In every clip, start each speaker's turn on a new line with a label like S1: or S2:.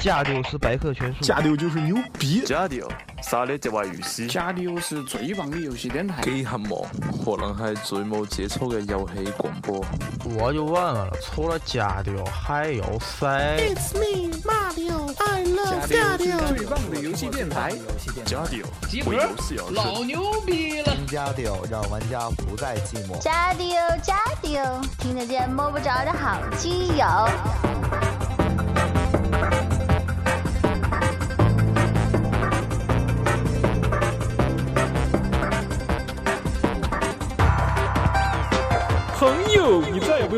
S1: 加六是百科全书，
S2: 加六就是牛逼。
S3: 加丢，啥的就玩游戏。
S4: 加六是最棒的游戏电台。
S5: 幾黑幕，可能係最冇節操嘅遊戲廣播。
S1: 我就问问了，除了加六还有谁？
S6: It's me, Mario. I love
S4: 加
S6: Daddy.
S4: 六是最棒的游戏电台。
S3: 加丢，为游戏而生。
S4: 牛逼了！
S7: 添加丢，让玩家不再寂寞。
S8: 加丢加丢，听得见摸不着的好基友。
S9: 朋友，你再也不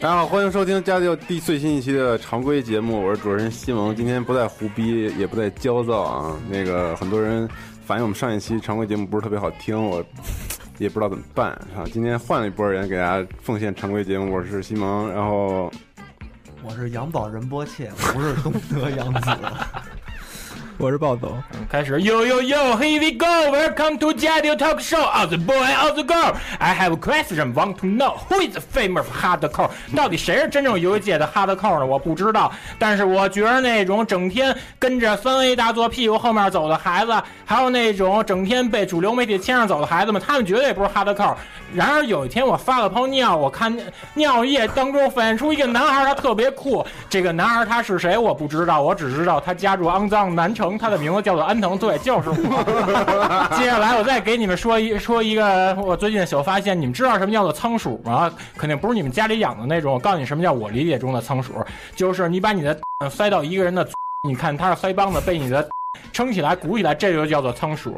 S10: 大家好，欢迎收听家教第最新一期的常规节目，我是主持人西蒙。今天不再胡逼，也不再焦躁啊。那个很多人反映我们上一期常规节目不是特别好听，我也不知道怎么办啊。今天换了一波人给大家奉献常规节目，我是西蒙。然后
S11: 我是杨宝仁波切，我不是东德杨子。
S12: 我是暴走，
S9: 开始，Yo Yo Yo，Here we go，Welcome to 加丢 Talk Show of the boy of the girl。I have a question, want to know who is the famous hardcore？到底谁是真正游戏界的 hardcore 呢？我不知道，但是我觉得那种整天跟着三 A 大作屁股后面走的孩子，还有那种整天被主流媒体牵着走的孩子们，他们绝对不是 hardcore。然而有一天我发了泡尿，我看尿液当中反映出一个男孩，他特别酷。这个男孩他是谁我不知道，我只知道他家住肮脏南城，他的名字叫做安藤，对，就是我。接下来我再给你们说一说一个我最近的小发现，你们知道什么叫做仓鼠吗？肯定不是你们家里养的那种。我告诉你什么叫我理解中的仓鼠，就是你把你的呃塞到一个人的嘴，你看他的腮帮子被你的撑起来、鼓起来，这就叫做仓鼠。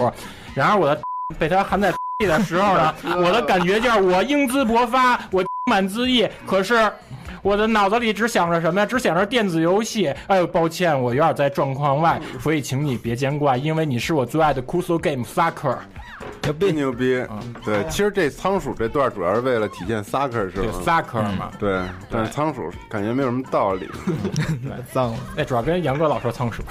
S9: 然而我的 被他含在里的时候呢，我的感觉就是我英姿勃发，我 满恣意，可是。我的脑子里只想着什么呀？只想着电子游戏。哎呦，抱歉，我有点在状况外，
S10: 嗯
S9: 所以请你别见怪，因为你是我最爱的 c u s o Game
S10: 啊
S9: Sucker。
S10: 牛逼牛逼，
S9: 啊
S10: 对，
S9: 哦
S10: 其实这仓鼠这段主要是为了体现 sucker 是
S9: 对
S10: 吗？
S9: ，Sucker 嘛，
S10: 对，但是仓鼠感觉没有什么道理。
S12: 脏了。
S10: 嗯
S9: 哎那主要跟杨哥老说仓鼠。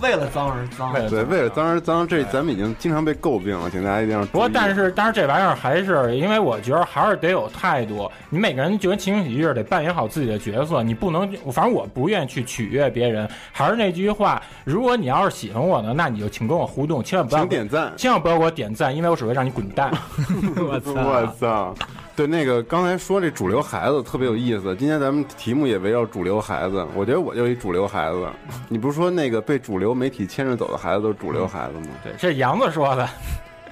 S11: 为了脏而脏，
S10: 对，为了脏而脏，这咱们已经经常被诟病了，请大家一定要注意。
S9: 不过，但是但是这玩意儿还是，因为我觉得还是得有态度。你每个人觉得情景喜剧是得扮演好自己的角色，你不能，反正我不愿意去取悦别人。还是那句话，如果你要是喜欢我呢，那你就请跟我互动，千万不要
S10: 请点赞。
S9: 千万不要给我点赞，因为我只会让你滚 蛋。
S12: 我
S10: 我操！对，那个刚才说这主流孩子特别有意思。今天咱们题目也围绕主流孩子，我觉得我就是一主流孩子。你不是说那个被主流媒体牵着走的孩子都是主流孩子吗？
S9: 对，这是杨子说的。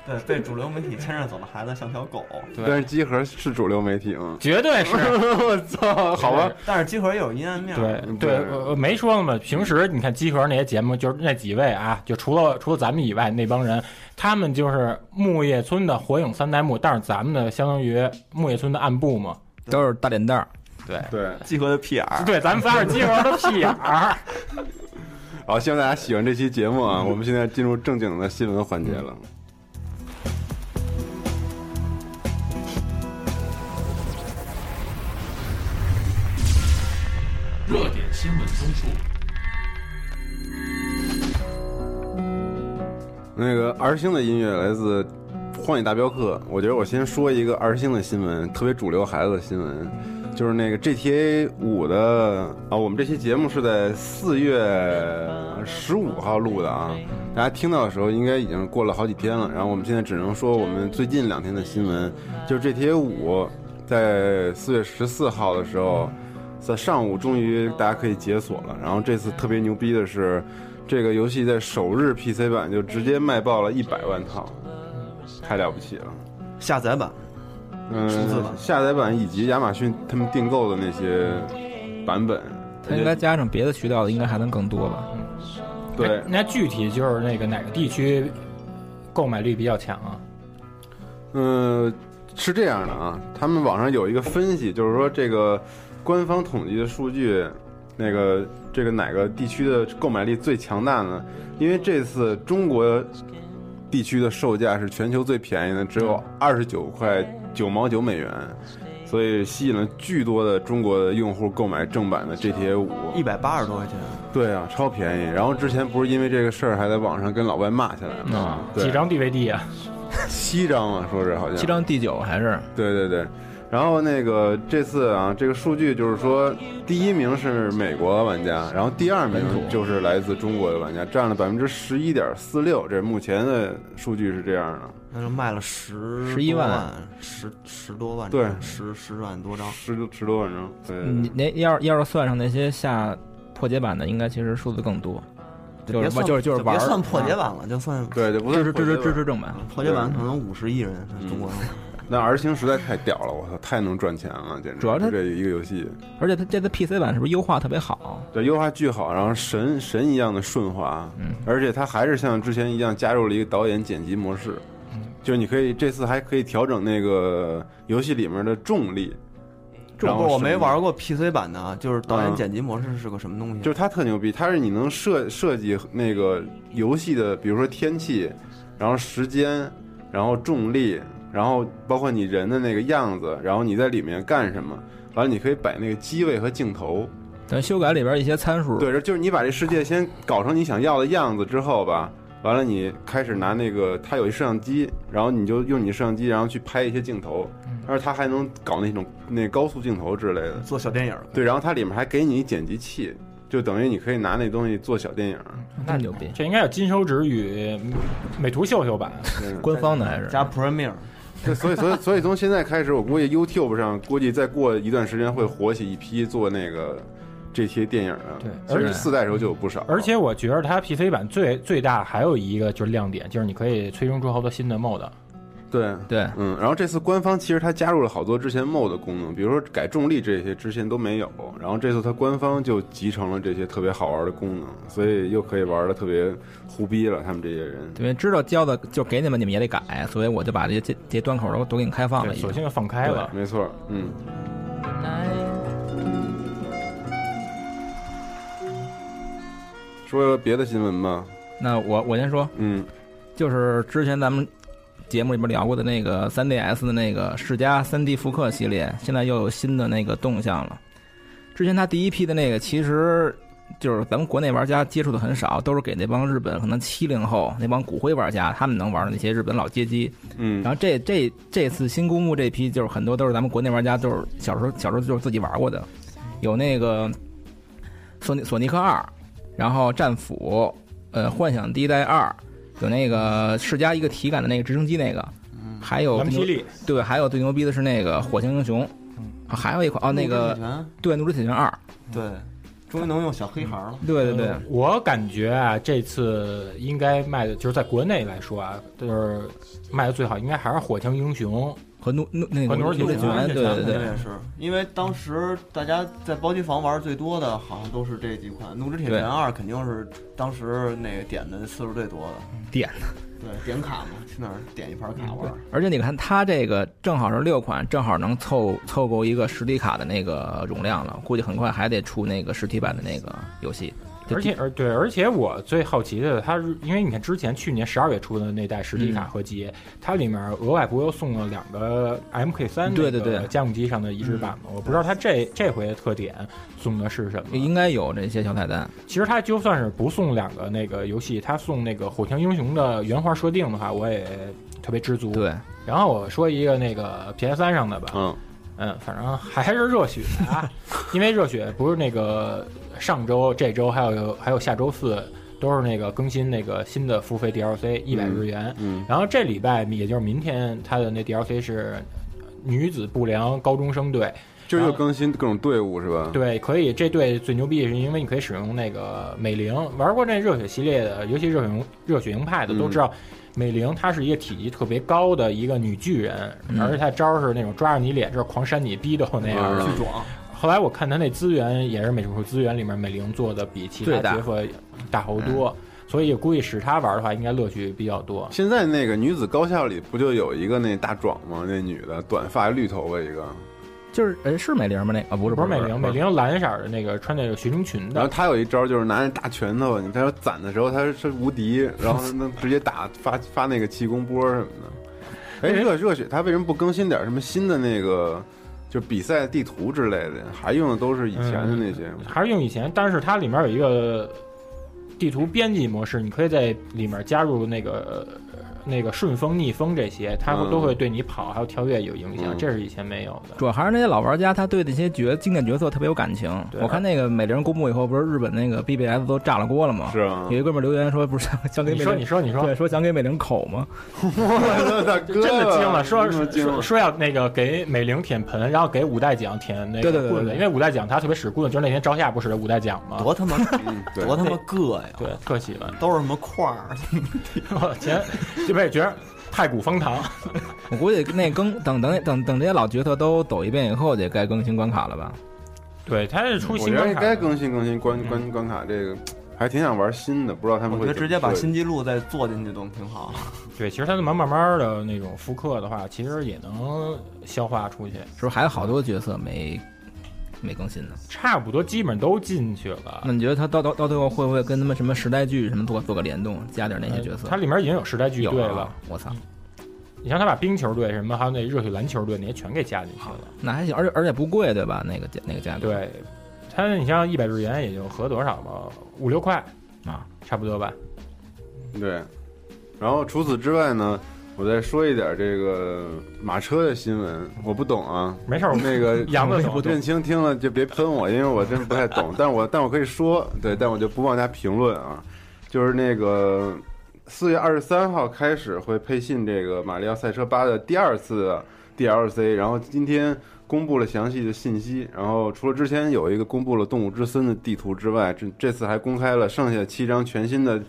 S11: 对被主流媒体牵着走的孩子像条狗。
S9: 对？
S10: 但是集合是主流媒体吗
S9: 绝对是，
S10: 我操！好吧，
S11: 但是集合也有阴暗面。
S9: 对
S10: 嗯
S9: 对
S10: 对，
S9: 我我没说了嘛。平时你看集合那些节目，就是那几位啊，就除了除了咱们以外那帮人，他们就是木叶村的火影三代目，但是咱们的相当于木叶村的暗部嘛。
S12: 都是大脸蛋儿，
S10: 对。
S11: 集合的 PR，
S10: 啊
S9: 对，咱们仨是集合的屁眼 儿。
S10: 好，希望大家喜欢这期节目啊！我们现在进入正经的新闻环节了。
S3: 热点新闻综述。
S10: 那个儿星的音乐来自《荒野大镖客》，我觉得我先说一个儿星的新闻，特别主流孩子的新闻，就是那个 GTA 五的啊，我们这期节目是在四月十五号录的啊，大家听到的时候应该已经过了好几天了，然后我们现在只能说我们最近两天的新闻，就是 GTA 五在四月十四号的时候。在上午终于大家可以解锁了。然后这次特别牛逼的是，这个游戏在首日 PC 版就直接卖爆了一百万套，太了不起了。
S11: 下载版数字版
S10: 嗯，下载版以及亚马逊他们订购的那些版本，
S12: 它应该加上别的渠道的，应该还能更多吧？
S10: 对，
S9: 那具体就是那个哪个地区购买率比较强啊？
S10: 嗯，是这样的啊，他们网上有一个分析，就是说这个官方统计的数据，那个这个哪个地区的购买力最强大呢？因为这次中国地区的售价是全球最便宜的，只有二十九块九毛九美元。所以吸引了巨多的中国的用户购买正版的 GTA 五，
S11: 一百八十多块钱，
S10: 对啊，超便宜。然后之前不是因为这个事儿还在网上跟老外骂起来吗？对
S9: 啊几张 DVD 啊？
S10: 七张啊，说是好像
S12: 七张第九还是？
S10: 对对对，然后那个这次啊，这个数据就是说，第一名是美国玩家，然后第二名就是来自中国的玩家，占了百分之十一点四六，这目前的数据是这样的。
S11: 那就卖了十
S12: 11
S11: 多
S12: 万，
S11: 十十多万
S10: 对
S11: 张，十十万多张，
S10: 十十多万张，对，
S12: 嗯你那要要是算上那些下破解版的，应该其实数字更多。就
S11: 别
S12: 是
S11: 算
S12: 就是就是玩
S11: 别
S12: 儿，嗯
S11: 算破解版了，就算
S10: 对，就不
S12: 支
S10: 算
S12: 持
S10: 破
S12: 支
S10: 解
S12: 持
S10: 版
S12: 支持正版。
S11: 破解版可能五十亿人，中
S12: 嗯
S11: 国人
S10: 那 R 星实在太屌了，我操，太能赚钱了，简直！
S12: 主要它
S10: 这一个游戏，
S12: 而且它这次 PC 版是不是优化特别好？
S10: 对，优化巨好，然后神神一样的顺滑，
S12: 嗯
S10: 而且它还是像之前一样加入了一个导演剪辑模式，就是你可以这次还可以调整那个游戏里面的重力，
S11: 不
S10: 然后
S11: 我
S10: 是
S11: 没玩过 PC 版的啊，就是导
S10: 嗯
S11: 演剪辑模式是个什么东西？啊
S10: 就是它特牛逼，它是你能设设计那个游戏的，比如说天气，然后时间，然后重力，然后包括你人的那个样子，然后你在里面干什么，完了你可以摆那个机位和镜头，
S12: 等修改里边一些参数，
S10: 对，就是你把这世界先搞成你想要的样子之后吧，完了你开始拿那个它有一摄像机，然后你就用你的摄像机，然后去拍一些镜头，
S9: 嗯
S10: 而它还能搞那种那高速镜头之类的，
S11: 做小电影儿，
S10: 对，然后它里面还给你剪辑器，就等于你可以拿那东西做小电影。
S12: 那牛逼！
S9: 这应该有金手指与美图秀秀版。
S12: 官方的还是
S11: 加 Premiere，
S10: 对，所以所以所以从现在开始，我估计 YouTube 上估计再过一段时间会火起一批做那个这些电影的。
S9: 对
S10: 其
S9: 而
S10: 实
S9: 且
S10: 四代时候就有不少。
S9: 而且我觉得它 PC 版最最大还有一个就是亮点，就是你可以催生出好多新的 mod。
S10: 对
S12: 对，
S10: 嗯，然后这次官方其实它加入了好多之前 mod 的功能，比如说改重力这些之前都没有，然后这次它官方就集成了这些特别好玩的功能，所以又可以玩的特别胡逼了。他们这些人，
S12: 因为知道交的就给你们，你们也得改，所以我就把这些这这些端口都都给你开放了
S9: 对，
S12: 已
S9: 索
S12: 经。
S9: 性就放开了。
S10: 没错，嗯，说别的新闻吧，
S12: 那我我先说，
S10: 嗯，
S12: 就是之前咱们节目里边聊过的那个 3DS 的那个世嘉 3D 复刻系列，现在又有新的那个动向了。之前它第一批的那个，其实就是咱们国内玩家接触的很少，都是给那帮日本可能七零后那帮骨灰玩家，他们能玩的那些日本老街机。
S10: 嗯
S12: 然后这这这次新公布这批，就是很多都是咱们国内玩家，就是小时候小时候就是自己玩过的，有那个索尼索尼克二，然后战斧，呃，幻想第一代二，有那个世嘉一个体感的那个直升机那个，还有
S9: 蓝霹雳，
S12: 对，还有最牛逼的是那个火星英雄，啊还有一款哦那
S11: 陆
S12: 个
S11: 之铁拳
S12: 对怒之铁拳二，
S11: 对，终于能用小黑孩儿了。
S12: 对对对
S9: 呃，我感觉啊，这次应该卖的就是在国内来说啊，就是卖的最好应该还是《火枪英雄
S12: 和怒怒那个
S9: 和怒
S12: 怒
S9: 之
S12: 之铁
S9: 铁拳
S12: 拳，嗯对对
S11: 肯定
S12: 对
S11: 也是，因为当时大家在包机房玩最多的，好像都是这几款。《怒之铁拳二》肯定是当时那个点的次数最多的，
S12: 嗯点。嗯
S11: 对，点卡嘛，去那儿点一盘卡玩。
S12: 而且你看，它这个正好是六款，正好能凑凑够一个实体卡的那个容量了。估计很快还得出那个实体版的那个游戏。》，就
S9: 而且而对，而且我最好奇的，它是因为你看之前去年十二月出的那代实体卡
S12: 嗯
S9: 合集，它里面额外不又送了两个 MK 三
S12: 对对对
S9: 家用机上的移植版吗？我不知道它这这回的特点送的是什么。
S12: 应该有这些小彩蛋。
S9: 其实它就算是不送两个那个游戏，它送那个《火枪英雄》的原画设定的话，我也特别知足。，
S12: 对，
S9: 然后我说一个那个 PS 三上的吧，
S10: 嗯，
S9: 嗯，反正还是热血啊，因为热血不是那个上周、这周还有还有下周四都是那个更新那个新的付费 DLC 一百日元，
S10: 嗯
S9: 然后这礼拜也就是明天它的那 DLC 是女子不良高中生队，
S10: 就是又更新各种队伍是吧？
S9: 对，可以这队最牛逼是因为你可
S12: 嗯
S9: 以使用那个美玲，玩过这热血系列的，尤其热血营热血营派的都知道。美玲她是一个体积特别高的一个女巨人，
S12: 嗯
S9: 而且她招儿是那种抓着你脸这儿狂扇你逼斗那样的。
S11: 巨壮。
S9: 后来我看她那资源也是美术资源里面美玲做的比其他
S10: 最大
S9: 杰夫大好
S12: 嗯
S9: 多，所以估计使她玩的话应该乐趣比较多。
S10: 现在那个女子高校里不就有一个那大壮吗？那女的短发绿头发一个，
S12: 就是呃是美玲吗？那啊不是
S9: 不是美
S12: 不是
S9: 玲，美玲蓝色的那个穿那个学生裙
S10: 然
S9: 的，
S10: 后她有一招就是拿那大拳头，你看她攒的时候她是无敌，然后能直接打发发那个气功波什么的。哎，热热血，他为什么不更新点什么新的那个，就比赛地图之类的？还用的都是以前的那些。
S9: 还是用以前，但是它里面有一个地图编辑模式，你可以在里面加入那个呃那个顺风、逆风这些，它会
S12: 嗯
S9: 都会对你跑还有跳跃有影
S12: 嗯
S9: 响，这是以前没有的。
S12: 主要还是那些老玩家，他对那些角经典角色特别有感情。
S9: 对
S12: 我看那个美玲公布以后，不是日本那个 BBS 都炸了锅了吗？
S10: 是啊
S12: 有一哥们儿留言说，不是想想给美
S9: 你
S12: 玲
S9: 说你说你说
S12: 对，说想给美玲口 吗？
S10: 大
S9: 真的惊了，说
S10: 真的
S9: 说
S10: 惊了
S9: 说说要那个给美玲舔盆，然后给五代奖舔那
S12: 对对
S9: 个
S12: 对对
S9: 棍子，
S12: 对
S9: 因为五代奖他特别使棍，就是那天朝夏不使的五代奖嘛，
S11: 多他妈
S10: 嗯
S11: 多他妈硌呀，
S9: 对，特喜欢，
S11: 都是什么块 儿？
S9: 我哦前这边也觉得太古风堂，
S12: 我估计那更等等等等这些老角色都走一遍以后，就该更新关卡了吧？
S9: 对，他是
S10: 我觉得该更新更新
S9: 嗯
S10: 关关关卡这个，还挺想玩新的，不知道他们
S11: 我觉
S10: 会
S11: 得
S10: 怎么
S11: 直接把
S10: 设计
S11: 新纪录再做进去都挺好。
S9: 对，其实他慢慢慢慢的那种复刻的话，其实也能消化出去，
S12: 是不是还有好多角色没没更新呢？
S9: 差不多基本都进去了。
S12: 那你觉得他到到到最后会不会跟他们什么时代剧什么做做个联动，加点那些角色？
S9: 它里面已经有时代剧队
S12: 有了
S9: 了
S12: 啊，我操！
S9: 你像他把冰球队什么，还有那热血篮球队那些全给加进去了。
S12: 那还行，而且而且不贵对吧？那个价那个价格，
S9: 对，他你像一百日元也就合多少吧，五六块
S12: 啊，
S9: 差不多吧。嗯
S10: 对，然后除此之外呢，我再说一点这个马车的新闻，我不懂啊。
S9: 没 事儿我
S10: 那个
S9: 杨子懂
S10: 认清听了就别喷我，因为我真不太懂。但是我但我可以说，对，但我就不妄加评论啊。就是那个四月二十三号开始会配信这个《马里奥赛车八》的第二次的 DLC，然后今天公布了详细的信息。然后除了之前有一个公布了《动物之森》的地图之外，这这次还公开了剩下七张全新的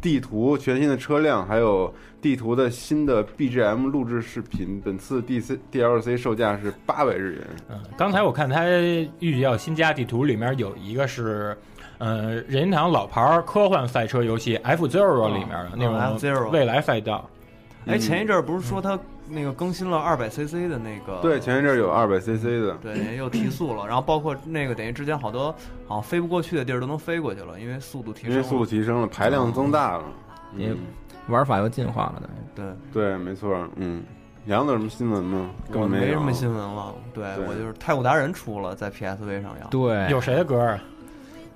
S10: 地图、全新的车辆，还有地图的新的 BGM 录制视频。本次 DC DLC 售价是八百日元。
S9: 嗯，刚才我看他预计要新加地图里面有一个是，呃，任天堂老牌儿科幻赛车游戏 F Zero
S12: 啊
S9: 里面的那
S12: 哦
S11: 嗯
S9: 种
S11: ，F-Zero
S9: 未来赛道。
S10: 嗯
S11: 哎，前一阵儿不是说他那个更新了二百 CC 的那个？
S10: 对，前一阵有二百 CC 的，
S11: 对，又提速了，然后包括那个等于之前好多好像飞不过去的地儿都能飞过去了，因为速度提
S10: 因
S11: 升了。嗯
S10: 为速度提升了，排量增大了，嗯
S12: 也玩法又进化了，
S11: 对
S10: 对，没错，嗯。杨子有什么新闻吗？根
S11: 我
S10: 本
S11: 没
S10: 有
S11: 什么新闻了，对
S10: 对
S11: 我就是《太古达人》出了，在 PSV 上要。
S12: 对
S9: 有谁的歌啊？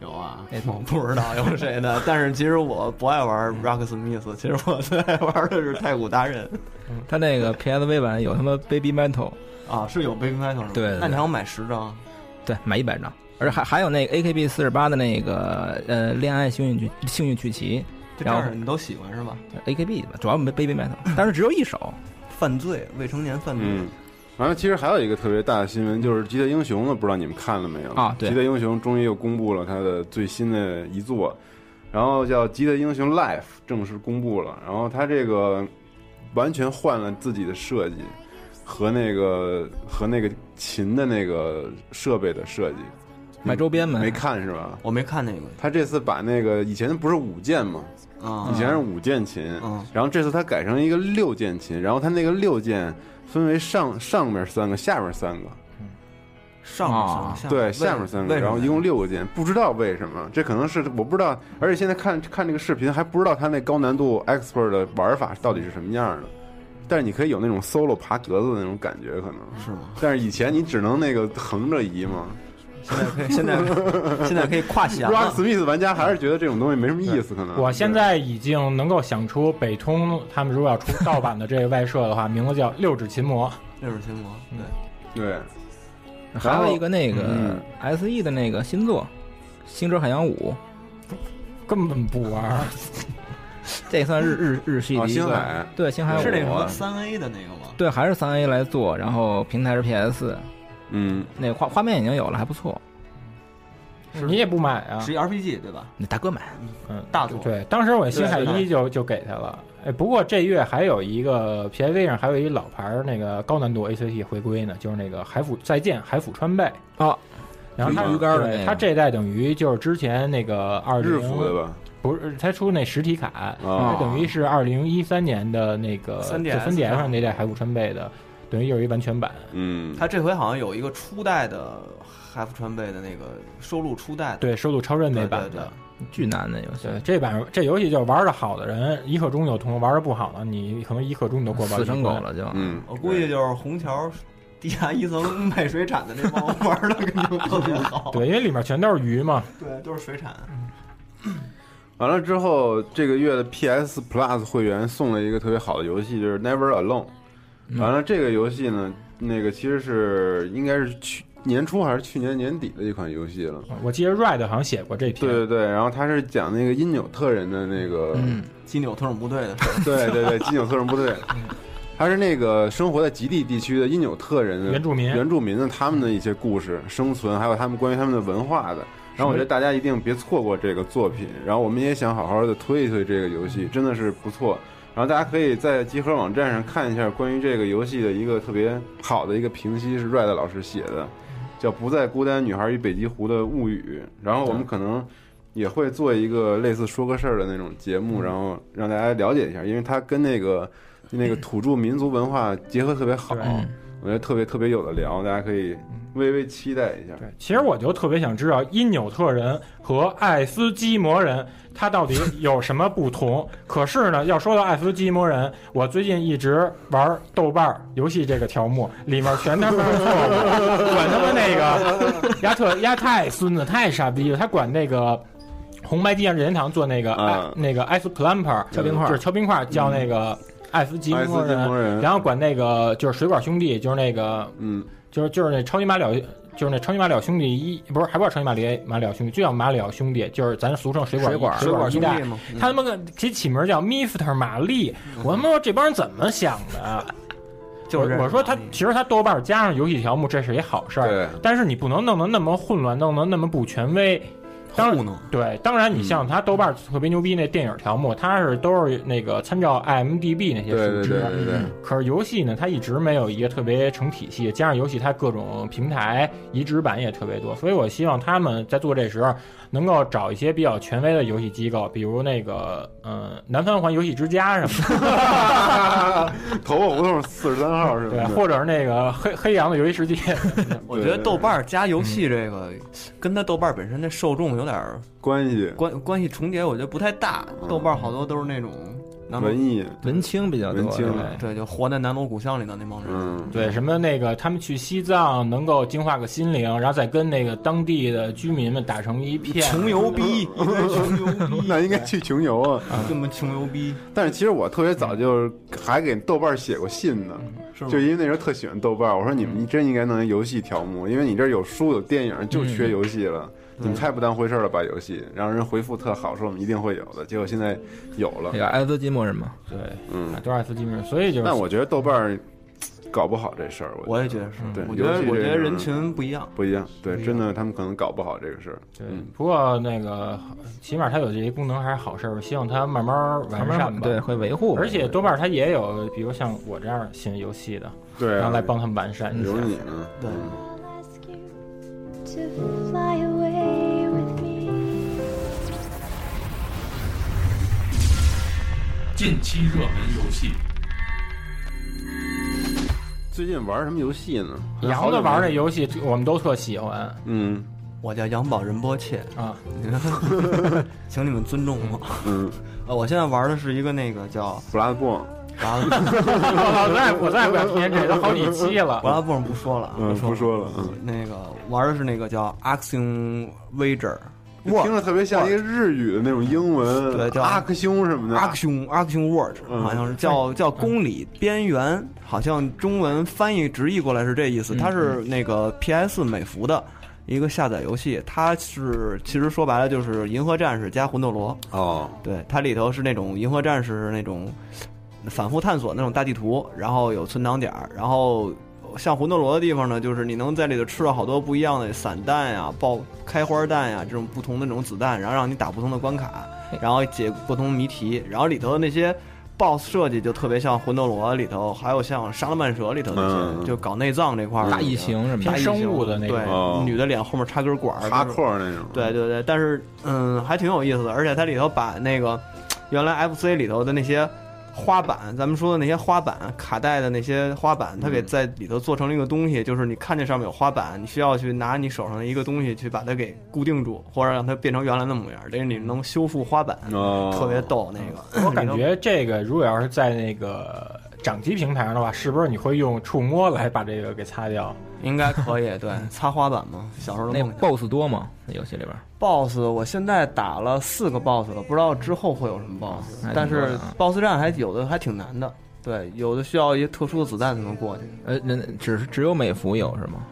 S11: 有啊，我不知道有谁的，但是其实我不爱玩
S12: 嗯
S11: Rocksmith，其实我最爱玩的是《太古达人
S12: 嗯他那个 PSV 版有他妈 Baby Metal，》
S11: 啊，是有 Baby Metal 是吗？
S12: 对对
S11: 那你还要买十张？啊
S12: 对，买一百张，而且还还有那个 AKB 四十八的那个呃恋爱幸运曲幸运曲奇，
S11: 这
S12: 然
S11: 样
S12: 后
S11: 你都喜欢是吧？
S12: AKB 的吧，主要没 Baby Metal，但是只有一首，
S11: 犯罪，未成年犯罪。
S10: 嗯，然后其实还有一个特别大的新闻，就是《极特英雄》呢，不知道你们看了没有
S12: 啊对
S10: 极特英雄》终于又公布了它的最新的一作，然后叫《极特英雄 Life》正式公布了。然后它这个完全换了自己的设计和那个和那个琴的那个设备的设计。
S12: 买周边没？
S10: 没看是吧？
S11: 我没看那个。
S10: 他这次把那个以前不是五键吗？
S11: 啊
S10: 以前是哦五键琴，
S11: 嗯
S10: 然后这次他改成一个六键琴，然后他那个六键分为上上面三个，下面三个，
S11: 上面三个下面
S10: 对，
S11: 为什么
S10: 下面三个，
S11: 为什么
S10: 然后一共六个键，不知道为什么，这可能是我不知道，而且现在看看这个视频还不知道他那高难度 expert 的玩法到底是什么样的。但是你可以有那种 solo 爬格子的那种感觉，可能
S11: 是吗？
S10: 但是以前你只能那个横着移嘛，
S11: 现在现在可以跨墙
S10: Rock
S11: 了。
S10: Smith 玩家还是觉得这种东西没什么意
S11: 啊
S10: 思，可能
S9: 我现在已经能够想出北通他们如果要出盗版的这个外设 的话，名字叫《六指琴魔》。
S11: 六指琴魔，对，
S10: 对，
S12: 还有一个那个
S9: 嗯
S12: S E 的那个新作《星之海洋五
S9: 根本不玩。》，
S12: 这也算日日日系
S10: 哦
S12: 的一
S10: 星
S12: 个、
S10: 海
S12: 对星海五
S11: 是那个什么三 A 的那个吗？
S12: 对，还是三 A 来做，然后平台是 PS，
S10: 嗯，
S12: 那个画画面已经有了，还不错。
S11: 是
S9: 你也不买啊？
S11: 是一 RPG 对吧？
S12: 你大哥买，
S9: 嗯，
S11: 大作
S9: 对，当时我星海
S11: 对对
S9: 一就就给他了。哎，不过这月还有一个呃 PSV 上还有一老牌儿那个高难度 ACT 回归呢，就是那个海府再见海府川贝
S11: 哦
S12: 啊。
S9: 然后它
S12: 鱼竿儿的那
S9: 对
S12: 个
S9: 它这代等于就是之前那个二
S10: 日服的吧？
S9: 不是，它出那实体卡，它等于是二零一三年的那个
S11: 3DS
S9: 在三 DS 上那代海府川贝的，等于就是一完全版。
S10: 嗯，
S11: 他这回好像有一个初代的海服川贝的那个收录初代的，
S9: 对，收录超任那版
S11: 对对
S9: 的。
S12: 巨难的游戏，
S9: 对，这版这游戏就是玩的好的人一刻钟有通，玩的不好的你可能一刻钟你都过不了
S12: 死成
S9: 一关。
S12: 狗了就。
S10: 嗯，
S11: 啊我估计就是虹桥地下一层卖水产的那帮玩的肯定特别 好，
S9: 对，因为里面全都是鱼嘛。
S11: 对，都是水产。
S10: 完了之后，这个月的 PS Plus 会员送了一个特别好的游戏，就是《Never Alone》。完
S11: 嗯
S10: 了，这个游戏呢，那个其实是应该是去年初还是去年年底的一款游戏了。
S9: 我记得 Red 好像写过这篇
S10: 对，对对，然后它是讲那个因纽特人的那个，
S9: 嗯
S11: 基纽特种部队的事儿，
S10: 对对对，基纽特人部队，他是那个生活在极地地区的因纽特人的
S9: 原住民
S10: 原住民的他们的一些故事、生存，还有他们关于他们的文化的。然后我觉得大家一定别错过这个作品，然后我们也想好好的推一推这个游
S9: 嗯
S10: 戏，真的是不错。然后大家可以在集合网站上看一下关于这个游戏的一个特别好的一个评析，是 Red 老师写的，
S9: 嗯
S10: 叫《不再孤单：女孩与北极狐的物语》。然后我们可能也会做一个类似说个事儿的那种节目，
S9: 嗯
S10: 然后让大家了解一下，因为它跟那个那 个土著民族文化结合特别好
S9: 对，
S10: 我觉得特别特别有的聊，大家可以微微期待一下。
S9: 对，其实我就特别想知道因纽特人和爱斯基摩人他到底有什么不同。可是呢，要说到爱斯基摩人，我最近一直玩豆瓣儿游戏这个条目，里面全他妈是错误，管他妈那个亚特亚太孙子太傻逼了，他管那个。红白机上任天堂做那个、
S10: 啊嗯
S9: 那个 ice plumper
S12: 敲冰块儿
S9: 就是敲冰块儿叫那个爱斯基
S10: 爱斯
S9: 摩
S10: 基摩人
S9: 然后管那个就是水管兄弟，就是那个
S10: 嗯，
S9: 就是就是那超级马里奥，就是那超级马里奥兄弟一不是还不叫超级马里马里奥兄弟，就叫马里奥兄弟，就是咱俗称水管
S12: 水管
S9: 水管一代
S11: 嘛，
S9: 他他妈个其起名叫 Mister 玛丽，我他妈说这帮人怎么想的？啊
S11: 就是啊嗯
S9: 我我说他其实他豆瓣加上游戏条目，这是一好事儿，
S10: 对，
S9: 但是你不能弄得那么混乱，弄得那么不权威。当然
S11: 糊弄，
S9: 对，当然你像他豆瓣特别牛逼那电影条目，它是都是那个参照 IMDB 那些
S10: 对对
S9: 数
S10: 对
S9: 值，
S10: 对对，
S9: 可是游戏呢，它一直没有一个特别成体系，加上游戏它各种平台移植版也特别多，所以我希望他们在做这时候能够找一些比较权威的游戏机构，比如那个嗯、呃南三环游戏之家什么
S10: 头发胡同四十三号是
S9: 的，
S10: 吧？
S9: 对，啊或者是那个黑黑羊的游戏世界，
S11: 我觉得豆瓣儿加游戏这个，跟他豆瓣儿本身的受众有点儿
S10: 关系
S11: 关关系重叠，我觉得不太大。
S10: 嗯
S11: 豆瓣儿好多都是那种南锣
S10: 文艺，
S12: 文青比较多，
S10: 文青
S12: 对
S11: 对，就活在南锣鼓巷里的那帮人。
S10: 嗯，
S9: 对，什么那个他们去西藏能够净化个心灵，然后再跟那个当地的居民们打成一片，
S11: 穷游 逼，穷游 逼，
S10: 那应该去穷游啊。
S11: 这么穷游逼，
S10: 但是其实我特别早就还给豆瓣写过信呢，
S11: 是吗
S10: 就因为那时候特喜欢豆瓣，我说你们真应该弄一游戏条目，因为你这儿有书有电影，就缺游戏了。你们太不当回事儿了吧？游戏，然后人回复特好，说我们一定会有的。结果现在有了
S12: 那，个埃斯基摩人嘛，
S9: 对，
S10: 嗯。
S9: 多少斯基米尔，所以就是
S10: 但我觉得豆瓣儿搞不好这事儿，
S11: 我
S10: 我
S11: 也觉得是。
S10: 对
S11: 我觉得
S10: 尤其这
S11: 我觉得
S10: 种
S11: 人群不一样，
S10: 不一样。对，真的，他们可能搞不好这个事儿。
S9: 对
S10: 嗯，
S9: 不过那个起码它有这些功能还是好事儿，希望它慢慢完善吧。
S12: 对，会维护，
S9: 而且豆瓣儿它也有，比如像我这样喜欢游戏的，
S10: 对啊，
S9: 然后来帮他们完善一下
S10: 有。你呢。
S11: 对
S10: 嗯
S6: I'll ask you to fly away with me.
S3: 近期热门游戏，
S10: 最近玩什么游戏呢？
S9: 杨子玩那游戏，我们都特喜欢
S10: 嗯
S11: 我叫杨宝仁波切，
S9: 啊，
S11: 请你们尊重我。
S10: 嗯，
S11: 呃，我现在玩的是一个那个叫
S10: 布拉布，
S11: 完了，
S9: 我再我再不想听见这都好几期
S11: 我
S9: 了。
S11: 拉布尔不说了啊，
S10: 嗯，不
S11: 说了。
S10: 说了，嗯，
S11: 那个玩的是那个叫 Axiom Wager，
S10: 听着特别像一个日语的那种英文，
S11: 对叫
S10: 阿克兄什么的，
S11: 阿克熊阿克熊 word
S10: 嗯
S11: 好像是叫叫公理边缘，好像中文翻译直译过来是这意思。它是那个 PS 美服的一个下载游戏，它是其实说白了就是《银河战士》加《魂斗罗》。
S10: 哦，
S11: 对，它里头是那种《银河战士》那种反复探索那种大地图，然后有存档点儿，然后像魂斗罗的地方呢，就是你能在里头吃到好多不一样的散弹呀、爆开花弹啊呀这种不同的那种子弹，然后让你打不同的关卡，然后解不同谜题，然后里头的那些 BOSS 设计就特别像魂斗罗里头，还有像沙拉曼蛇里头那些，
S10: 嗯
S11: 就搞内脏这块儿的，
S10: 大异形什么的
S11: 大异形
S10: 偏生物的那种
S11: 对，
S10: 哦
S11: 女的脸后面插根管儿，
S10: 哈扣那种。
S11: 对对对，但是嗯，还挺有意思的，而且它里头把那个原来 FC 里头的那些花板，咱们说的那些花板卡带的那些花板，它给在里头做成了一个东西，就是你看见上面有花板，你需要去拿你手上的一个东西去把它给固定住，或者让它变成原来的模样，这是你能修复花板，
S10: 哦
S11: 特别逗那个。
S9: 我感觉这个如果要是在那个掌机平台上的话，是不是你会用触摸来把这个给擦掉？
S11: 应该可以，对， 擦花板嘛，小时候的
S12: 那
S11: 梦想。
S12: BOSS 多吗？那游戏里边
S11: BOSS，我现在打了四个 BOSS 了，不知道之后会有什么 BOSS，
S12: 那挺
S11: 但
S12: 多
S11: 是
S12: 的啊
S11: BOSS 战还有的还挺难的，对，有的需要一些特殊的子弹才能过去。
S12: 呃，那只是只有美服有是吗？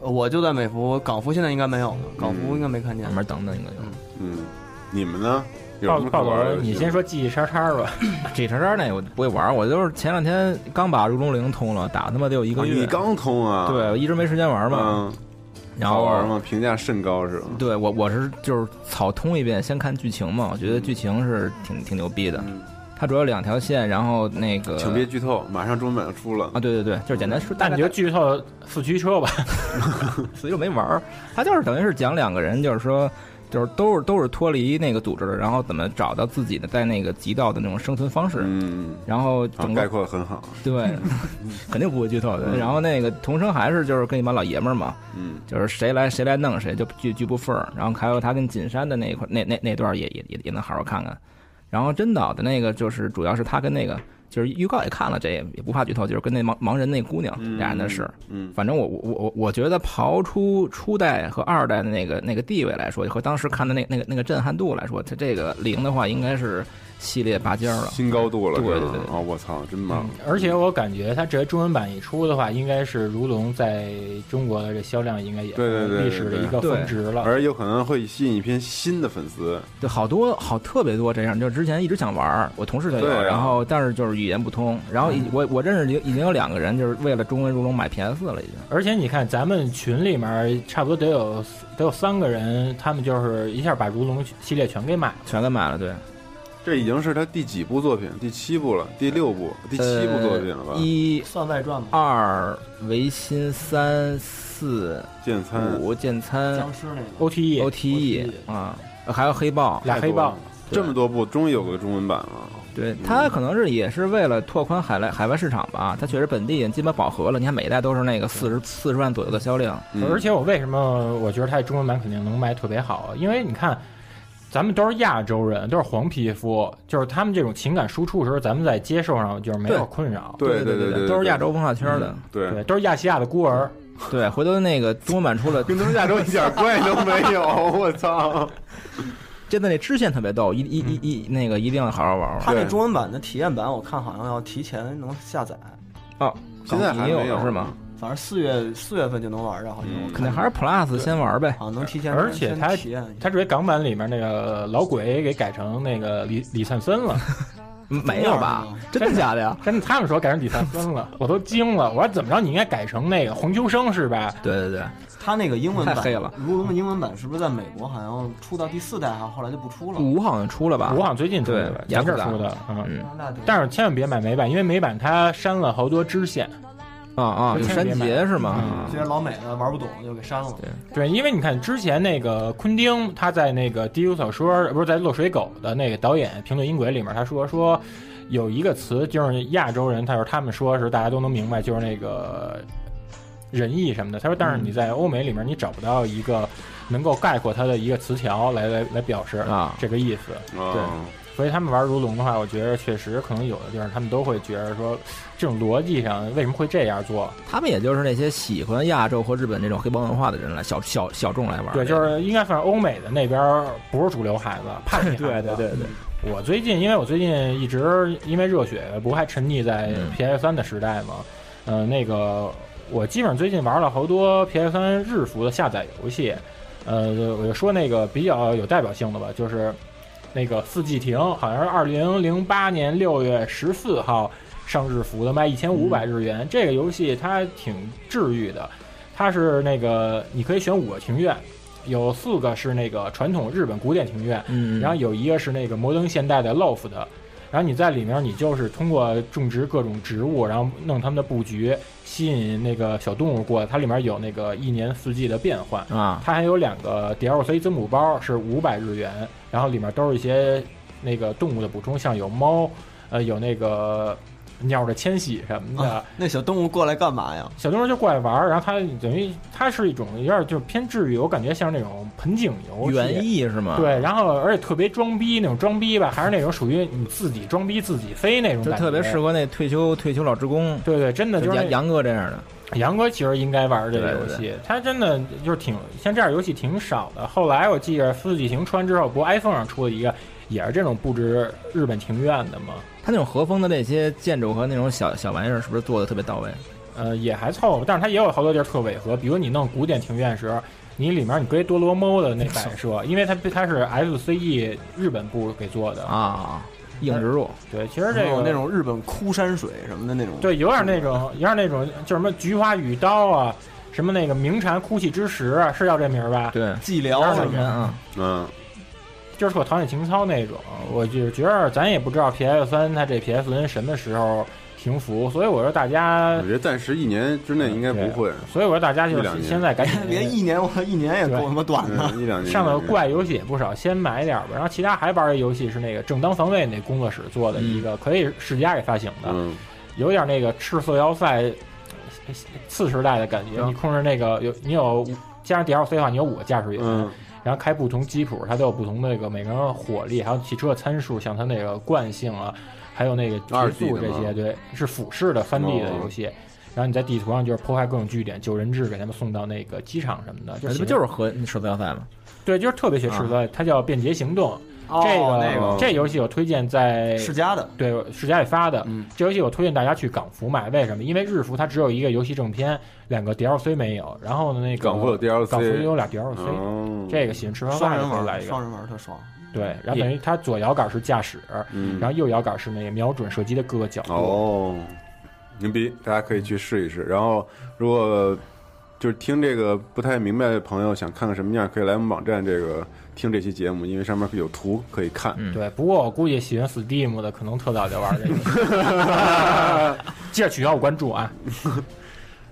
S11: 呃我就在美服，港服现在应该没有了，港
S12: 嗯
S11: 服应该没看见。慢
S12: 慢等等应该有。
S10: 嗯，你们呢？
S9: 暴暴走，你先说记忆叉叉吧。
S12: G 叉叉那个我不会玩，我就是前两天刚把《如龙零》通了，打他妈得有一个
S10: 啊
S12: 月。
S10: 你刚通啊？
S12: 对，我一直没时间玩嘛。
S10: 嗯，
S12: 然
S10: 好
S12: 后
S10: 玩吗？评价甚高是吧？
S12: 对我我是就是草通一遍，先看剧情嘛，我觉得剧情是挺挺牛逼的。
S10: 嗯
S12: 它主要有两条线，然后那个
S10: 请别剧透，马上中文版要出了
S12: 啊，对对对，就是简单说，
S9: 那
S12: 大
S9: 你
S12: 概
S9: 就剧透四驱车吧。
S12: 所以就没玩儿。他就是等于是讲两个人，就是说，就是都是都是脱离那个组织的，然后怎么找到自己的在那个极道的那种生存方式。
S10: 嗯，
S12: 然后
S10: 啊
S12: 整个
S10: 概括得很好。
S12: 对， 肯定不会剧透的。然后那个童生还是就是跟一帮老爷们儿嘛，
S10: 嗯，
S12: 就是谁来谁来弄谁就拒拒不份儿。然后还有他跟锦山的那一块那那那段儿也也也也能好好看看。然后真岛的那个就是主要是他跟那个就是预告也看了，这也也不怕剧透，就是跟那盲盲人那姑娘俩人的事儿。
S10: 嗯，
S12: 反正我我我我觉得刨出初代和二代的那个那个地位来说，和当时看的那那个那个震撼度来说，它这个零的话应该是系列拔尖儿了。
S10: 新高度了，
S12: 对
S10: 是吧
S12: 对对嗯
S10: 啊，我操，真棒！
S9: 而且我感觉它这中文版一出的话，应该是如龙在中国的这销量应该也
S10: 对对对，
S9: 历史的
S10: 对
S9: 一个峰值了。
S10: 而有可能会吸引一批新的粉丝。
S12: 对，好多好特别多这样，就之前一直想玩儿，我同事就有，
S10: 对啊
S12: 然后但是就是语言不通，然后已我我认识已经已经有两个人就是为了中文如龙买 PS 了已经。
S9: 而且你看，咱们群里面差不多得有得有三个人，他们就是一下把如龙系列全给买了，
S12: 全给买了，对，
S10: 这已经是他第几部作品？第七部了，第六部，第七部作品了吧
S12: 呃？一
S11: 算外传吗？
S12: 二维新三四
S10: 剑参
S12: 五剑参
S11: 僵尸那个
S9: OTE
S10: E
S12: OTE 啊，还有黑豹
S9: E 哦俩黑豹，
S12: 对
S10: 这么多部，终于有个中文版了。嗯
S12: 对它可能是也是为了拓宽海外海外市场吧，它确实本地基本饱和了。你看每一代都是那个四十四十万左右的销量，
S10: 嗯
S9: 而且我为什么我觉得它的中文版肯定能卖特别好？因为你看，咱们都是亚洲人，都是黄皮肤，就是他们这种情感输出的时候，咱们在接受上就是没有
S12: 对
S9: 困扰，
S10: 对
S12: 对
S10: 对对，嗯
S12: 都是亚洲文化圈的。
S10: 对，
S9: 对，都是亚细亚的孤儿。
S12: 对，回头那个中文版出了，
S10: 跟咱们亚洲一点关系都没有。我操！
S12: 真的那支线特别逗，一一一一那个一定要好好玩玩。
S11: 它那中文版的体验版，我看好像要提前能下载，
S12: 哦，
S10: 现在
S12: 已
S10: 还
S12: 经
S10: 没
S12: 有了是吗？？
S11: 反正四月四月份就能玩着，好像我
S12: 肯
S11: 看
S12: 定还是 Plus 先玩呗。
S11: 好像能提前，
S9: 而且它
S11: 先体验一下
S9: 他直接港版里面那个老鬼给改成那个李李灿森 了，
S12: 没有吧？真
S9: 真
S12: 的
S9: 的
S12: 假的呀？
S9: 真的，他们说改成李灿森了，我都惊了。我说怎么着，你应该改成那个黄秋生是吧？
S12: 对对对，
S11: 它那个英文版
S12: 太黑了
S11: 如龙的英文版是不是在美国好像出到第四代，还是后来就不出了？
S12: 五好像出了吧？
S9: 我好像最近出的吧，
S12: 对
S9: 咱这儿
S12: 雅虎
S9: 出的，嗯。
S12: 嗯
S11: 那得
S9: 但是千万别买美版，因为美版它删了好多支线。
S12: 啊啊，有删节是
S9: 嗯
S12: 吗？
S11: 这些老美的玩不懂就给删了。
S9: 对，因为你看之前那个昆汀，他在那个《第一小说》不是在《落水狗》的那个导演评论音轨里面，他说说有一个词就是亚洲人，他说他们说是大家都能明白，就是那个仁义什么的。他说，但是你在欧美里面你找不到一个能够概括它的一个词条来来来表示
S12: 啊
S9: 这个意思。
S10: 哦，
S9: 所以他们玩如龙的话，我觉得确实可能有的地方他们都会觉得说，这种逻辑上为什么会这样做？
S12: 他们也就是那些喜欢亚洲和日本这种黑帮文化的人来小小小众来玩。
S9: 对，就是应该算是欧美的那边儿不是主流孩子，叛逆孩子。
S12: 对对。
S9: 我最近，因为我最近一直因为热血，不还沉溺在
S12: 嗯
S9: PS 三的时代嘛，呃，那个我基本上最近玩了好多 PS 三日服的下载游戏，呃，我就说那个比较有代表性的吧，就是那个《四季亭》，好像是二零零八年六月十四号。上日服的，卖一千五百日元。这个游戏它挺治愈的，它是那个你可以选五个庭院，有四个是那个传统日本古典庭院，
S12: 嗯
S9: 然后有一个是那个摩登现代的 LOF 的。然后你在里面，你就是通过种植各种植物，然后弄他们的布局，吸引那个小动物过来。它里面有那个一年四季的变换，
S12: 啊，
S9: 它还有两个 DLC 增补包是五百日元，然后里面都是一些那个动物的补充，像有猫，呃，有那个鸟的迁徙什么的。
S11: 啊那小动物过来干嘛呀？
S9: 小动物就过来玩儿，然后它等于它是一种有点就是偏治愈，我感觉像那种盆景游戏。
S12: 园艺啊是吗？
S9: 对，，然后而且特别装逼那种装逼吧，还是那种属于你自己装逼自己飞那种
S12: 就
S9: 感觉，
S12: 特别适。合那退休退休老职工，
S9: 对对，真的
S12: 就
S9: 就是那
S12: 杨杨哥这样的。
S9: 杨哥其实应该玩这个游
S12: 对
S9: 戏，他真的就是挺像这样游戏挺少的。后来我记着《四季行》穿之后，不 iPhone 上出了一个也是这种布置日本庭院的嘛，
S12: 他那种和风的那些建筑和那种小小玩意儿，是不是做的特别到位？
S9: 呃，也还凑合，但是它也有好多地儿特违和，比如你弄古典庭院时，你里面你可以多罗猫的那摆 设，因为它它是 FCE 日本部给做的。
S12: 啊，硬植入，
S9: 对，其实这
S11: 还有
S9: 个
S11: 那种日本枯山水什么的那种，
S9: 对，有点那种，有点那种，就什么菊花与刀啊，什么那个鸣蝉哭泣之时啊，是叫这名儿吧？
S12: 对，
S11: 寂
S9: 有
S11: 寥什
S9: 点那
S11: 么
S9: 种
S11: 的。
S12: 啊，
S10: 嗯，
S9: 就是特陶冶情操那种。我就是觉得咱也不知道 PS 三它这 PS 三什么时候停服，所以我说大家
S10: 我，觉得暂时一年之内应该不会，
S9: 所以我说大家就
S10: 一两
S9: 是
S10: 年
S9: 现在赶
S11: 连
S9: 紧。
S11: 一年，我一年也够他妈短的。
S10: 嗯一两年
S9: 上头怪游戏也不少，先买点儿吧。然后其他还玩的游戏是那个正当防卫那工作室做的一个，可以世嘉给发行的，
S10: 嗯，
S9: 有点那个赤色要塞呃次时代的感觉。
S12: 嗯
S9: 你控制那个有你有加上 DLC 的话，你有五个驾驶员，
S10: 嗯
S9: 然后开不同机谱，它都有不同的那个每个人的火力，还有汽车的参数，像它那个惯性啊，还有那个
S10: 二
S9: 提
S10: D
S9: 速
S10: 的
S9: 这
S10: 吗
S9: 些，对，是俯视的三 D 的游戏。然后你在地图上就是破坏各种据点，救人质，给他们送到那个机场什么的，
S12: 这
S9: 就
S12: 不
S9: 行
S12: 就是和手册要塞吗？
S9: 对，就是特别学赤色，它叫便捷行动。这
S11: 哦那
S9: 个这游戏我推荐在
S11: 世嘉的，
S9: 对世嘉里发的，
S11: 嗯
S9: 这游戏我推荐大家去港服买，为什么？因为日服它只有一个游戏正片，两个 DLC 没有。然后呢，那个
S10: 港服有 DLC
S9: 港服有俩 DLC，、
S10: 哦，
S9: 这个喜欢吃饭
S11: 双
S9: 饭的
S11: 人
S9: 可以来
S11: 玩，
S9: 一个。
S11: 双人玩特爽。
S9: 对，然后等于它左摇杆是驾驶，
S10: 嗯
S9: 然后右摇杆是那个瞄准射击的各个角度。
S10: 哦，牛逼，大家可以去试一试。然后，如果就是听这个不太明白的朋友，想看看什么样，可以来我们网站这个听这期节目，因为上面有图可以看。
S12: 嗯
S9: 对，不过我估计喜欢 Steam 的可能特早就玩这个， 记得取消我关注啊。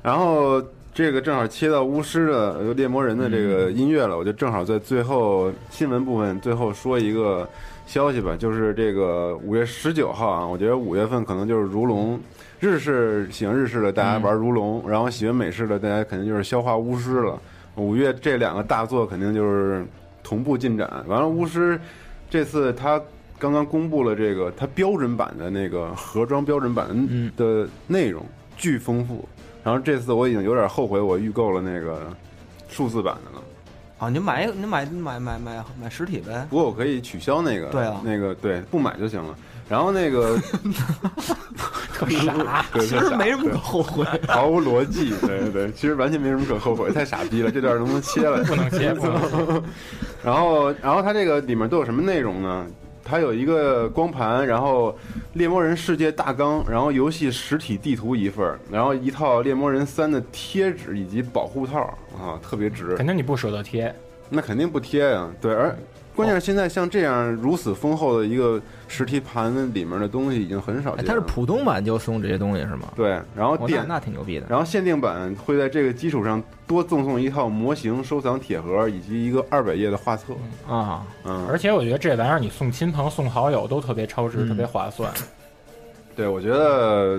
S10: 然后这个正好切到巫师的呃猎魔人的这个音乐了，我就正好在最后新闻部分最后说一个消息吧，就是这个五月十九号啊，我觉得五月份可能就是如龙。日式喜欢日式的，大家玩如龙；然后喜欢美式的，大家肯定就是消化巫师了。五月这两个大作肯定就是同步进展。完了，巫师这次他刚刚公布了这个他标准版的那个盒装标准版
S12: 嗯
S10: 的内容，巨丰富。然后这次我已经有点后悔，我预购了那个数字版的了。
S11: 啊，你买你买买买买买实体呗。
S10: 不过我可以取消那个，
S11: 对啊
S10: 那个对，不买就行了。然后 那个特傻， 对
S11: 其实没什么可
S10: 对
S11: 后悔。
S10: 毫无逻辑，对对对，其实完全没什么可后悔，太傻 逼了，这段能不能切了？
S9: 不能切不 能
S10: 然后，然后它这个里面都有什么内容呢？它有一个光盘，然后《猎魔人世界大纲》，然后游戏实体地图一份儿，然后一套《猎魔人三》的贴纸以及保护套啊，特别值。
S9: 肯定你不舍得贴，
S10: 那肯定不贴呀、对，而关键是现在像这样如此丰厚的一个实体盘里面的东西已经很少
S12: 哎，
S10: 见了。
S12: 它是普通版就送这些东西是吗？
S10: 对，然后
S12: 哦那
S10: 点
S12: 那挺牛逼的。
S10: 然后限定版会在这个基础上多赠送一套模型收藏铁盒以及一个二百页的画册。
S12: 啊，
S10: 嗯，
S9: 而且我觉得这玩意儿你送亲朋送好友都特别超值，
S12: 嗯
S9: 特别划算。
S10: 对，我觉得，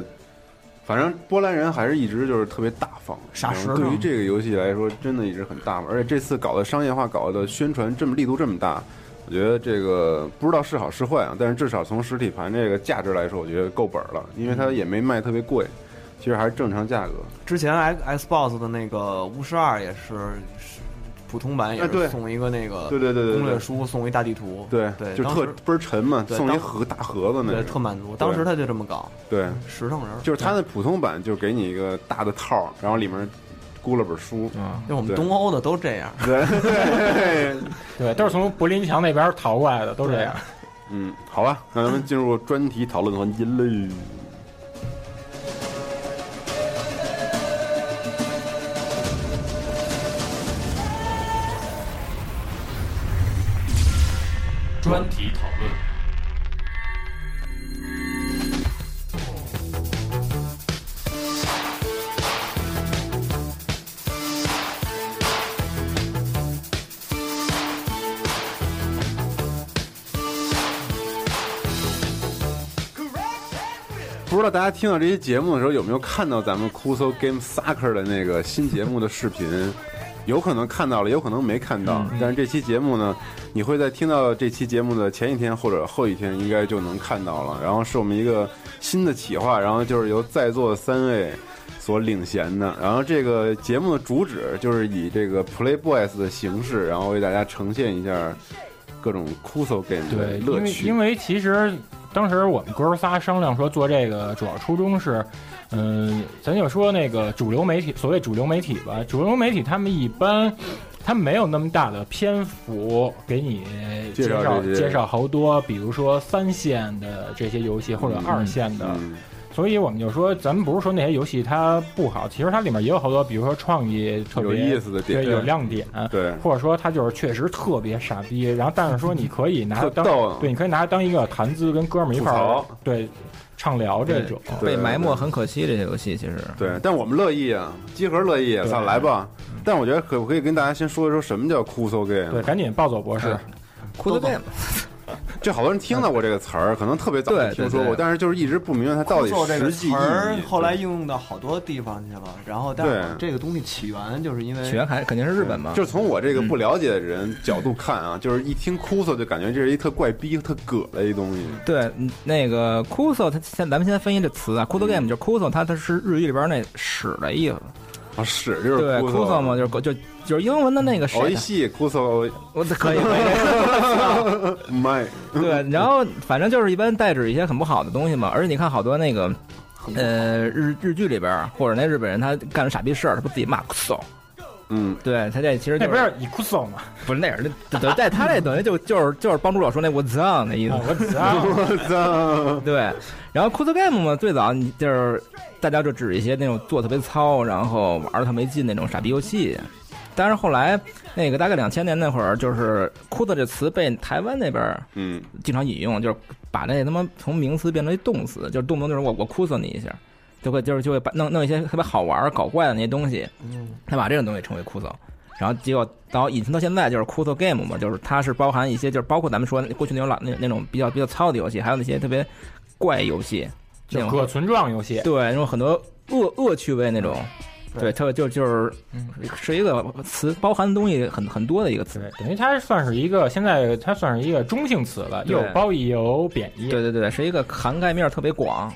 S10: 反正波兰人还是一直就是特别大方，
S11: 傻实
S10: 然后对于这个游戏来说，真的一直很大方。而且这次搞的商业化，搞的宣传这么力度这么大，我觉得这个不知道是好是坏啊，但是至少从实体盘这个价值来说，我觉得够本儿了，因为
S11: 嗯
S10: 它也没卖特别贵，其实还是正常价格。
S11: 之前 X Xbox 的那个巫师二也是是普通版，也
S10: 哎对
S11: 是送一个那个
S10: 对对对对对
S11: 攻略书，送一大地图，
S10: 对，
S11: 对，
S10: 就
S11: 当
S10: 特
S11: 时
S10: 倍儿沉嘛，
S11: 对
S10: 送一
S11: 当
S10: 盒大盒子那
S11: 对
S10: 个，
S11: 特满足。当时他就这么搞，
S10: 对。
S11: 实诚人。
S10: 就是它的普通版就给你一个大的套儿，然后里面箍了本书。
S12: 啊，
S11: 就我们
S10: 对
S11: 东欧的都这样，
S10: 对，
S9: 对，都是从柏林墙那边逃过来的，都这样。
S10: 嗯，好吧，那咱们进入专题讨论环节嘞。
S12: 说
S3: 专题讨论。
S10: 不知道大家听到这些节目的时候有没有看到咱们 Kuso Game Sucker 的那个新节目的视频？有可能看到了，有可能没看到。
S9: 嗯
S10: 但是这期节目呢，你会在听到这期节目的前一天或者后一天，应该就能看到了。然后是我们一个新的企划，然后就是由在座三位所领衔的。然后这个节目的主旨就是以这个 Playboys 的形式，然后为大家呈现一下各种 Kuso Game 的
S9: 因
S10: 乐
S9: 为
S10: 趣。
S9: 因为其实当时我们哥仨商量说做这个，主要初衷是，嗯、咱就说那个主流媒体，所谓主流媒体吧，主流媒体他们一般。他们没有那么大的篇幅给你介
S10: 介绍
S9: 绍
S10: 这些
S9: 介绍好多，比如说三线的这些游戏或者二线的，
S10: 嗯
S9: 所以我们就说，咱们不是说那些游戏它不好，其实它里面也有好多，比如说创意特别
S10: 有意思的点
S9: 对有亮点，
S10: 对，
S9: 或者说他就是确实特别傻逼，然后但是说你可以拿它当
S10: 特逗啊
S9: 对，你可以拿它当一个谈资，跟哥们儿一块
S10: 吐
S9: 儿
S10: 槽嗯
S9: 对畅聊这种。
S10: 对
S12: 被埋没很可惜，这些游戏其实
S10: 对，但我们乐意啊，集合乐意啊，
S9: 对
S10: 算了来吧。
S12: 嗯
S10: 但我觉得可不可以跟大家先说一说什么叫 cool so gay？
S9: 对，赶紧暴走博士，
S10: 嗯
S12: 酷的 game
S10: 这好多人听到过这个词儿，可能特别早
S12: 对对
S10: 就听说
S12: 对
S10: 过，但是就是一直不明白它到底
S11: 做这个
S10: 实际
S11: 词
S10: 意
S11: 儿
S10: 义。
S11: 后来应用到好多地方去了，然后但是这个东西起源就是因为
S12: 起源还肯定是日本嘛，
S10: 啊就是从我这个
S12: 嗯
S10: 不了解的人角度看啊，就是一听 cool so 就感觉这是一特怪逼、特葛的一东西。
S12: 对，嗯那个 “kuso”，它先咱们先分析这词啊，“kuso game” 就是 “kuso”，它它是日语里边那屎的意思。
S10: 啊，是就是
S12: 对
S10: cool
S12: ，“kuso” 嘛，
S10: so。
S12: 就是就就是英文的那个
S10: 熬
S12: 谁
S10: 一，系 cool so
S12: 我可以可以。
S10: my
S12: 对，然后反正就是一般代指一些很不好的东西嘛，而且你看好多那个。呃，日日剧里边儿或者那日本人他干了傻逼事儿，他不自己骂 “kuso”，
S10: 嗯，
S12: 对他这其实
S9: 那
S12: 就
S9: 哎不是你酷怂 吗？
S12: 不是那人，那等在他这等于就就是就是帮助老说那 “what's on” 的意思
S9: 啊，我操！
S10: 我操，
S12: 对，然后 c o s Game 嘛，最早你就是大家就指一些那种做特别糙，然后玩的特没劲那种傻逼游戏。但是后来那个大概两千年那会儿，就是 c o s 这词被台湾那边儿
S10: 嗯，
S12: 经常引用，就是把那他妈从名词变成一动词，就是动不动就是我我 c o s 你一下。就会就是就会把弄弄一些特别好玩儿搞怪的那些东西，他把这种东西称为 c o s 然后结果到引申到现在就是 c o s Game 嘛，就是它是包含一些就是包括咱们说过去那种老那那种比较比较糙的游戏，还有那些特别怪游戏，那
S9: 就
S12: 种
S9: 可存状游戏，
S12: 对，那种很多恶恶趣味那种。对，它就就是是一个词，包含的东西很很多的一个词。
S9: 对，等于它算是一个现在它算是一个中性词了，
S12: 对
S9: 有褒义有贬义。
S12: 对对对，是一个涵盖面特别广。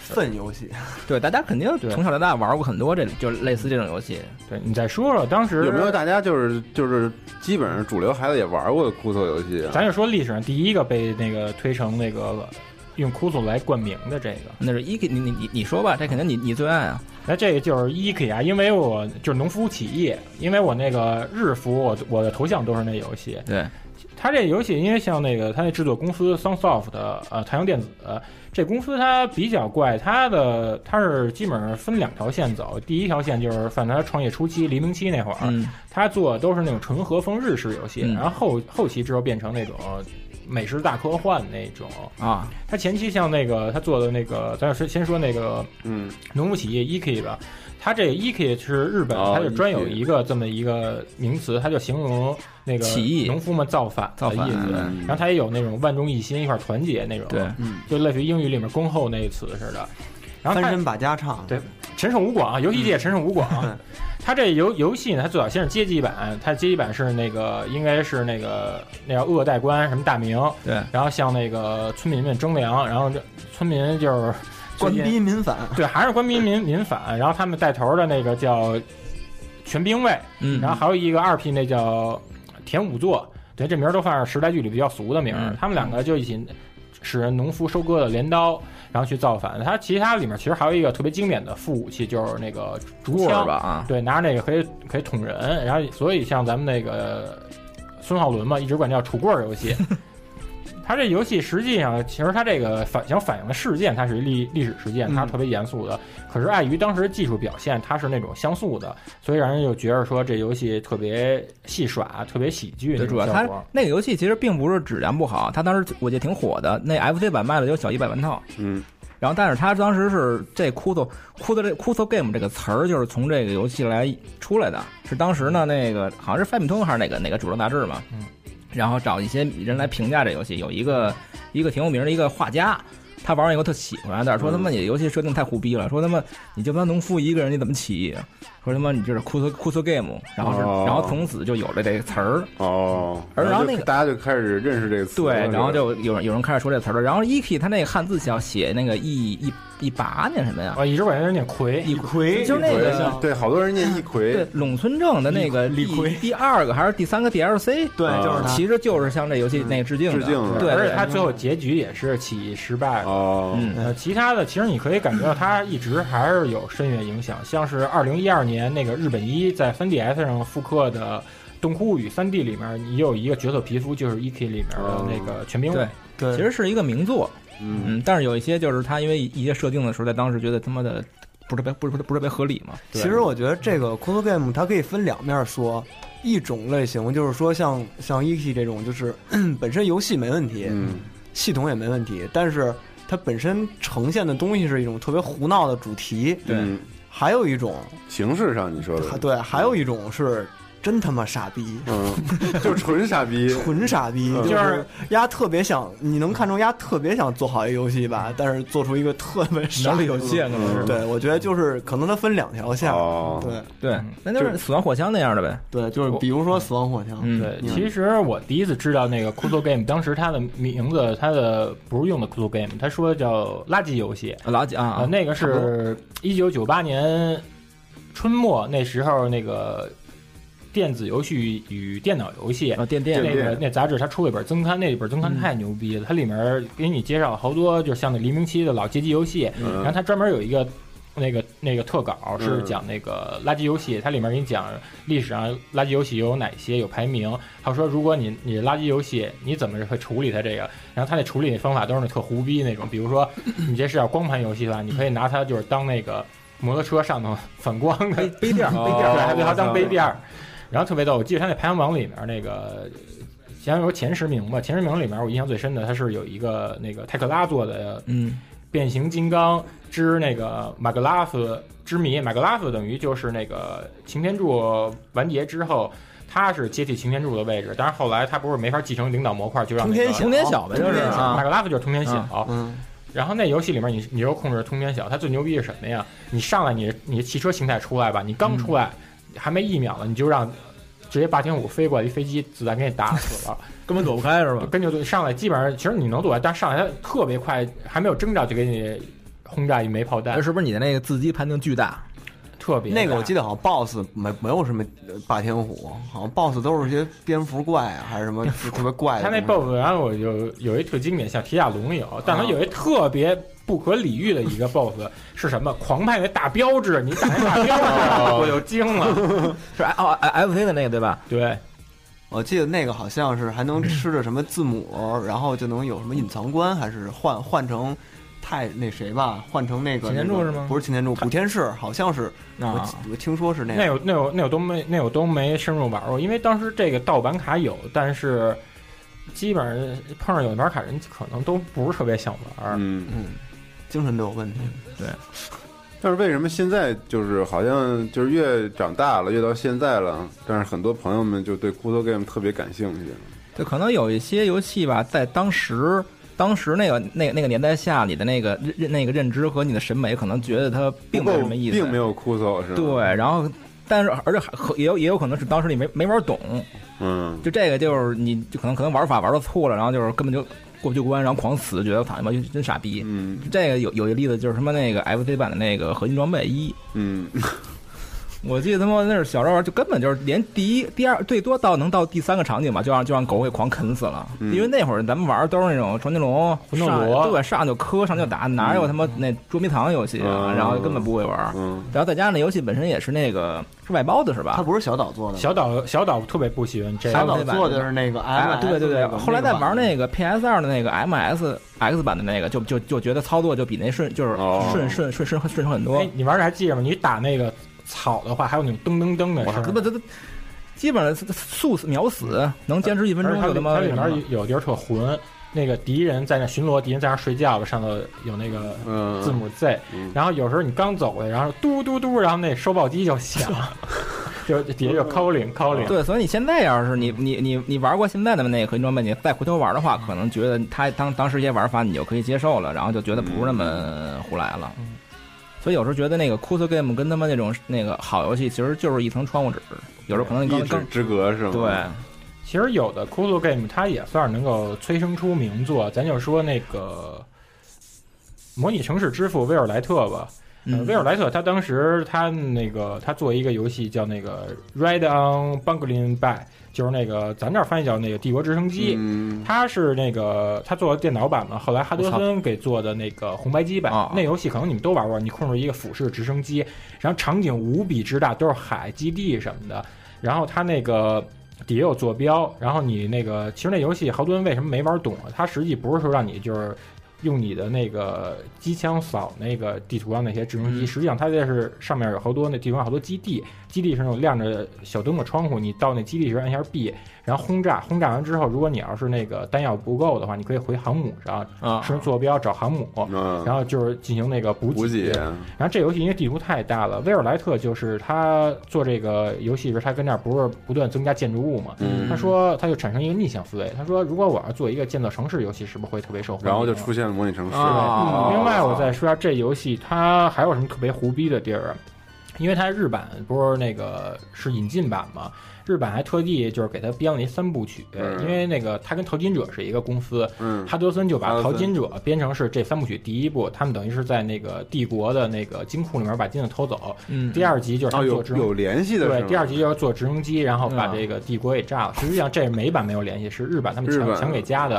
S11: 粪游戏，
S12: 对，大家肯定
S9: 对
S12: 从小到大玩过很多这就是类似这种游戏。
S9: 对，你再说说当时
S10: 有没有大家就是就是基本上主流孩子也玩过的 cool so 游戏啊？
S9: 咱就说历史上第一个被那个推成那个用酷怂来冠名的这个。
S12: 那是一个，你你你你说吧，这肯定你你最爱啊。
S9: 那这个就是 IKEA，因为我就是农夫起义，因为我那个日服，我我的头像都是那游戏。
S12: 对，
S9: 它这游戏因为像那个它那制作公司 Sunsoft 的呃太阳电子、呃这公司它比较怪，它的它是基本上分两条线走，第一条线就是反正它创业初期黎明期那会儿，
S12: 嗯，
S9: 它做的都是那种纯和风日式游戏，
S12: 嗯
S9: 然后后后期之后变成那种美式大科幻那种。
S12: 啊，
S9: 它前期像那个他做的那个，咱先先说那个
S10: 嗯，
S9: 农夫企业 EK 吧，它这 EK 是日本，
S10: 哦
S9: 它就专有一个这么一个名词，它就形容那个
S12: 起义
S9: 农夫们造反
S12: 造反
S9: 的意思。
S12: 嗯
S9: 然后它也有那种万众一心一块儿团结那种，
S12: 对，
S9: 就类似于英语里面“恭候”那一词似的。然后
S11: 翻
S9: 它
S11: 身把家唱，
S9: 对陈胜吴广啊，游戏
S12: 嗯
S9: 界陈胜吴广啊。它这游游戏呢，它最早先是街机版，它街机版是那个应该是那个那叫恶代官什么大名，
S12: 对，
S9: 然后向那个村民们征粮，然后这村民就是
S11: 官逼民反，
S9: 对，还是官兵民民反，然后他们带头的那个叫全兵卫，
S12: 嗯，
S9: 然后还有一个二批那叫田五座，对，这名儿都算是时代剧里比较俗的名儿。
S12: 嗯
S9: 他们两个就一起使农夫收割的镰刀，然后去造反。它其他里面其实还有一个特别经典的副武器，就是那
S12: 过
S9: 个竹
S12: 儿
S9: 枪
S12: 吧，啊，
S9: 对，拿着那个可以可以捅人。然后所以像咱们那个孙浩伦嘛，一直管叫杵棍儿游戏。它这游戏实际上，其实它这个反想反映的事件，它是一历历史事件，它
S11: 嗯
S9: 特别严肃的。可是碍于当时技术表现，它是那种像素的，所以让人就觉得说这游戏特别戏耍，特别喜剧那
S12: 对，
S9: 种
S12: 主
S9: 效
S12: 要
S9: 果。
S12: 它那个游戏其实并不是质量不好，它当时我记得挺火的，那 FC 版卖了有小一百万套。
S10: 嗯，
S12: 然后但是它当时是这 c u s o c u s o 这 c u s o game 这个词儿就是从这个游戏来出来的，是当时呢那个好像是 Famicom 还是哪个哪个主流杂志嘛，
S9: 嗯，
S12: 然后找一些人来评价这游戏，有一个一个挺有名的一个画家。他玩完以后特喜欢，但是说他
S9: 嗯
S12: 妈你游戏设定太胡逼了，说他妈你就帮农夫一个人你怎么起义？说他妈你这是 c u s o c u s o game，然后是、
S10: 哦
S12: 然后从此就有了这个词儿，
S10: 哦，
S12: 而然后
S10: 就
S12: 那个
S10: 大家就开始认识这个词了，
S12: 对，
S10: 是吧
S12: 然后就有人有人开始说这词儿了。然后 “iki” 它那个汉字是要写那个一一一拔念什么呀？
S9: 啊，一直管人念魁，
S12: 一
S9: 魁
S12: 就是那
S10: 一
S12: 个
S10: 葵对，好多人念一
S12: 对
S10: 葵，
S12: 陇村正的那个李逵第二个还是第三个 DLC，
S10: 对就是它
S12: 其实就是向这游戏那个致敬的，
S10: 致啊敬的
S12: 对，
S9: 而且
S12: 对
S9: 它最后结局也是起义失败了。
S10: 哦，
S12: 嗯
S9: 呃，其他的其实你可以感觉到它一直还是有深远影响，像是二零一二年那个日本一在 3DS 上复刻的《洞窟物语》3D 里面，你有一个角色皮肤就是 E.K 里面的那个全兵卫
S12: 哦对，其实是一个名作，
S10: 嗯，
S12: 嗯，但是有一些就是它因为一些设定的时候，在当时觉得他妈的不是特别不是不是特别合理嘛，
S11: 其实我觉得这个 c o s game 它可以分两面说，一种类型就是说像像 ET 这种，就是 本身游戏没问题，
S10: 嗯
S11: 系统也没问题，但是它本身呈现的东西是一种特别胡闹的主题。
S12: 对
S10: 嗯，
S11: 还有一种，
S10: 形式上你说的，
S11: 对，还有一种是真他妈傻逼，
S10: 嗯，就是纯傻逼，
S11: 纯傻逼，
S10: 嗯
S11: 就是丫特别想，你能看出丫特别想做好一游戏吧，但是做出一个特别傻
S12: 能力有限可能是
S11: 对，我觉得就是可能它分两条线。
S10: 哦，
S11: 对
S12: 对，那就是死亡火枪那样的呗，
S11: 对，就是比如说《死亡火枪》
S12: 嗯，
S9: 对，其实我第一次知道那个 c u s o Game，当时它的名字，它的不是用的 c u s o Game，它说叫垃圾游戏。
S12: 老几啊
S9: 啊，
S12: 啊，
S9: 那个是一九九八年春末，那时候那个电子游戏与电脑游戏。
S12: 啊电
S9: 那
S12: 电
S10: 对
S9: 个
S10: 对
S9: 那杂志，它出了一本增刊，那本增刊太牛逼了。它里面给你介绍好多，就是像那黎明期的老街机游戏，然后
S10: 嗯
S9: 它专门有一个那个那个特稿是
S10: 嗯
S9: 讲那个垃圾游戏，它里面给你讲历史上垃圾游戏有哪些，有排名，还有说如果你你垃圾游戏你怎么会处理它这个，然后它那处理的方法都是那特胡逼那种，比如说你这是要光盘游戏的话，你可以拿它就是当那个摩托车上头反光的
S12: 杯杯垫儿杯垫
S9: 对，
S12: 儿
S9: 还
S10: 哦
S9: 被他当杯垫儿，然后特别逗。我记得他那排行榜里面那个，前有前十名吧，前十名里面我印象最深的，他是有一个那个泰克拉做的
S12: 嗯
S9: 《变形金刚之那个马格拉夫之谜》，马格拉夫等于就是那个擎天柱完结之后。他是接替擎天柱的位置，但是后来他不是没法继承领导模块，就让
S11: 通
S9: 那个
S11: 天
S12: 通天晓呗，就是
S9: 马
S12: 啊，
S9: 格拉夫就是通天晓，
S11: 嗯，
S9: 然后那游戏里面你你又控制通天晓，它最牛逼是什么呀？你上来你你汽车形态出来吧，你刚出来、还没一秒呢，你就让直接霸天虎飞过来一飞机子弹给你打死了，
S12: 根本躲不开是吧？
S9: 跟就上来基本上其实你能躲开，但上来它特别快，还没有征兆就给你轰炸一枚炮弹，
S12: 是不是你的那个自机盘定巨大？
S9: 特别
S11: 那个我记
S9: 得
S11: 得好像 BOSS 没没有什么呃霸天虎，好像 BOSS 都是些蝙蝠怪啊，还是什 么特别怪的
S9: 他
S11: 东
S9: 那
S11: 西。
S9: BOSS，然后我就有一特经典，像铁甲龙有，但它有一特别。不可理喻的一个 BOSS 是什么？狂派那大标志，你打那大标志，哦我就惊了。
S12: 是 F 哦 F C 的那个对吧？
S9: 对，
S11: 我记得那个好像是还能吃着什么字母，然后就能有什么隐藏关，还是换换成太那谁吧，换成那个
S12: 擎天柱是吗
S11: 不是擎天柱，古天士好像是，我
S12: 啊，
S11: 记我听说是那
S9: 那
S11: 个。
S9: 有那有那有都没那有都没深入玩过，因为当时这个盗版卡有，但是基本上碰上有玩卡人，可能都不是特别想玩。
S10: 嗯，
S11: 嗯，精神都有问题。
S10: 但是为什么现在就是好像就是越长大了，越到现在了，但是很多朋友们就对 c u s o Game 特别感兴趣，
S12: 就可能有一些游戏吧，在当时当时那个那那个年代下，你的那个认那个认知和你的审美，可能觉得它并
S10: 不
S12: 没
S10: 够
S12: 什么意思，
S10: 并没有 c u s o 是吗？
S12: 对，，然后。但是，而且还可也有也有可能是当时你没没玩懂，
S10: 嗯，
S12: 就这个就是你就可能可能玩法玩的错了，然后就是根本就过不去关，然后狂死，觉得操他妈真傻逼。
S10: 嗯
S12: 这个有有一例子就是什么那个 FC 版的那个合金装备一，
S10: 嗯，
S12: 我记得他妈那是小时候玩，就根本就是连第一、第二，最多到能到第三个场景吧，就让就让狗给狂啃死了。
S9: 嗯
S12: 因为那会儿咱们玩都是那种传奇龙、
S9: 魂斗
S12: 上
S9: 罗
S12: 对，上就磕，上就打，哪有他妈那捉迷藏游戏啊？
S9: 嗯
S12: 然后根本不会玩。
S10: 嗯
S12: 然后再加上那游戏本身也是那个是外包的，是吧？它
S2: 不是小岛做的，
S9: 小岛小岛特别不喜欢这个，
S12: 还有那版哎对对对，后来再玩那个 PS 二的那个 MS X 版的那个，就就就觉得操作就比那顺就是顺顺顺顺顺手很多
S9: 哎。，你玩的还记着吗？你打那个草的话，还有那种噔噔噔的
S12: 我操，
S9: 声
S12: 他
S9: 儿。
S12: 妈这这基本上速死秒死，能坚持一分
S9: 而且
S12: 钟
S9: 它
S12: 就
S9: 里
S12: 他妈
S9: 它里
S12: 那什
S9: 面
S12: 么
S9: 有有地儿特混，那个敌人在那巡逻，敌人在那睡觉，上头有那个
S10: 嗯
S9: 字母 Z，、然后有时候你刚走过去，然后嘟嘟嘟，然后那收报机 就响，就底下就 calling calling。
S12: 对，所以你现在要是你你你你玩过现在的那个合金装备，你再回头玩的话，可能觉得它当当时一些玩法你就可以接受了，然后就觉得不是那
S10: 嗯
S12: 么胡来了。所以有时候觉得那个 cool game 跟他们那种那个好游戏其实就是一层窗户纸，有时候可能你
S10: 一
S12: 刚
S10: 纸
S12: 刚
S10: 之隔是吗？嗯
S12: 对，
S9: 其实有的 Cool Game 它也算是能够催生出名作，咱就说那个《模拟城市之父》威尔莱特吧。呃
S12: 嗯
S9: 威尔莱特他当时他那个他做一个游戏叫那个《Ride on Bangling By》，就是那个咱这儿翻译叫那个《帝国直升机》。
S10: 嗯
S9: 他是那个他做的电脑版嘛，后来哈德森给做的那个红白机版。那游戏可能你们都玩过，你控制一个俯视直升机，然后场景无比之大，都是海、基地什么的。然后它那个底下有坐标，然后你那个其实那游戏豪敦为什么没玩懂啊？它实际不是说让你就是用你的那个机枪扫那个地图上那些直升机，实际上它这是上面有好多那地图上好多基地，基地是那种亮着小灯的窗户，你到那基地时按一下 B，然后轰炸，轰炸完之后，如果你要是那个弹药不够的话，你可以回航母上
S12: 啊
S9: 顺着坐标找航母，然后就是进行那个补给。
S10: 嗯补给
S9: 然后这游戏因为地图太大了，威尔莱特就是他做这个游戏时，他跟那儿不是不断增加建筑物嘛？
S10: 嗯
S9: 他说他就产生一个逆向思维，他说如果我要做一个建造城市游戏，是不是会特别受欢迎？啊
S10: 然后就出现了模拟城市。啊
S9: 嗯另外，我再说一下这游戏它还有什么特别胡逼的地儿啊？因为它日版不是那个是引进版嘛，日版还特地就是给它编了一三部曲，
S10: 嗯
S9: 因为那个它跟《淘金者》是一个公司，
S10: 嗯
S9: 哈德森就把《
S10: 哈德森
S9: 淘金者》编成是这三部曲第一部，他们等于是在那个帝国的那个金库里面把金子偷走，
S12: 嗯
S9: 第二集就是他
S10: 哦
S9: 们
S10: 有
S9: 做直升
S10: 有联系的是
S9: 对，
S10: 吗
S9: 第二集就是做直升机，然后
S10: 嗯
S9: 把这个帝国给炸了。实际上这是美版没有联系，是日版他们
S10: 日哦
S9: 强
S10: 版
S9: 强给加的。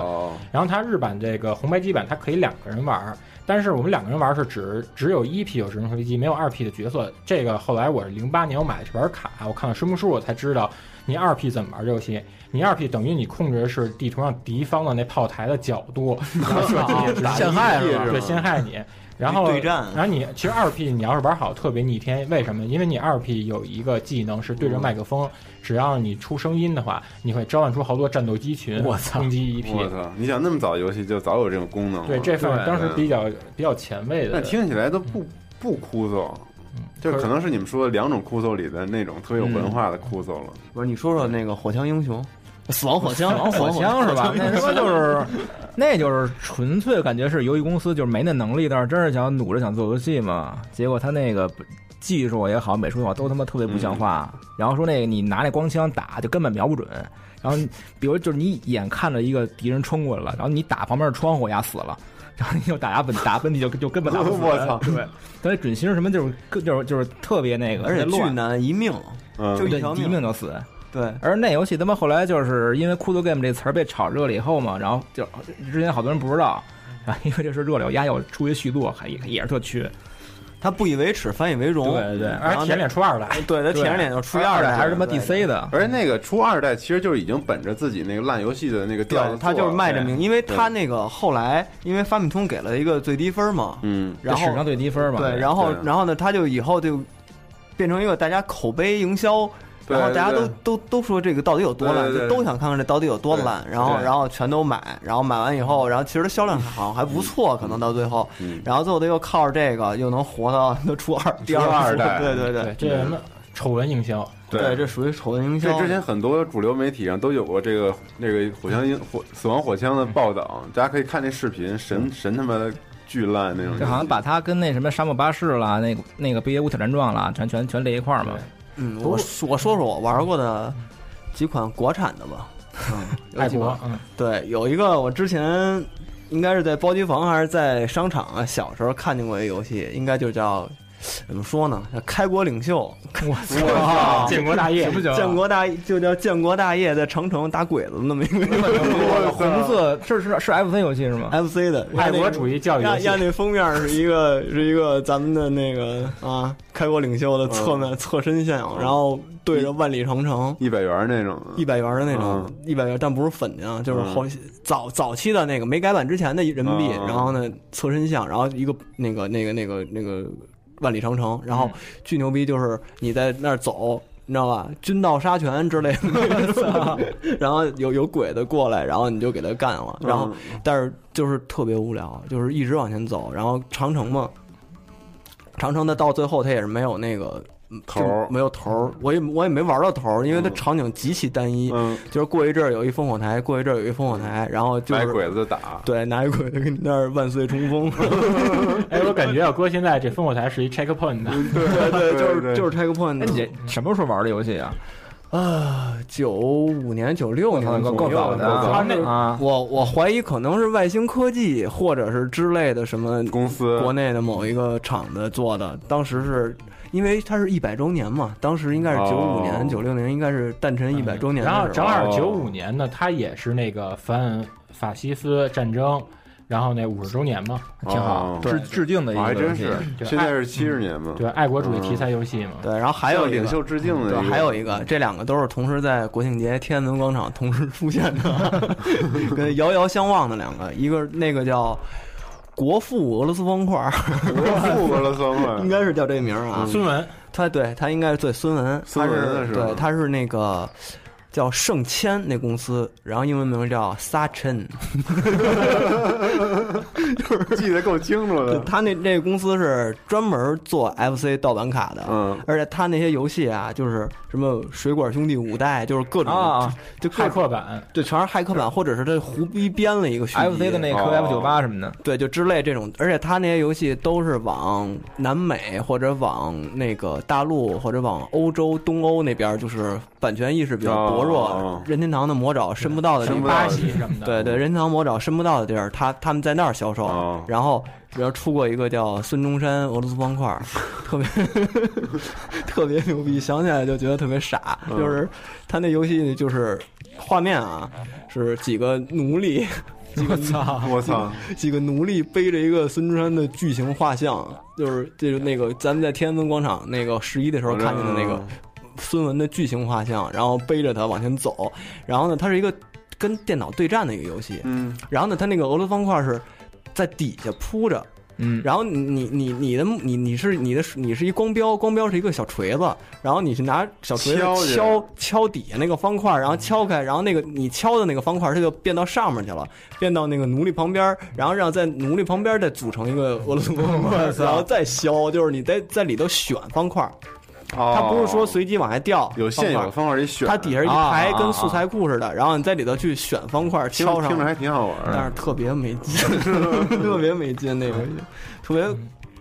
S9: 然后它日版这个红白机版，它可以两个人玩儿，但是我们两个人玩儿是只只有一批有直升飞机，没有二 P 的角色。这个后来我是零八年我买的这本卡，我看了说明书我才知道，你二 P 怎么玩这游戏？你二 P 等于你控制的是地图上敌方的那炮台的角度，然后射击你的直升机
S12: 陷害是吧
S9: 对，陷害你。然后
S12: 对战
S9: 然后你其实二 P 你要是玩好特别逆天，为什么？因为你二 P 有一个技能是对着麦克风，只要你出声音的话，你会召唤出好多战斗机群
S10: 我操
S9: 攻击一 P。
S10: 我操！你想那么早游戏就早有这种功能了，
S9: 哦对，这份当时比较嗯比较前卫的。
S10: 那听起来都不不枯燥，
S9: 嗯
S10: 就可能是你们说的两种枯燥里的那种特别有文化的枯燥了。
S11: 不是你说说那个火枪英雄，死亡火枪，
S12: 死亡火枪是吧？那他妈就是，那就是纯粹感觉是游戏公司就是没那能力，但是真是想努着想做游戏嘛。结果他那个技术也好，美术也好，都他妈特别不像话。
S11: 嗯
S12: 然后说那个你拿那光枪打就根本瞄不准。然后你比如就是你眼看着一个敌人冲过来了，然后你打旁边的窗户，丫死了。然后你就打压本打本体就就根本打不死人，
S11: 我操
S12: 对，但是准星什么就是各就是就是特别那个，
S11: 而且
S12: 特别
S11: 巨
S12: 乱
S11: 难一命，
S10: 嗯
S11: 就一
S12: 对
S11: 条
S12: 你一命就死。
S11: 对，
S12: 而那游戏他妈后来就是因为 “cool game” 这词儿被炒热了以后嘛，然后就之前好多人不知道，然后因为这事热了，丫又出一续作，还也也是特缺。
S11: 他不以为耻，反以为荣。
S12: 对对，
S11: 然后那
S9: 二代，
S11: 对他舔着脸就出一二代，对
S12: 的，
S10: 而且那个出二代其实就是已经本着自己那个烂游戏的那个调
S11: 对，
S10: 子，
S11: 他就是卖这名，因为他
S10: 对
S11: 那个后来，因为发米通给了一个最低分嘛，
S10: 嗯，
S11: 然后
S12: 史上最低分嘛，
S11: 对，然后
S12: 对啊
S11: 然后呢，他就以后就变成一个大家口碑营销，
S12: 对
S11: 然后大家都
S12: 对
S11: 都都说这个到底有多烂，
S12: 对对
S11: 就
S12: 对
S11: 都想看看这到底有多烂，
S12: 对
S11: 然后
S12: 对
S11: 然后全都买，然后买完以后，然后其实销量好像还
S12: 嗯
S11: 不错，可能到最后，
S10: 嗯
S11: 然后最后他又靠着这个又能活到 都出二第
S10: 出
S11: 二
S10: 二
S11: 部
S10: 代
S11: 对对
S9: 对这什么丑闻营销？
S11: 对，这属于丑闻营销。
S10: 这之前很多主流媒体上都有过这个那个火枪英
S11: 嗯
S10: 火死亡火枪的报道，大家可以看那视频，神神他妈巨烂那种。
S12: 就好像把它跟那什么《沙漠巴士》啦，那个那个《北野武挑战状》啦，全全全列一块儿嘛。
S11: 嗯，我说我说说我玩过的几款国产的吧。嗯，有
S9: 爱
S11: 几
S9: 国
S11: 款。
S9: 嗯
S11: 对，有一个我之前应该是在包机房还是在商场啊，小时候看见过一游戏，应该就叫《怎么说呢？开国领袖，
S12: 我
S9: 操建国大业行不行啊
S11: 建国大就叫建国大业，在长城打鬼子那么一个啊
S12: 红色，这是是 FC 游戏是吗哎
S11: ？FC 的
S9: 爱国主义教育游
S11: 压
S9: 戏
S11: 压那封面是一个是一个咱们的那个啊，开国领袖的
S9: 嗯
S11: 侧面侧身像，然后对着万里长城。
S10: 一百元那种，
S11: 一百元的那
S10: 嗯
S11: 种，一百元，但不是粉的啊，就是后早早期的那个没改版之前的人民币，
S10: 嗯嗯嗯
S11: 然后呢侧身像，然后一个那个那个那个那个万里长城，然后巨牛逼就是你在那儿走。你知道吧？军到杀拳之类 的，啊然后有有鬼子过来，然后你就给他干了，然
S10: 嗯
S11: 后但是就是特别无聊，就是一直往前走，然后长城嘛，长城的到最后它也是没有那个嗯
S10: 头儿
S11: 就没有头儿，我也我也没玩到头儿，因为它场景极其单一，
S10: 嗯
S11: 就是过一阵儿有一烽火台，过一阵儿有一烽火台，然后就
S10: 挨
S11: 是
S10: 鬼子打，
S11: 对拿一鬼就跟你那儿万岁冲 锋，
S9: 哎，我感觉要搁现在这烽火台是一 checkpoint 的，
S11: 对对，就
S10: 对
S11: 是
S10: 嗯
S11: 就是 checkpoint
S12: 哎，你这什么时候玩的游戏啊？
S11: 啊，九五年九六年
S12: 够
S11: 左右
S12: 早的啊
S9: 啊！那
S12: 啊！
S11: 我我怀疑可能是外星科技或者是之类的什么
S10: 公司
S11: 国内的某一个厂子做的，当时是因为它是一百周年嘛，当时应该是九五
S10: 哦
S11: 年、九六年，应该是诞辰一百周年的
S9: 然
S11: 时候。
S9: 后正好九五年呢，他也是那个反法西斯战争，然后那五十周年嘛，
S12: 挺好
S10: 哦，
S12: 致致敬的一
S10: 啊还
S12: 个游
S10: 真
S12: 戏
S10: 是，
S9: 对
S10: 现在是
S11: 嗯
S10: 七十年嘛，
S9: 对，爱国主义题材游戏嘛。
S11: 对，然后还有
S10: 向
S11: 一个
S10: 领袖致敬的一
S11: 对
S10: 个，，
S11: 还有一个，这两个都是同时在国庆节天安门广场同时出现的， 跟遥遥相望的两个，一个那个叫国父俄罗斯方块儿，
S10: 富俄罗斯嘛，
S11: 应该是叫这名儿啊。
S9: 孙文，
S11: 他对他应该是对孙文，
S10: 嗯孙文的
S11: 他是
S10: 是吧
S11: 对他是那个叫盛谦那公司，然后英文名叫 Sachin，
S10: 记得够清楚
S11: 对
S10: 的，
S11: 他那那个公司是专门做 FC 盗版卡的，
S10: 嗯
S11: 而且他那些游戏啊，就是什么水管兄弟五代，就是各种
S12: 啊，
S11: 就各
S9: 骇客 版，
S11: 对，全是骇客版，或者是他胡逼编了一个续集
S12: FC 的那个
S10: 哦
S12: QF 九八什么的，
S11: 对，就之类这种，而且他那些游戏都是往南美或者往那个大陆或者往欧洲、东欧那边儿，就是版权意识比较薄弱，
S10: 哦
S11: 任天堂的魔爪伸不到的地
S10: 伸不
S11: 方。
S10: 到
S9: 巴西什么的，
S11: 对对，任天堂魔爪伸不到的地儿，他他们在那儿销售，
S10: 哦
S11: 然后比如出过一个叫孙中山俄罗斯方块儿，特别 特别牛逼，想起来就觉得特别傻，
S10: 嗯
S11: 就是他那游戏就是画面啊，是几个奴隶。几个操！
S10: 我操，
S11: 几个奴隶背着一个孙中山的巨型画像，就是就是那个咱们在天安门广场那个十一的时候看见的那个
S10: 嗯
S11: 孙文的巨型画像，然后背着他往前走。然后呢，它是一个跟电脑对战的一个游戏。
S10: 嗯，
S11: 然后呢，它那个俄罗斯方块是在底下铺着，
S12: 嗯，
S11: 然后你你你你的你你是你的你是一光标，光标是一个小锤子，然后你去拿小锤子
S10: 敲去
S11: 敲敲底下那个方块，然后敲开，然后那个你敲的那个方块它就变到上面去了，变到那个奴隶旁边，然后让在奴隶旁边再组成一个俄罗斯方 块，然后再削，就是你在在里头选方块，它
S10: 他
S11: 不是说随机往下掉，
S10: 哦有现有的方法里选，啊
S11: 它底下一
S12: 啊
S11: 排
S12: 啊
S11: 跟素材库似的，然后你在里头去选方块
S10: 听
S11: 敲上
S10: 听着
S11: 去。
S10: 还挺好玩
S11: 但
S10: 的。
S11: 是特别没劲， 特别没劲那个游戏，特别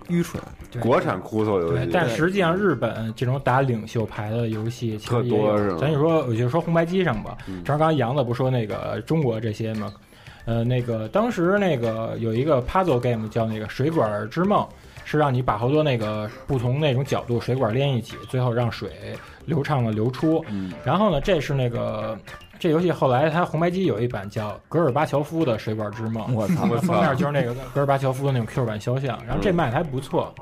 S11: 愚蠢。
S9: 对
S10: 国产枯燥游
S9: 对
S10: 戏，，
S9: 但实际上日本这种打领袖牌的游戏其实也有
S10: 特多是吧嗯
S9: 咱就说，我就说红白机上吧，正好刚刚杨子不说那个中国这些嘛，呃，那个当时那个有一个 puzzle game 叫那个《水管之梦》，是让你把好多那个不同那种角度水管连一起，最后让水流畅的流出。
S10: 嗯
S9: 然后呢，这是那个这游戏后来它红白机有一版叫《格尔巴乔夫的水管之梦》，
S12: 我操！
S10: 嗯我
S9: 封
S10: 操嗯
S9: 面，就是那个戈尔巴乔夫的那种 Q 版肖像，然后这卖的还不错，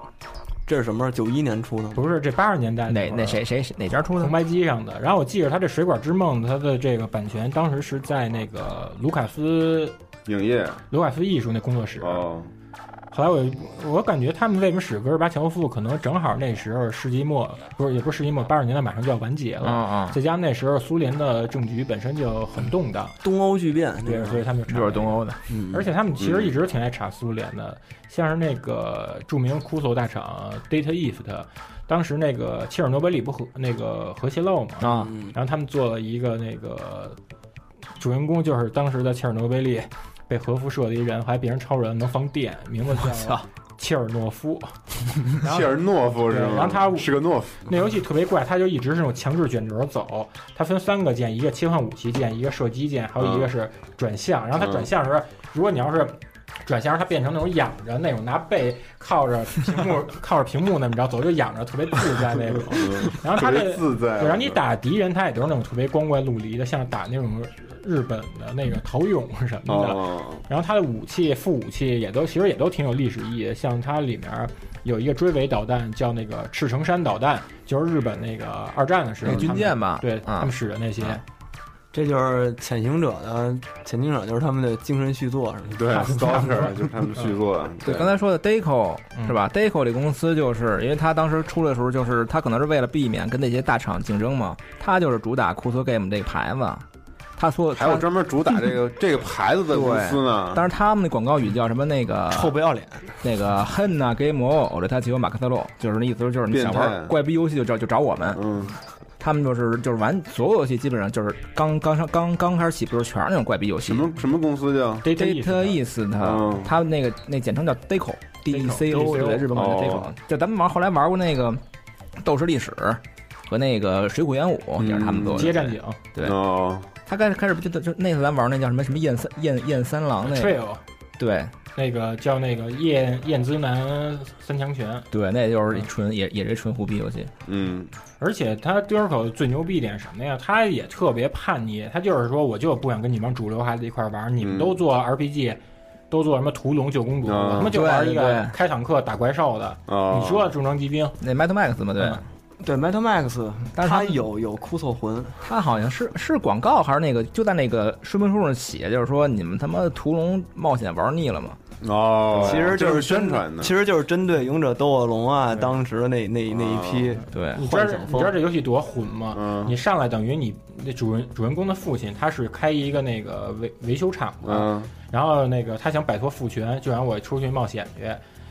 S11: 这是什么？九一年出的吗？
S9: 不是这八十年代
S12: 哪
S9: 那会
S12: 哪
S9: 儿
S12: 谁谁谁哪家出的
S9: 啊红？白机上的。然后我记着他这《水管之梦》，它的这个版权当时是在那个卢卡斯
S10: 影业
S9: 卢卡斯艺术那工作室。
S10: 哦，
S9: 后来我我感觉他们为什么使戈尔巴乔夫，可能正好那时候世纪末不是也不是世纪末，八十年代马上就要完结
S12: 啊
S9: 了。
S12: 啊！
S9: 再加上那时候苏联的政局本身就很动荡，
S11: 东欧巨变，
S9: 对，所以他们就查
S12: 就是东欧的，
S11: 嗯，
S9: 而且他们其实一直挺爱查苏联的，像是那个著名骷髅大厂 Data East，当时那个切尔诺贝利不核那个核泄漏嘛，
S12: 啊，
S11: 嗯
S9: 然后他们做了一个那个主人公就是当时在切尔诺贝利被核辐射的一人，还变成超人能放电，名字叫切尔诺夫。然后
S10: 切尔诺夫是吗？
S9: 然后他
S10: 是个懦夫，
S9: 那游戏特别怪，它就一直是那种强制卷轴走，它分三个键，一个切换武器键，一个射击键，还有一个是转向。然后它转向的时候，如果你要是转向时它变成那种仰着那种拿背靠着屏幕 靠着屏幕那么着走，就仰着特别自在 那种。然后它
S10: 特
S9: 这
S10: 别自在
S9: 对，然后你打敌人，它也都是那种特别光怪陆离的，像打那种日本的那个陶俑什么的。
S10: 哦，
S9: 然后它的武器、副武器也都其实也都挺有历史意义的，像它里面有一个追尾导弹叫那个赤城山导弹，就是日本那个二战的时
S12: 那
S9: 候
S12: 个军舰吧
S9: 他们对、
S12: 嗯啊
S9: 他们使的那些。
S11: 这就是潜行者的潜行者，就是他们的精神续作，是吗？
S10: 对
S9: 差不多
S10: ，Stalker 就是他们续作，
S9: 嗯
S12: 对，刚才说的 Deco 是吧？Deco 这公司就是因为它当时出来的时候，就是它可能是为了避免跟那些大厂竞争嘛，它就是主打 c o o l Game 这个牌子，它说
S10: 还有专门主打 这个这个牌子的公司呢，
S12: 当时他们的广告语叫什么？那个
S11: 臭不要脸，
S12: 那个恨呐、给魔偶的他奇有马克思洛，就是那意思，就是你想
S10: 变态
S12: 玩怪逼游戏就找就找我们。
S10: 嗯，
S12: 他们就是就是玩所有游戏，基本上就是刚刚上刚刚开始起步就是全是那种怪逼游戏
S10: 什。么什么公司叫
S9: Data East
S12: Data East 它
S10: 嗯
S12: 它那个那简称叫 Deco D E C O，
S9: DCO
S12: 对，日本管叫 Deco
S10: 哦。
S12: 就咱们玩后来玩过那个《斗士历史》和那个《水浒演武》，也是他
S10: 嗯
S12: 们做的。
S9: 街战警、
S12: 对
S10: 哦，
S12: 他开始开始不就就那次咱玩那叫什么什么燕三燕燕三郎那
S10: 啊
S9: t r a i
S12: 个，
S9: l
S12: 对
S9: 那个叫那个燕燕之南三强拳，
S12: 对，那就是一纯也也是一纯胡逼游戏。
S10: 嗯，
S9: 而且他 d i r k 最牛逼一点什么呀？他也特别叛逆，他就是说我就不想跟你们主流孩子一块玩，你们都做 RPG，、都做什么屠龙救公主，
S10: 啊
S9: 我他妈就玩一
S12: 对
S9: 个
S12: 对
S9: 开坦克打怪兽的。
S10: 哦，
S9: 你说重装机兵，
S12: 那 Metal Max 嘛，对，
S9: 嗯
S11: 对 Metal Max，
S12: 但是他
S11: 他有有哭凑魂，
S12: 他好像是是广告还是那个，就在那个说明书上写，就是说你们他妈屠龙冒险玩腻了嘛？
S10: 哦，
S11: 其实
S10: 这
S11: 就是
S10: 是宣传的，
S11: 其实就是针对勇者斗恶龙啊，当时的那那那
S10: 哦
S11: 一批，
S12: 对，
S9: 你知道
S11: 幻想
S9: 你
S11: 风
S9: 知道这游戏多混吗？
S10: 嗯
S9: 你上来等于你那主人主人公的父亲，他是开一个那个维维修厂的，
S10: 嗯，
S9: 然后那个他想摆脱父权，就让我出去冒险去。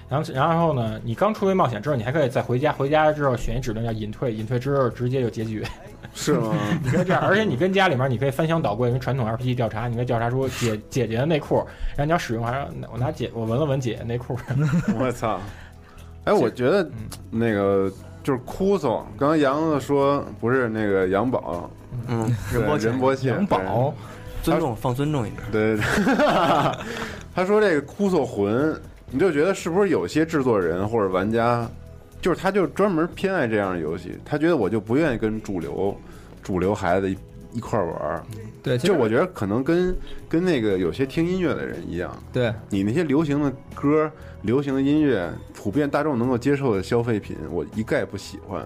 S9: 然后，然后呢？你刚出去冒险之后，你还可以再回家。回家之后选一指令叫隐退，隐退之后直接就结局。
S10: 是 吗？
S9: 你可以这样，而且你跟家里面你可以翻箱倒柜，因为传统 RPG 调查，你可以调查出姐姐姐的内裤，然后你要使用，还让我拿姐我闻了闻姐姐内裤。
S10: 我操！哎，我觉得
S9: 嗯
S10: 那个就是哭嗽。刚刚杨子说不是那个杨宝，
S11: 嗯，
S10: 对
S11: 波
S10: 任伯谦，
S12: 杨宝
S11: 尊重放尊重一点，
S10: 对，对 对他说这个哭嗽魂，你就觉得是不是有些制作人或者玩家，就是他就专门偏爱这样的游戏，他觉得我就不愿意跟主流主流孩子一一块儿玩儿。
S12: 对，其
S10: 就
S12: 实
S10: 我觉得可能跟跟那个有些听音乐的人一样，
S12: 对
S10: 你那些流行的歌、流行的音乐，普遍大众能够接受的消费品，我一概不喜欢。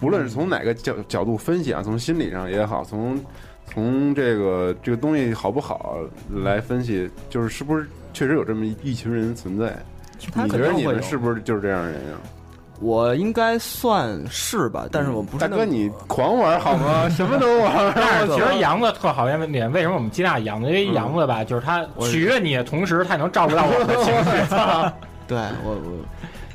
S10: 不论是从哪个角角度分析啊，从心理上也好，从从这个这个东西好不好来分析，就是是不是确实有这么一一群人存在？
S12: 他
S10: 你觉
S12: 肯
S10: 得
S12: 定
S10: 你
S12: 会有
S10: 们。是不是就是这样的人啊？
S11: 我应该算是吧，但是我不是
S10: 大
S11: 那么
S10: 哥，你狂玩好吗？什么都玩。
S9: 但是其实杨子特好一点，为什么我们接纳杨子？因为杨子吧，就是他取悦你的同时，他也能照顾到我们的情绪。
S11: 对我我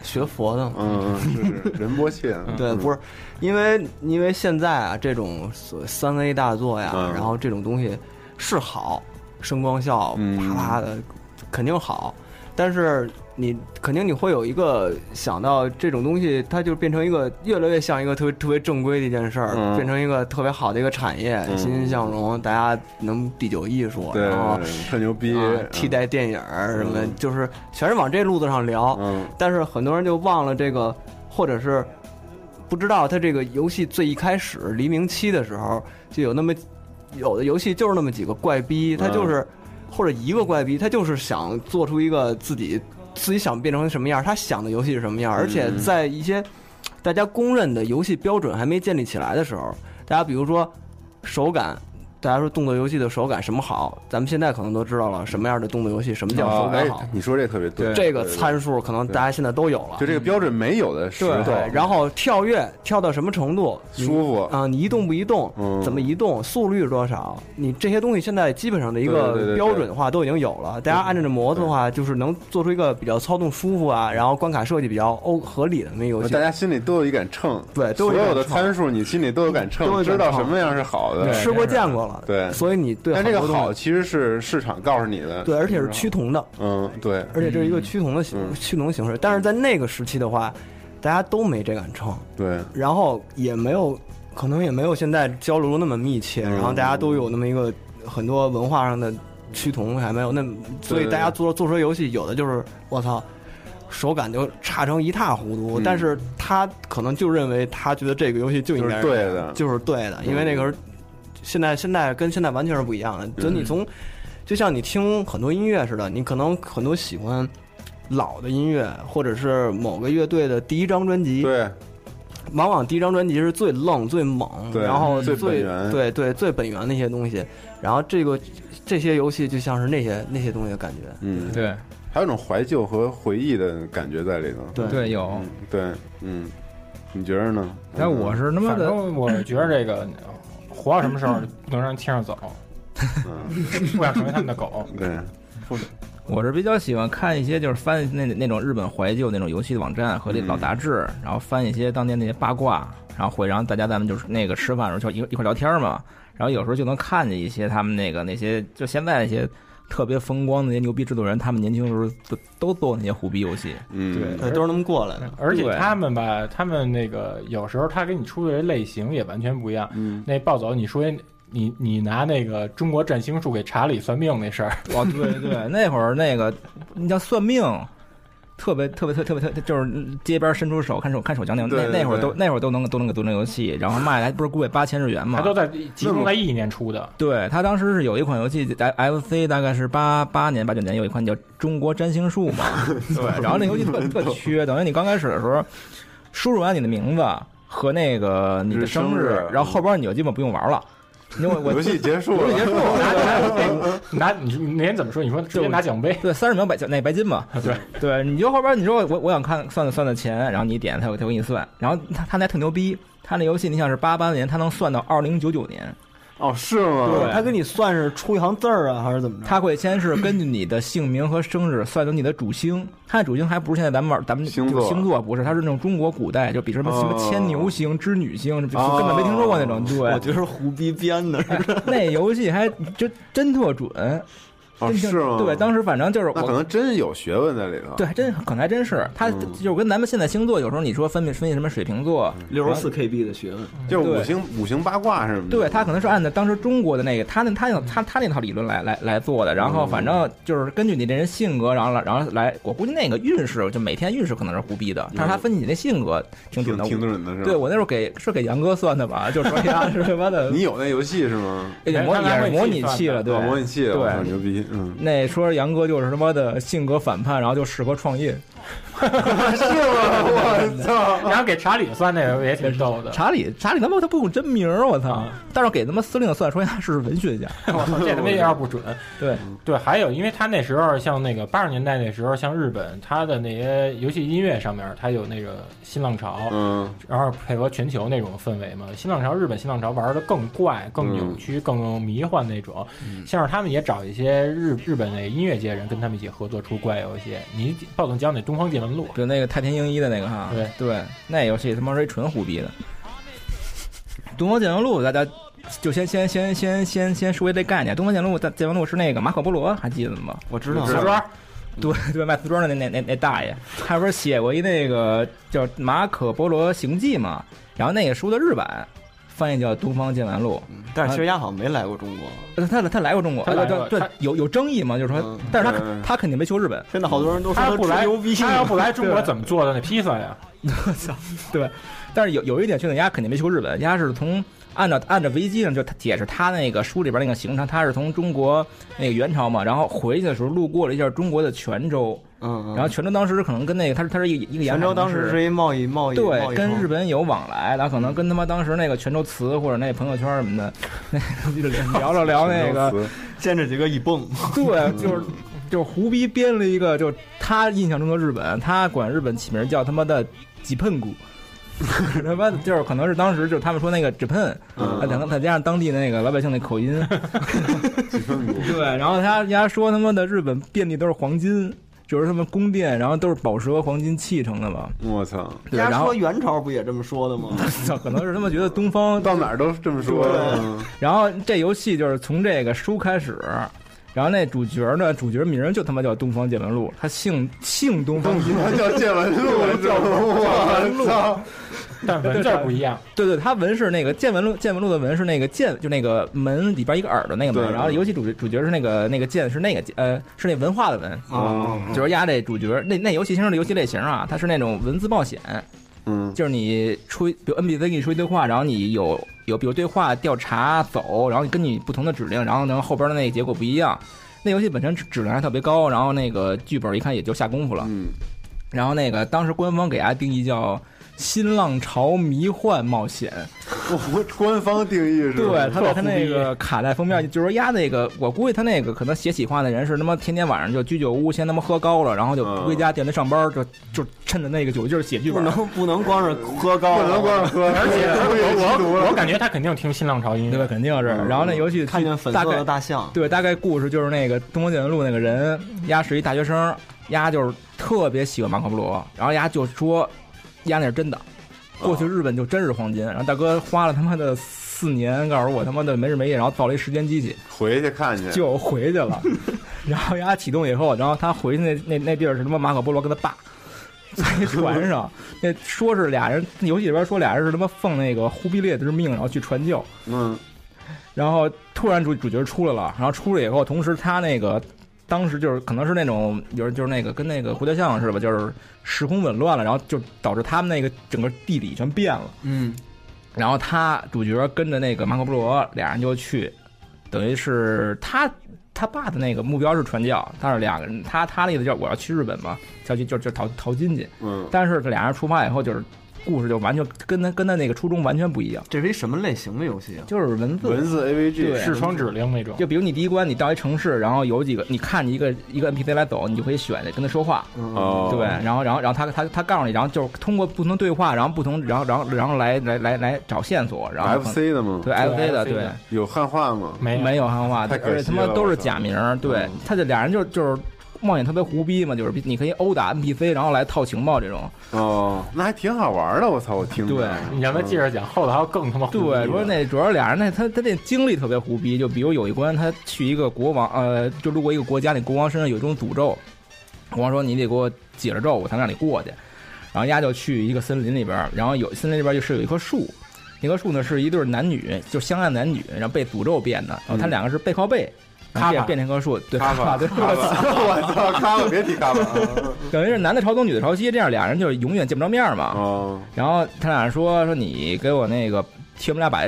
S11: 学佛的嘛。
S10: 嗯，是是，仁波切。
S11: 对，不
S10: 是，
S11: 是，因为因为现在啊，这种所三 A 大作呀，
S10: 嗯
S11: 然后这种东西是好，声光效
S10: 嗯
S11: 啪啪的，肯定好，但是你肯定你会有一个想到这种东西，它就变成一个越来越像一个特别特别正规的一件事儿，
S10: 嗯
S11: 变成一个特别好的一个产业，
S10: 嗯
S11: 欣欣向荣，大家能第九艺术，
S10: 对
S11: 然后。，
S10: 特牛逼
S11: 哦啊，替。代电影儿什么，
S10: 嗯
S11: 就是全是往这路子上聊。
S10: 嗯
S11: 但是很多人就忘了这个，或者是不知道它这个游戏最一开始黎明期的时候就有那么有的游戏就是那么几个怪逼，他就是、或者一个怪逼，他就是想做出一个自己自己想变成什么样，他想的游戏是什么样，而且在一些大家公认的游戏标准还没建立起来的时候，大家比如说手感。大家说动作游戏的手感什么好？咱们现在可能都知道了什么样的动作游戏，什么叫手
S10: 哦哎
S11: 感好。
S10: 你说这特别对，
S11: 这个
S10: 对对
S11: 参数可能大家现在都有了
S10: 就。这个标准没有的时候，
S11: 嗯对，然后跳跃跳到什么程度，你
S10: 舒服
S11: 啊、你一动不移动，
S10: 嗯
S11: 怎么移动，速率是多少，你这些东西现在基本上的一
S10: 对对对
S11: 个
S10: 对
S11: 标准化都已经有了，大家按照这模子的话，就是能做出一个比较操纵舒服啊，然后关卡设计比较欧合理的那个游戏
S10: 大。家心里都有一杆秤，
S11: 对都有
S10: 所
S11: 一杆秤
S10: 有的参数你心里都有杆
S11: 都有
S10: 秤，
S11: 一杆
S10: 知道
S11: 秤
S10: 什么样是好的。
S11: 吃过见过了，
S10: 对
S11: 所以你对
S10: 但这个
S11: 很多东
S10: 好
S11: 西，
S10: 其实是市场告诉你的，
S11: 对，而且是趋同的，
S10: 嗯，对，
S11: 而且这是一个趋同的形、
S10: 嗯
S11: 趋同形式。但是在那个时期的话，大家都没这杆秤，
S10: 对，
S11: 然后也没有，可能也没有现在交流那么密切，
S10: 嗯
S11: 然后大家都有那么一个很多文化上的趋同还没有那，所以大家做做出来游戏，有的就是我操，手感就差成一塌糊涂。
S10: 嗯
S11: 但是他可能就认为他觉得这个游戏就应该
S10: 就是对的嗯
S11: 就是对的，因为那个时候现在现在跟现在完全是不一样
S10: 嗯
S11: 的。就你从就像你听很多音乐似的，你可能很多喜欢老的音乐，或者是某个乐队的第一张专辑，
S10: 对，
S11: 往往第一张专辑是最愣、最猛，
S10: 对嗯
S11: 然后
S10: 最本
S11: 最
S10: 源
S11: 对对最本源的一些东西，然后这个这些游戏就像是那些那些东西的感觉。
S10: 嗯，
S12: 对，
S10: 还有一种怀旧和回忆的感觉在里头。
S11: 对
S12: 对有。
S10: 嗯对，嗯，你觉着呢？
S11: 哎
S12: 但我是他妈
S9: 反
S12: 的，
S9: 正我觉得这个活到什么时候不能让人牵着走，
S10: 嗯，
S9: 不想成为他们的狗。
S10: 对，
S12: 我是比较喜欢看一些就是翻那那种日本怀旧那种游戏的网站和那老杂志，然后翻一些当年那些八卦，然后会然后大家咱们就是那个吃饭的时候就一一块聊天嘛，然后有时候就能看见一些他们那个那些就现在那些特别风光的那些牛逼制作人，他们年轻的时候都都做那些虎逼游戏，
S10: 嗯，
S11: 对，都是那么过来的。
S9: 而且
S12: 对
S9: 他们吧，他们那个有时候他给你出的类型也完全不一样。
S10: 嗯，
S9: 那暴走，你说你你拿那个中国占星术给查理算命那事 儿，
S12: 哇，哦对对，那会儿那个你像算命。特别特别特别特别特别，就是街边伸出手看手看手相那种，
S10: 对
S12: 那那会儿
S10: 对
S12: 都那会儿都能都能给做那游戏，然后卖的还不是贵八千日元嘛，
S9: 他都在集中在一年出的。
S12: 对他当时是有一款游戏在 FC 大概是八八年八九年有一款叫《中国占星 术》嘛，对，然后那游戏特特缺，等于你刚开始的时候，输入完你的名字和那个你的生日
S10: 日生日，
S12: 然后后边你就基本不用玩了，因为我
S10: 游戏结束了，
S12: 结束
S9: 拿
S12: 了。
S9: 拿拿你说那人怎么说？你说直接拿奖杯，
S12: 对，三十秒白那白金嘛，
S10: 啊
S9: 对
S12: 对，你就后边你说我我想看算算的钱，然后你点他有他给你算，然后他他那特牛逼，他那游戏你想是八八年，他能算到二零九九年，
S10: 哦，是吗？
S11: 他给你算是出一行字儿啊，还是怎
S10: 嗯
S11: 么着？
S12: 他会先是根据你的姓名和生日算出你的主星，他的主星还不是现在咱们玩咱们
S10: 星
S12: 就
S10: 座
S12: 是星座不是，他是那种中国古代就比如什么
S10: 哦
S12: 什么牵牛星、织女星，就根本没听说过那种。
S11: 我
S12: 对，
S11: 觉得是胡逼编的，
S12: 那游戏还就真特准，
S10: 哦，
S12: 真挺
S10: 是吗？
S12: 对，当
S10: 时
S12: 时反正就是
S10: 那可
S12: 我。
S10: 能真有学问在里头。
S12: 对，还真可能还真是，他
S10: 啊嗯
S12: 就是跟咱们现在星座有时候你说分别分析什么水瓶座，
S11: 六十四 KB 的学问，
S10: 就是
S12: 对
S10: 五行五行八卦什么的。
S12: 对他可能是按照当时中国的那个他那他那他他那套理论来来来做的，然后
S10: 嗯
S12: 反正就是根据你这人性格，然后来然后来，我估计那个运势就每天运势可能是胡逼的，但是他分析你那性格挺准
S10: 挺
S12: 的。
S10: 嗯挺准的是吧？
S12: 对我那时候给是给杨哥算的吧，就 说他是他妈的
S10: 你有那游戏是吗？
S12: 也模也是模拟器了，对
S10: 哦。模拟器，
S12: 对
S10: 我操，牛逼，嗯，
S12: 那说杨哥就是他妈的性格反叛，然后就适合创业。
S10: 是吗？我操，
S9: 然后给查理算那个也挺逗 的。
S12: 查理查理他妈他不用真名儿，我操！但是给他妈司令算说他是文学家。
S9: 我操，这他妈有点不准。
S12: 对
S9: 对，还有，因为他那时候像那个八十年代那时候，像日本，他的那些游戏音乐上面，他有那个新浪潮，
S10: 嗯，
S9: 然后配合全球那种氛围嘛。新浪潮，日本新浪潮玩的更怪、更扭曲、更迷幻那种。像是他们也找一些日日本那音乐界人跟他们一起合作出怪游戏。你暴总讲那《东方剑门录》，
S12: 对，那个太田英一的那个哈，
S9: 对
S12: 那游戏他妈是一纯胡逼的。《东方剑魂录》，大家就先先先先先先说一这概念，《东方剑魂录》剑魂录是那个马可波罗，还记得吗？
S11: 我知道
S9: 瓷砖
S12: 对对，卖瓷砖的那那那那大爷，他不是写过一那个叫《马可波罗行记》嘛？然后那个书的日版翻译叫《东方剑魂录
S11: 但是其实丫好像没来过中国，》，
S12: 呃他他来过中国，
S9: 他来
S12: 对
S9: 过
S12: 对
S9: 他，
S12: 有有争议嘛？就是说
S11: 嗯，
S12: 但是他
S10: 对
S12: 他肯定没去过日本，
S11: 现在好多人都说
S9: 他要不
S11: 吹
S9: 来
S11: 牛逼，，
S9: 他要不来中国
S12: 对
S9: 怎么做的那披萨呀？
S12: 对，但是有有一点确定，丫肯定没去过日本，丫是从按照按照维基上就他解释他那个书里边那个行程，他是从中国那个元朝嘛，然后回去的时候路过了一下中国的泉州，
S11: 嗯，
S12: 然后泉州当时可能跟那个他是他是一个一个沿海
S11: 泉州当
S12: 城
S11: 时
S12: 市
S11: 是一贸易贸易，贸
S12: 对
S11: 易
S12: 跟
S11: 城嗯
S12: 日本有往来，然后可能跟他妈当时那个泉州词或者那朋友圈什 么的， 那就聊了聊那个，
S11: 见着几个一蹦，
S12: 对，就是。就是胡逼编了一个，就是他印象中的日本，他管日本起名叫他妈的几喷谷， 他妈的就是可能是当时就是他们说那个纸喷，
S10: 嗯
S12: 啊，两个再加上当地那个老百姓那口音，
S10: 几分股，
S12: 对，然后他人家说他妈的日本遍地都是黄金，就是他们宫殿，然后都是宝石和黄金砌成的嘛，
S10: 我 操，
S12: 对，
S11: 人
S12: 然
S11: 家说
S12: 后
S11: 元朝不也这么说的吗？
S12: 可能是他们觉得东方
S10: 到哪儿都这么说， 嗯
S12: 然后这游戏就是从这个书开始，然后那主角呢，主角名儿就他妈叫东方剑门录，他姓姓东方，
S10: 他妈叫见闻录，我操，
S9: 但文字儿不一样。
S12: 对对，它文是那个见闻录，见闻录的文是那个剑，就那个门里边一个耳朵那个门，
S9: 对
S12: 然后游戏主主角是那个那个剑是那个剑呃是那文化的文
S9: 哦
S10: 嗯
S12: 就是压这主角那那游戏先说的游戏类型啊，它是那种文字冒险，
S10: 嗯，
S12: 就是你出一比如 NPC 给你说一堆话，然后你有有比如对话调查走，然后你根据不同的指令，然后呢后边的那个结果不一样。那游戏本身质质量还特别高，然后那个剧本一看也就下功夫了。
S10: 嗯，
S12: 然后那个当时官方给它定义叫新浪潮迷幻冒险。
S10: 我官方定义是吧
S12: 对，他把他那个卡带封面，就是说压那个，我估计他那个可能写企划的人是他妈天天晚上就居酒屋，先他妈喝高了，然后就
S11: 嗯
S12: 不归家，第二天上班就就趁着那个酒劲儿写剧
S11: 不
S12: 本。
S11: 能不能光是喝高，
S9: 而且我我我感觉他肯定听新浪潮音乐，
S12: 对，肯定是。然后那游戏
S11: 嗯看见粉
S12: 大
S11: 色
S12: 概
S11: 的大象，
S12: 对，大概故事就是那个东方见闻录那个人，丫是一大学生，丫就是特别喜欢马可波罗，然后丫就说，丫那是真的，
S11: 嗯
S12: 过去日本就真是黄金。然后大哥花了他妈的四年，告诉我他妈的没日没夜，然后造了一时间机器，
S10: 回去看去，
S12: 就回去了。然后丫启动以后，然后他回去那那那地儿是他妈马可波罗跟他爸。在一船上，那说是俩人，游戏里边说俩人是他妈奉那个忽必烈之命，然后去传教。
S10: 嗯，
S12: 然后突然主主角出来了，然后出来以后，同时他那个当时就是可能是那种就是就是那个跟那个蝴蝶效应似的吧，就是时空紊乱了，然后就导致他们那个整个地理全变了。
S4: 嗯，
S12: 然后他主角跟着那个马可波罗俩人就去，等于是他他爸的那个目标是传教，但是两个人他他的意思就是我要去日本嘛，要去就就淘淘金去。
S10: 嗯，
S12: 但是这俩人出发以后就是。故事就完全跟他跟他那个初衷完全不一样，
S11: 这是一什么类型的游戏啊？
S12: 就是文字
S10: 文字 AVG
S12: 对
S9: 视窗指令那种。
S12: 就比如你第一关你到一城市，然后有几个你看一个一个 NPC 来走，你就可以选跟他说话，
S10: 哦，
S12: 对，然后然后然后他他他告诉你，然后就是通过不同对话，然后不同然后然后然后来来来来找线索，然后
S10: FC 的吗？
S12: 对 FC 的对。
S10: 有汉化吗？
S9: 没有
S12: 没有汉化，
S10: 哎太
S12: 对
S10: 可惜
S12: 而且他妈
S10: 了
S12: 都
S10: 我
S12: 是
S10: 操
S12: 假名儿。对
S10: 嗯，
S12: 他这俩人就就是冒险特别胡逼嘛，就是你可以殴打 NPC，然后来套情报这种。
S10: 哦，那还挺好玩的，我操，我听着
S12: 对
S9: 你让他接着讲，后头还有更他妈胡逼的
S12: 对，说那主要俩人那他他那经历特别胡逼，就比如有一关他去一个国王，呃，就路过一个国家，那国王身上有一种诅咒，国王说你得给我解了咒，我才能让你过去。然后丫就去一个森林里边儿，然后有森林里边儿就是有一棵树，那棵树呢是一对儿男女，就相爱男女，然后被诅咒变的，然后他两个是背靠背。然后
S9: 卡
S12: 变
S9: 卡
S12: 变成一棵树，对，
S10: 卡
S12: 卡
S10: 吧，
S12: 对，
S10: 卡吧，我操，卡吧，别提卡吧。啊
S12: 等于是男的朝东，女的朝西，这样俩人就是永远见不着面儿嘛。
S10: 哦，
S12: 然后他俩说说你给我那个替我们俩把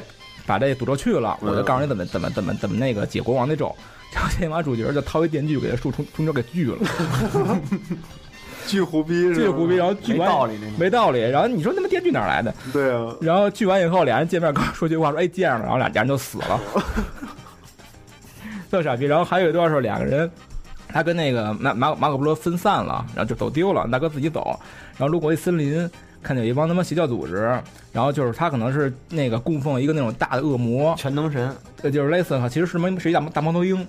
S12: 把这诅咒去了，
S10: 嗯
S12: 我就告诉你怎么怎么怎么怎么那个解国王那咒。 然后这帮主角就掏一电锯给这树中中间给锯了，
S10: 巨胡逼是吧？
S12: 锯胡逼，然后锯
S11: 没
S12: 完
S11: 道理那种
S12: 没道理。然后你说他妈电锯哪儿来的？
S10: 对啊，
S12: 然后锯完以后，俩人见面刚说句话说哎见上了，然后俩俩人就死了， 特傻逼。然后还有一段是两个人。他跟那个马马马可波罗分散了，然后就走丢了。大哥自己走，然后路过一森林，看见有一帮他妈邪教组织，然后就是他可能是那个供奉一个那种大的恶魔，
S11: 全能神，
S12: 呃，就是类似哈，其实是什么是一大大猫头鹰，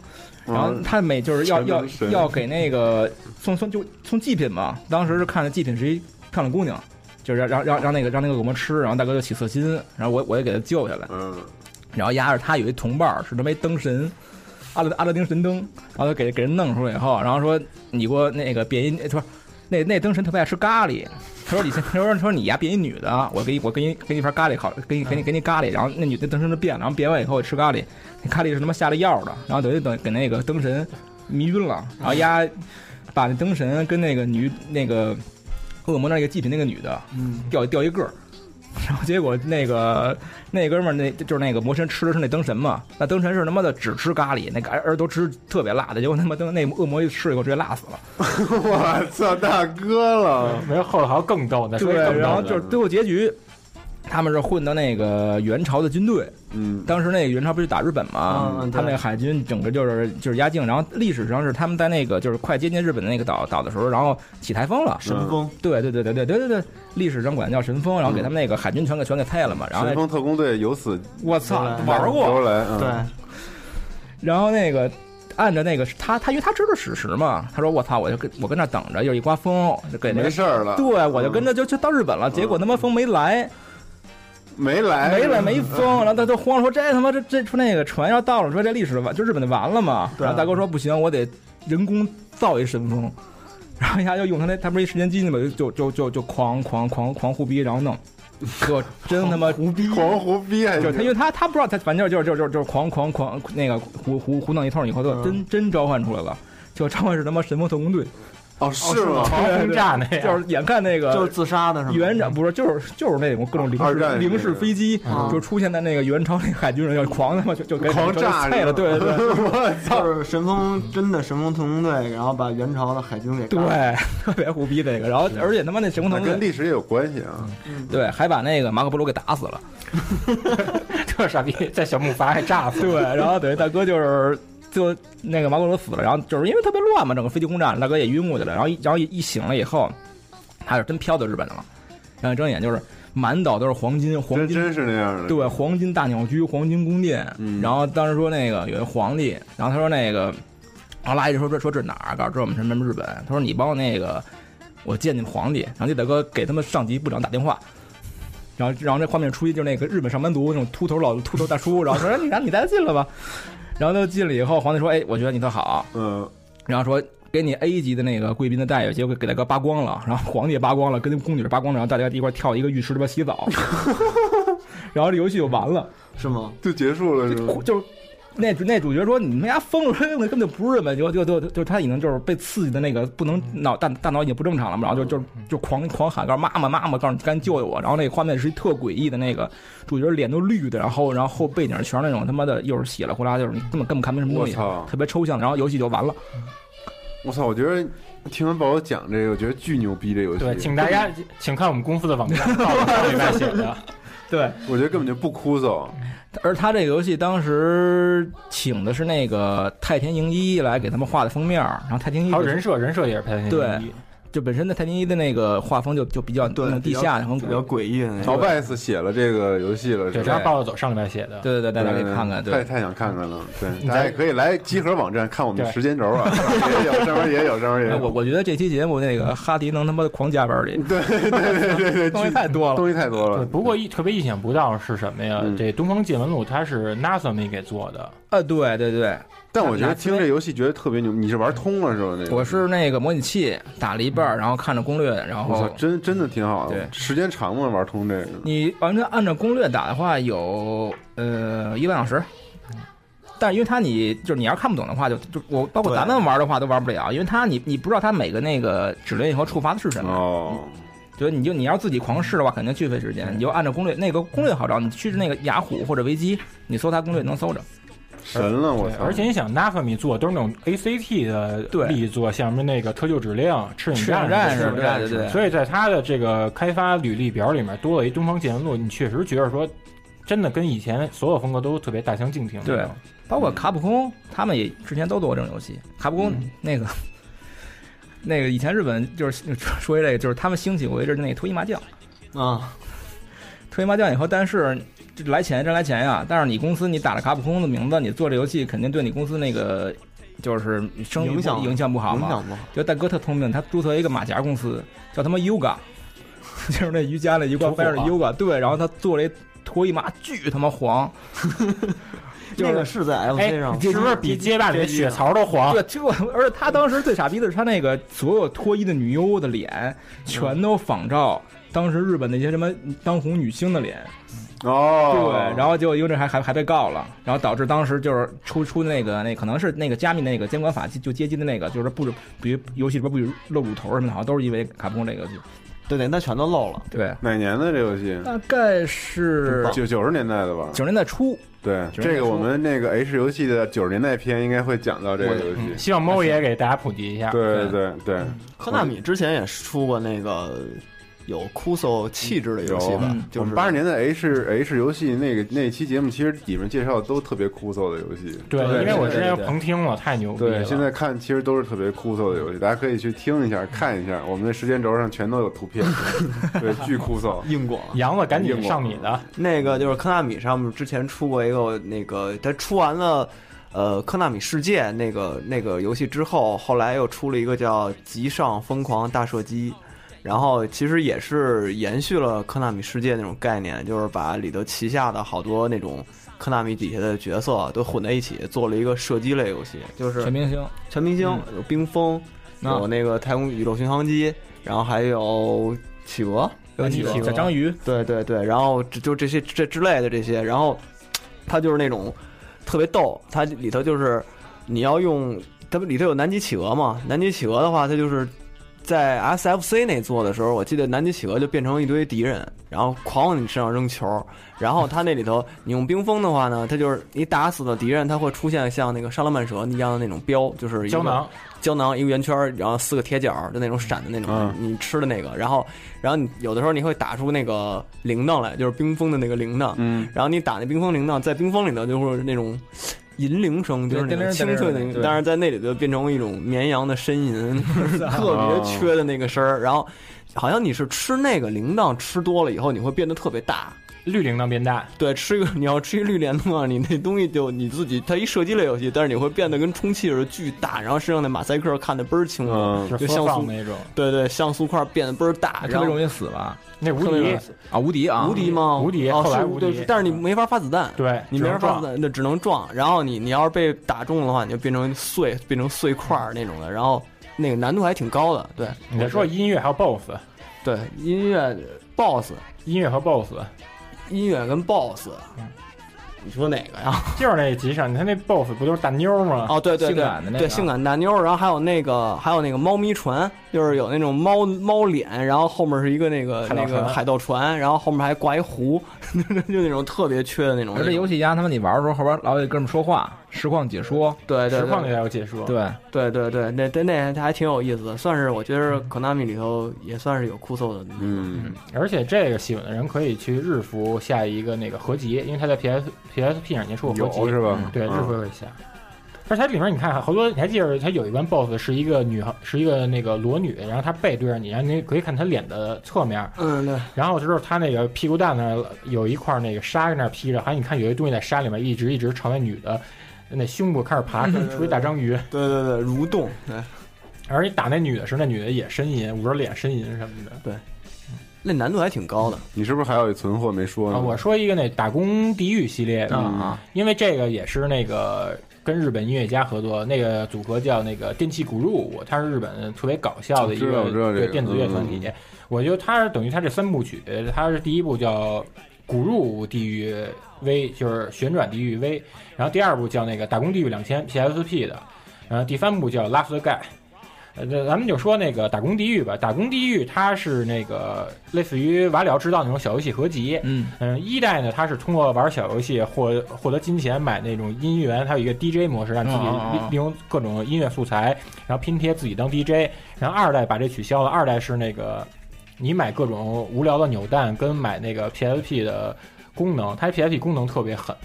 S10: 嗯
S12: 然后他每就是要
S10: 全
S12: 要
S10: 能神
S12: 要给那个送送就送祭品嘛，当时是看着祭品是一漂亮姑娘，就是让让让让那个让那个恶魔吃，然后大哥就起色心，然后我我也给他救下来，
S10: 嗯，
S12: 然后压着他有一同伴儿是他妈一灯神。阿勒阿勒丁神灯，然后就给给人弄出来以后，然后说你给我那个变一，他说那那灯神特别爱吃咖喱，他说你先，他说他说你呀变一女的，我给你我给你给你一盘咖喱烤，给你给你给你咖喱，然后那女的灯神就变了，然后变完以后吃咖喱，那咖喱是他妈下了药的，然后等于等给那个灯神迷晕了，然后丫把那灯神跟那个女那个恶魔那个祭品那个女的掉掉一个儿。然后结果那个那哥们儿那就是那个魔神吃的是那灯神嘛，那灯神是他妈的只吃咖喱，那个而而都吃特别辣的，结果他妈灯那恶魔一吃以后直接辣死了。
S10: 我操，大哥了，
S9: 没有后头还有更逗的，哎说一
S12: 对，
S9: 更
S12: 然
S9: 逗
S12: 后
S9: 的
S12: 就是最后结局，他们是混到那个元朝的军队，
S10: 嗯，
S12: 当时那个元朝不是打日本嘛，
S11: 嗯嗯对
S12: 他们那个海军整个就是就是压境，然后历史上是他们在那个就是快接近日本的那个岛岛的时候，然后起台风了。
S11: 神
S10: 嗯
S11: 风，
S12: 对对对对对对对对，历史上管它叫神风，然后给他们那个海军全给全给配了嘛，然后
S10: 神风特工队由此
S12: 我操
S11: 对
S12: 玩过，
S10: 由来，嗯
S11: 对，，
S12: 然后那个按着那个他他因为他知道史实嘛，他说我操，我就跟我跟那等着，又一刮风，就给那
S10: 没
S12: 个
S10: 事儿了，
S12: 对，我就跟着就就到日本了，结果他妈风没来，
S10: 嗯没来，
S12: 没来没风，然后他就慌了，说这他妈这这说那个船要到了，说这历史完就日本就完了嘛。
S11: 对
S12: 然后大哥说不行，我得人工造一神风， 然后一下就用他那他不是一时间机器嘛，就就就就就狂狂狂狂胡逼，然后弄，就真他妈
S10: 胡逼， 狂胡逼啊还
S12: 就他，因为他他不知道他，反正就是就是就是就是狂狂狂那个胡胡胡弄一通以后，就真真召唤出来了，就召唤是他妈神风特工队，
S10: 哦是吗？
S9: 狂轰炸那样
S12: 就是眼看那个
S11: 就是自杀的是吗？
S12: 原长不是就是就是那种各种零
S10: 二战
S12: 式
S10: 那个
S12: 零式飞机，就出现在那个元朝那个海军人要狂他妈就就给
S10: 狂
S12: 就
S10: 炸
S12: 菜了，对对对
S10: 我操！
S11: 就是神风真的神风特工队，然后把元朝的海军给干了
S12: 对，特别胡逼这个，然后而且他妈那神风特
S10: 那
S12: 工
S10: 跟
S12: 队
S10: 历史也有关系啊。
S12: 对还把那个马可波罗给打死了，
S9: 特傻逼，在小木筏给炸死。
S12: 对，然后等于大哥就是。就那个马可波罗死了，然后就是因为特别乱嘛，整个飞机轰炸，大哥也晕过去了，然后一然后一一醒了以后，他是真飘到日本了，然后一睁眼就是满岛都是黄金，黄
S10: 真
S12: 金
S10: 真是那样的。
S12: 对，黄金大鸟居、黄金宫殿。
S10: 嗯
S12: 然后当时说那个有一皇帝，然后他说那个，然后拉一直说这说这哪儿？告诉这我们什么日本？他说你帮我那个，我见见皇帝。然后那大哥给他们上级部长打电话。然后，然后这画面出现就是那个日本上班族那种秃头老秃头大叔，然后说哎你让你再进来吧，然后他就进了以后，皇帝说哎我觉得你特好，
S10: 嗯，
S12: 然后说给你 A 级的那个贵宾的待遇，结果给大哥扒光了，然后皇帝也扒光了，跟宫女扒光了，然后大家一块儿跳一个浴池里边洗澡， 然后这游戏就完了。
S11: 是吗？
S10: 就结束了是吗？
S12: 就是那主那主角说你们家疯了，根本就不是日本，就就就就他已经就是被刺激的那个不能脑大大脑已经不正常了嘛，然后就就就狂狂喊告诉妈妈妈妈，告诉你赶紧救救我，然后那个画面是一特诡异的那个主角脸都绿的，然后然后后背景全是那种他妈的又是血了呼啦，就是你根本根本看不明白什么东西
S10: 我操，
S12: 特别抽象，然后游戏就完了。
S10: 我操！我觉得听完宝宝讲这个，我觉得巨牛逼这游戏。
S9: 对，请大家请看我们功夫的网站，报道上礼拜写的。
S12: 对，
S10: 我觉得根本就不枯燥。
S12: 而他这个游戏当时请的是那个太田盈一来给他们画的封面，然后太田盈一
S9: 还有
S12: 本身
S9: 人设，人设也是拍的。
S12: 对，就本身的太田一的那个画风就就比较那
S11: 对，
S12: 种地
S11: 比较
S12: 下很
S11: 比
S12: 古，
S11: 较诡异
S12: 哎
S11: 的那
S10: 老
S11: 种。
S10: 拜斯写了这个游戏了，
S9: 对，
S10: 是
S9: 这
S10: 吧？嗯
S9: 是报道走上礼拜写的。
S12: 对对对，大家可以看看，
S10: 太
S12: 对，
S10: 太想看看了。对，
S9: 你
S10: 大家
S9: 在
S10: 也可以来集合网站看我们的
S9: 对
S10: 时间轴 啊，也有上面也有上面也
S12: 哎我
S10: 有。
S12: 我觉得这期节目那个哈迪能他妈的狂加班里，
S10: 对对对对对，
S12: 东西
S10: 巨
S12: 太多了，
S10: 东西太多
S9: 对，
S10: 了。
S9: 不过意特别意想不到是什么呀
S10: 嗯？
S9: 这《东方见闻录》它是 NASA 没给做的，
S12: 啊，对对对，
S10: 但我觉得听这游戏觉得特别牛，你是玩通了是吧？那个
S12: 我是那个模拟器打了一半儿，然后看着攻略，然
S10: 我操，
S12: 后
S10: 真真的挺好的。
S12: 哦对
S10: 时间长嘛，玩通这个。
S12: 你完全按照攻略打的话，有呃一万小时。但是因为它你就是你要看不懂的话，就就我包括
S11: 对
S12: 咱们玩的话都玩不了，因为它你你不知道它每个那个指令以后触发的是什么，
S10: 哦，
S12: 对，你就你要自己狂试的话，肯定巨费时间。你就按照攻略，那个攻略好找，你去那个雅虎或者维基，你搜它攻略能搜着。
S10: 神了！我
S9: 对，
S10: 操！
S9: 而且你想 NASA 没做都是那种 ACT 的
S12: 对
S9: 力作，像什么那个特救指令、赤影
S12: 赤影
S9: 战
S12: 战士，
S9: 对
S12: 对对对，
S9: 所以在他的这个开发履历表里面多了一《东方见闻录》，你确实觉得说，真的跟以前所有风格都特别大相径庭。
S12: 对包
S11: 嗯
S12: 括卡普空，他们也之前都做过这种游戏。卡普空那个、 那个以前日本就是 说一这个，就是他们兴起过一阵那个脱衣麻将，
S11: 啊，
S12: 脱衣麻将以后，但是。这来钱真来钱呀！但是你公司你打着卡普空的名字，你做这游戏肯定对你公司那个就是声誉不
S11: 影响
S12: 影响不好
S11: 啊影
S12: 嘛。
S11: 响不好。
S12: 就大哥特聪明，他注册一个马甲公司，叫他妈 Yoga，就是那瑜伽那一罐翻
S11: 啊
S12: 上的 Yoga，对，然后他做了一脱衣麻，巨他妈黄，就
S11: 那
S12: 是
S11: 个是在
S9: 哎
S11: FC 上，，
S9: 是不是比街霸里的血槽都黄？
S12: 对，这而且他当时最傻逼的是他那个所有脱衣的女优的脸，全都仿照当时日本那些什么当红女星的脸，
S10: 哦，
S12: 对，然后结果因为这还还还被告了，然后导致当时就是出出那个那可能是那个加密那个监管法就就接近的那个，就是不准，比如游戏里边不许露乳头什么的，好像都是因为卡普空这个游戏，
S11: 对对，那全都漏了。
S12: 对。
S10: 哪年的这游戏？
S12: 大概是
S10: 九九十年代的吧？
S12: 九十年代初，
S10: 对，
S12: 九十年代初
S10: 这个我们那个 H 游戏的九十年代篇应该会讲到这个游戏
S9: 嗯。希望猫爷给大家普及一
S12: 嗯
S9: 下。
S10: 对对对，
S11: 科纳米之前也出过那个有酷搜气质的游戏
S10: 有
S11: 吧
S12: 嗯，
S10: 我
S11: 就是
S10: 们八十年代 H H 游戏那个那期节目，其实里面介绍都特别枯燥的游戏。
S9: 对，
S12: 对
S9: 因为我之前
S12: 对对
S9: 横听了，太牛逼了。
S10: 对，现在看其实都是特别枯燥的游戏，大家可以去听一下、看一下，我们的时间轴上全都有图 片，对，巨枯燥。
S11: 硬广。啊
S9: 杨子 赶紧上你的，
S11: 那个就是科纳米上面之前出过一个那个，他出完了。呃，科纳米世界那个那个游戏之后，后来又出了一个叫《极上疯狂大射击》，然后其实也是延续了科纳米世界那种概念，就是把里头旗下的好多那种科纳米底下的角色都混在一起，做了一个射击类游戏，就是
S12: 全明嗯星，
S11: 全明星，有冰封，
S12: 啊
S11: 有那个太空宇宙巡航机，然后还有企鹅，有
S12: 玩具
S11: 企鹅
S12: 小章鱼，
S11: 对对对，然后就就这些这之类的这些，然后它就是那种特别逗，它里头就是你要用它不里头有南极企鹅嘛，南极企鹅的话，它就是在 SFC 那做的时候，我记得南极企鹅就变成一堆敌人，然后狂往你身上扔球，然后它那里头你用冰封的话呢，它就是你打死了敌人，它会出现像那个沙拉曼蛇一样的那种标，就是一个
S9: 胶囊。
S11: 胶囊一个圆圈儿，然后四个铁角儿的那种闪的那种，
S10: 嗯
S11: 你吃的那个，然后，然后你有的时候你会打出那个铃铛来，就是冰封的那个铃铛，
S10: 嗯，
S11: 然后你打那冰封铃铛，在冰封里头就会有那种银铃声，就是那
S12: 对
S11: 种
S12: 叮铃
S11: 清
S12: 叮铃
S11: 脆的
S12: 的
S11: 那个，
S12: 对
S11: 但是在那里头变成一种绵羊的呻吟，就是特别缺的那个声儿，然后好像你是吃那个铃铛吃多了以后，你会变得特别大，
S9: 绿铃铛变大，
S11: 对，吃一个你要吃一绿莲的话，你那东西就你自己，它一射击类游戏，但是你会变得跟充气似的巨大，然后身上那马赛克看的倍儿清楚，
S10: 嗯
S9: 就是
S11: 就像
S9: 缩放
S11: 素
S9: 那种，
S11: 对对，像素块变得倍儿大，
S12: 特
S11: 然
S12: 别
S11: 后
S12: 容易死吧？
S9: 那无
S11: 特别
S9: 敌
S11: 容易
S12: 啊，无敌啊，
S11: 无敌吗？
S9: 无敌
S11: 哦，
S9: 后来
S11: 是
S9: 无敌
S11: 对但是你没法发子弹，
S9: 对，
S11: 你
S9: 只
S11: 没
S9: 能
S11: 法发
S9: 撞
S11: 子弹，那只能撞。然后你你要是被打中的话，你就变成碎，变成碎块儿那种的，然后那个难度还挺高的。对
S9: 你再说音乐还有 BOSS，
S11: 对，音乐 BOSS，
S9: 音乐和 BOSS
S11: 音乐跟 BOSS，你
S9: 嗯
S11: 说哪个呀？
S9: 就是那集上，他那 BOSS 不就是大妞吗？
S11: 哦，对对对，
S12: 性感的那个
S11: 对性感大妞儿，然后还有那个还有那个猫咪船，就是有那种猫猫脸，然后后面是一个那个
S9: 海盗
S11: 那
S9: 船
S11: 个海盗船，然后后面还挂一壶， 就那种特别缺的那种。
S12: 而这游戏呀，他们你玩的时候后边老有一哥们说话，实况解说，
S11: 对对
S9: 实况
S11: 对
S9: 也有解说，
S12: 对，
S11: 对对对，那那那还挺有意思的，算是我觉得 Konami 里头也算是有酷搜的。
S10: 嗯
S9: 嗯，而且这个喜欢的人可以去日服下一个那个合集，因为它在 PS PSP 上也出过合
S10: 有
S9: 集，
S10: 是吧？
S9: 对，日
S10: 嗯
S9: 服也会下。而且它里面你看，好多你还记得它有一关 BOSS 是一个女，是一个那个裸女，然后她背对着你，然后你可以看她脸的侧面，
S11: 嗯，对，
S9: 然后就是她那个屁股蛋那儿有一块那个沙在那儿披着，还有你看有一东西在沙里面一直一直朝那女的那胸部开 始爬，出一大章鱼，
S11: 对对对，蠕动，对，
S9: 而你打那女的时候，那女的也呻吟，捂着脸呻吟什么的。
S11: 那难度还挺高的。
S10: 你是不是还有一存货没说
S9: 啊，
S10: 呢？
S9: 我说一个那打工地狱系列的，啊
S10: 嗯
S9: 因为这个也是那个跟日本音乐家合作，那个组合叫那个电气鼓舞，它是日本特别搞笑的一
S10: 知道
S9: 个
S10: 知道这个嗯
S9: 对电子乐团体。我觉得它是等于它这三部曲，它是第一部叫《鼓入地狱 V》，就是旋转地狱 V，然后第二部叫那个《打工地狱两千》PSP 的，然后第三部叫《拉斯盖》。呃，那咱们就说那个打工地狱吧《打工地狱》吧，《打工地狱》它是那个类似于瓦里奥制造那种小游戏合集，
S12: 嗯，
S9: 嗯，一代呢，它是通过玩小游戏获获得金钱买那种音源，它有一个 DJ 模式，让自己
S12: 嗯嗯嗯
S9: 利利用各种音乐素材，然后拼贴自己当 DJ。然后二代把这取消了，二代是那个你买各种无聊的扭蛋跟买那个 PSP 的功能，它 PSP 功能特别狠，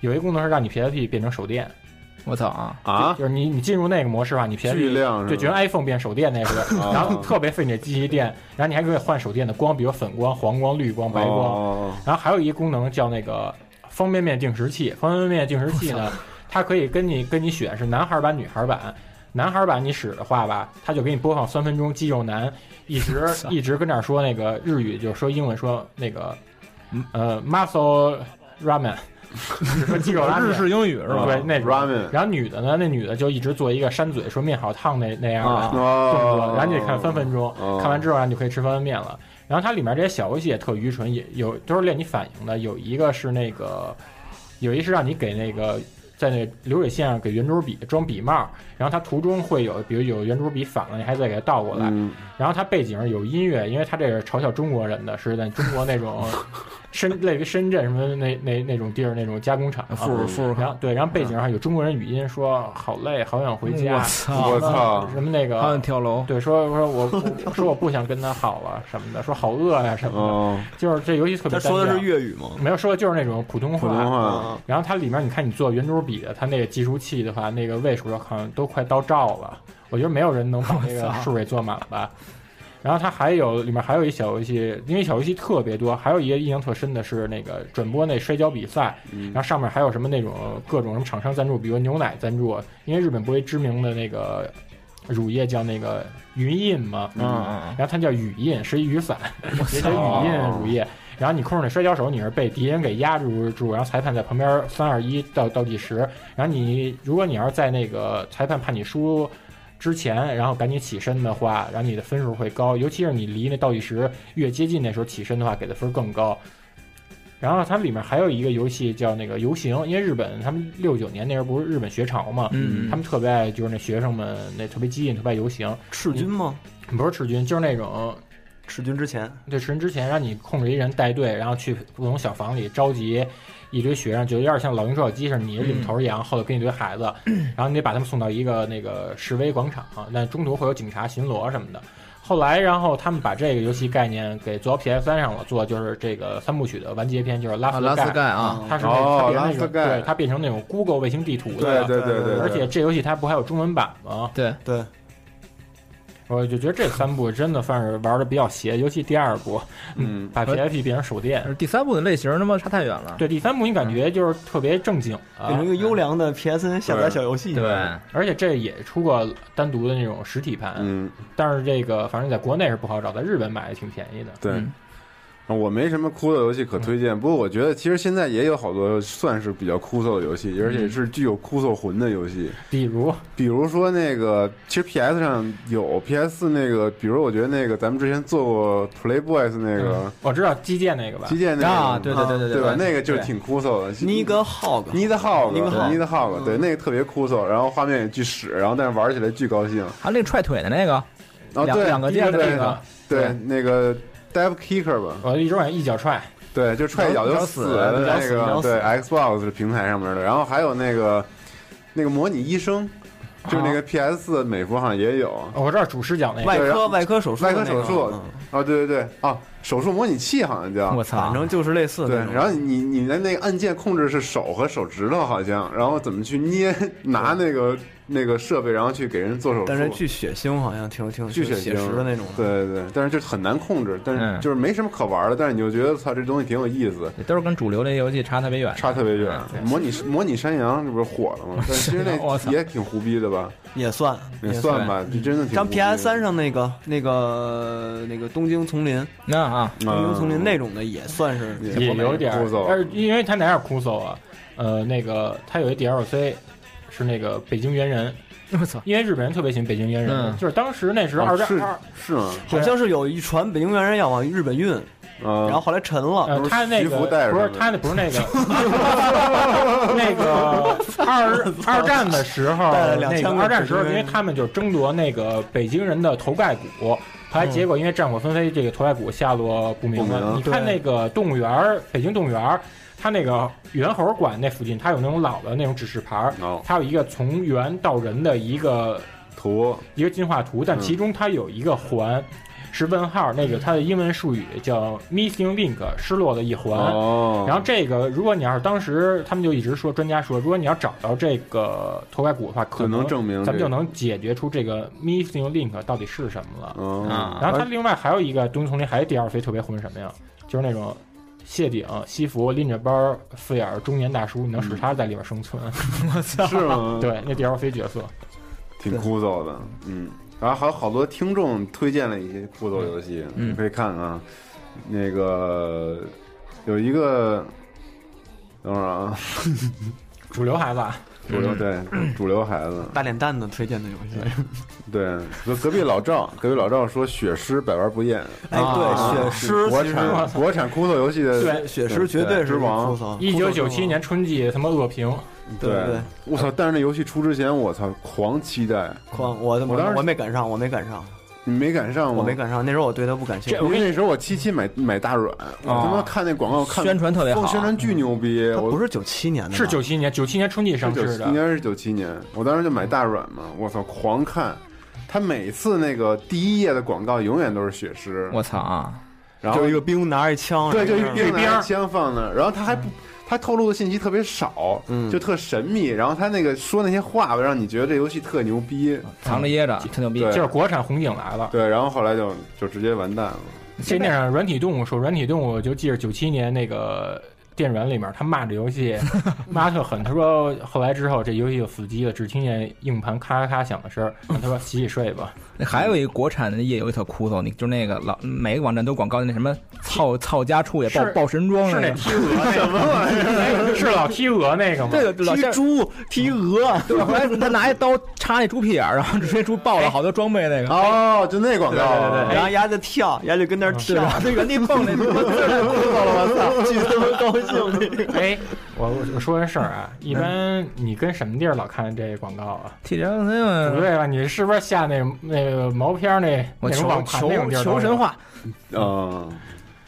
S9: 有一个功能是让你 PSP 变成手电，
S12: 我操啊，
S10: 啊，
S9: 就是你你进入那个模式吧，你 PSP
S10: 巨亮是吧
S9: 就全 iPhone 变手电那似的，
S10: 哦
S9: 然后特别费你的机器电，然后你还可以换手电的光，比如粉光、黄光、绿光、白光。
S10: 哦
S9: 然后还有一个功能叫那个方便面定时器。方便面定时器呢，它可以跟你跟你选是男孩版、女孩版。男孩版你使的话吧，它就给你播放三分钟肌肉男，一直一直跟那儿说那个日语，就是说英文说那个
S12: 嗯
S9: 呃 muscle ramen，就是说肌肉拉面
S12: 日。式英语是吧？
S9: 对，那种
S10: Ramen
S9: 然后女的呢，那女的就一直做一个扇嘴说面好烫那那样的，
S12: 啊
S9: 动
S10: 哦
S9: 作，，然后你得看三分钟，
S10: 哦
S9: 看完之后然后你就可以吃方便面了。然后它里面这些小游戏也特愚蠢，也有都是练你反应的。有一个是那个，有一是让你给那个在那流水线上给圆珠笔装笔帽，然后它途中会有，比如有圆珠笔反了，你还得给它倒过来。
S10: 嗯
S9: 然后它背景有音乐，因为它这是嘲笑中国人的，是在中国那种深类于深圳什么那那那种地儿那种加工厂。啊
S12: 富富
S9: 然后对，然后背景上有中国人语音说好累，好想回家
S12: 我。
S9: 啊
S12: 操，
S10: 我操，
S9: 什么那个
S12: 嗯好想跳楼，
S9: 对，说说我我说我不想跟他好了什么的，说好饿呀、什么
S10: 哦，
S9: 的，就是这游戏特别
S11: 他
S9: 单调。
S11: 说的是粤语吗？
S9: 没有说的就是那种普通
S10: 普
S9: 话。
S10: 通话，
S11: 啊，
S9: 然后它里面你看你做圆珠笔的，它那个计数器的话，那个位数好像都快到兆了，我觉得没有人能把那个数给做满吧。然后它还有里面还有一小游戏，因为小游戏特别多，还有一个印象特深的是那个转播那摔跤比赛，
S10: 嗯
S9: 然后上面还有什么那种各种什么厂商赞助，比如牛奶赞助，因为日本不是知名的那个乳液叫那个云印嘛，
S12: 嗯嗯
S9: 然后它叫雨印，是一雨伞，也叫雨印乳液。然后你控制那摔跤手，你是被敌人给压住住，然后裁判在旁边三二一倒倒计时。然后你如果你要是在那个裁判判你输之前，然后赶紧起身的话，然后你的分数会高，尤其是你离那倒计时越接近那时候起身的话，给的分更高。然后它里面还有一个游戏叫那个游行，因为日本他们六九年那时候不是日本学潮嘛，
S11: 嗯
S9: 他们特别爱就是那学生们那特别激进，特别爱游行。
S11: 赤军吗？
S9: 不是赤军，就是那种
S11: 赤军之前，
S9: 对，赤军之前让你控制一人带队，然后去不同小房里召集一堆学生，就有点像老鹰捉小鸡似的，你是领头羊，后头跟一堆孩子，然后你得把他们送到一个那个示威广场，啊那中途会有警察巡逻什么的。后来，然后他们把这个游戏概念给做到 PS 三上了，做就是这个三部曲的完结篇，就是拉斯嗯
S12: 啊拉斯
S9: 盖
S12: 盖啊
S9: 它是那
S12: 哦
S9: 它变成
S12: 拉
S9: 那
S12: 斯
S9: 种
S12: 盖
S9: 对，它变成那种 Google 卫星地图的了，
S12: 对对对对对
S9: 而且这游戏它不还有中文版吗？
S12: 对
S11: 对，
S9: 我就觉得这三部真的算是玩的比较邪，尤其第二部，
S10: 嗯，
S9: 把 PIP 变成手电。
S12: 第三部的类型他妈差太远了。
S9: 对，第三部你感觉就是特别正经啊，
S11: 变成一个优良的 PSN 下载小游戏。
S9: 而且这也出过单独的那种实体盘，
S10: 嗯，
S9: 但是这个反正在国内是不好找，在日本买的挺便宜的。
S10: 对。
S12: 嗯
S10: 啊我没什么枯燥的游戏可推荐，不过我觉得其实现在也有好多算是比较枯燥的游
S12: 嗯
S10: 戏，而且是具有枯燥魂的游戏。
S9: 比如，
S10: 比如说那个，其实 PS 上有 PS 那个，比如我觉得那个咱们之前做过 Playboys 那个
S9: 嗯我知道击剑那个吧，
S10: 击剑那个
S12: 啊对对对对
S10: 对
S12: 对
S10: 吧？
S12: 对
S10: 那个就是挺枯燥的。
S11: 尼格浩格，
S10: 尼德浩格，
S11: 尼德浩格
S10: 尼德浩
S12: 嗯
S10: 格，对，那个特别枯燥，然后画面也巨屎，然后但是玩起来巨高兴。
S12: 还有那个踹腿的那个，
S10: 哦，
S12: 两
S10: 对，
S12: 两个键的
S10: 对
S12: 那个，
S10: 对，那个 Dive Kicker 吧，
S9: 我一直往一脚踹，
S10: 对，就踹一脚就死的
S11: 咬
S10: 那
S11: 死咬
S10: 个，
S11: 死
S10: 对，Xbox 平台上面的，然后还有那个那个模拟医生，就是
S11: 啊
S10: 那个 PS 美服好像也有，
S9: 哦我知道主视角那个
S11: 外
S10: 对然
S11: 科
S10: 后
S11: 外科手术的
S10: 外
S11: 那
S10: 科
S11: 个，
S10: 手术
S11: 嗯，
S10: 哦，对对对，哦，手术模拟器好像叫
S12: 我，
S11: 反
S12: 操！
S11: 正就是类似
S10: 对
S11: 那，种
S10: 然后你你的那个按键控制是手和手指头好像，然后怎么去捏拿那个那个设备，然后去给人做手术，
S11: 但是巨血腥好像挺挺
S10: 巨血腥
S11: 写实的那种。
S10: 对对对，但是就很难控制，但
S12: 嗯
S10: 是就是没什么可玩的，但是你就觉得操，这东西挺有意思，
S12: 都是跟主流的游戏差特别远。
S10: 差特别远。模拟模拟山羊这不是火了吗？但其实
S12: 我
S10: 那
S12: 操
S10: 也挺胡逼的吧，
S11: 也算
S10: 也算吧，就真的挺胡逼的。
S11: 像 PS 三上那个那个那个东京丛林，
S12: 那啊，
S10: 嗯
S11: 东京丛林那种的也算是
S9: 也有点儿
S10: 枯燥，啊
S9: 但是因为它哪有枯燥啊？呃，那个它有一 DLC 是那个北京猿人，
S12: 我操！
S9: 因为日本人特别喜欢北京猿人，
S12: 嗯
S9: 就是当时那时候
S10: 哦
S9: 二战
S10: 是
S9: 二，
S10: 是吗？啊
S11: 好像是有一船北京猿人要往日本运，
S10: 然
S11: 然后后来沉了。
S9: 呃，他那
S10: 徐福带
S9: 个
S10: 着
S9: 不是
S10: 他们
S9: 他那不是那个，那个二二战的时候，
S11: 带了
S9: 那
S11: 2000
S9: 个
S11: 个
S9: 二战时候，
S11: 北
S9: 因
S11: 京
S9: 为
S11: 人
S9: 他们就争夺那个北京人的头盖骨，后来结果因为战火纷飞，这个头盖骨下落不明
S10: 不
S9: 了。
S10: 明
S9: 你看那个动物园儿，北京动物园儿，它那个猿猴馆那附近，它有那种老的那种指示牌儿，
S10: 哦，
S9: 它有一个从猿到人的一个
S10: 图
S9: 一个进化图，但
S10: 嗯
S9: 其中它有一个环。是问号，那个它的英文术语叫 missing link，失落的一环。
S10: 哦，
S9: 然后这个，如果你要是当时他们就一直说，专家说，如果你要找到这个头盖骨的话，可
S10: 可能证明
S9: 咱们
S10: 这
S9: 就
S10: 个
S9: 能解决出这个 missing link 到底是什么了。
S10: 哦
S12: 啊
S9: 然后它另外还有一个东丛林，还有第二飞特别混什么呀？就是那种谢顶西服拎着包四眼儿中年大叔，你能使他在里边生 存？
S10: 是吗？
S9: 对，那第二飞角色，
S10: 挺枯燥的，嗯。然后还有好多听众推荐了一些酷斗游戏，
S12: 嗯
S10: 你可以看看啊。那个有一个，等会儿啊，
S9: 主流 孩子啊，
S10: 主流对主流孩子，
S11: 大脸蛋子推荐的游戏，
S10: 对隔隔壁老赵，隔壁老赵说血尸百玩不厌，
S11: 哎，
S10: 啊
S11: 对，血
S10: 是
S11: 狮
S10: 国
S11: 其实
S10: 产国产酷斗游戏的
S9: 对
S11: 血狮绝对是
S10: 之王
S11: 酷，燥
S9: 一九九七，年
S11: 酷
S9: 春季他妈恶评，
S11: 燥对对，
S10: 我操！但是那游戏出之前，我操，狂期待，
S11: 狂我
S10: 我
S11: 我
S10: 当时嗯
S11: 我没赶上，我没赶上，
S10: 你没赶上吗？
S11: 我没赶上，那时候我对他不感兴
S10: 我
S11: 趣。
S10: 跟那时候我七七买买大软，
S11: 啊
S10: 我他妈看那广告看
S12: 宣传特别好
S10: 哇宣传巨牛逼，
S11: 他
S10: 我
S11: 不是九七年的吧，
S9: 是九七年，九七年春季上
S10: 九
S9: 市
S10: 应
S9: 的，
S10: 该是九七年，我当时就买大软嘛，我操，狂看。他每次那个第一页的广告永远都是血尸，
S12: 我操啊！
S10: 然后
S11: 就一个兵拿着枪，
S10: 对，就
S11: 然
S10: 一
S11: 后
S10: 个
S9: 对
S10: 兵
S9: 边
S10: 拿
S9: 儿嗯
S10: 着枪放那儿，然后他还不，他透露的信息特别少，
S11: 嗯
S10: 就特神秘，然后他那个说那些话吧，让你觉得这游戏特牛逼，
S12: 藏着掖着，特牛逼。
S10: 对
S9: 就是国产红警来了。
S10: 对，然后后来就就直接完蛋了，
S9: 这面上软体动物说，软体动物就记着九七年那个电软里面，他骂这游戏骂得特狠。他说后来之后这游戏就死机了，只听见硬盘咔咔咔响的声儿。他说洗洗睡吧。
S12: 那还有一个国产的夜游特枯燥，你就是那个老每个网站都广告那什么操操家畜也抱
S9: 是
S12: 抱神装
S9: 是那
S12: 个
S9: 踢鹅那个什么玩意儿 是老踢鹅那个吗
S12: 对，老
S9: 踢
S12: 猪、踢鹅，对，后来他拿一刀插那猪屁眼儿，然后直接猪爆了好多装备那个。
S10: 哦，就那广
S12: 告啊
S11: 然后丫就跳，丫就跟那儿跳，
S12: 在原地蹦那他妈太枯
S11: 燥了，我操，巨他妈高兴那个。
S9: 哎，我我说个事儿啊，一般你跟什么地儿老看这广告啊？
S12: TGC 嘛
S9: 不对吧？你是不是下那那个毛片儿那
S12: 嗯我
S9: 那种
S12: 求
S9: 网盘那
S12: 求
S9: 种地儿都
S12: 求
S9: 有
S12: 神话，
S10: 嗯，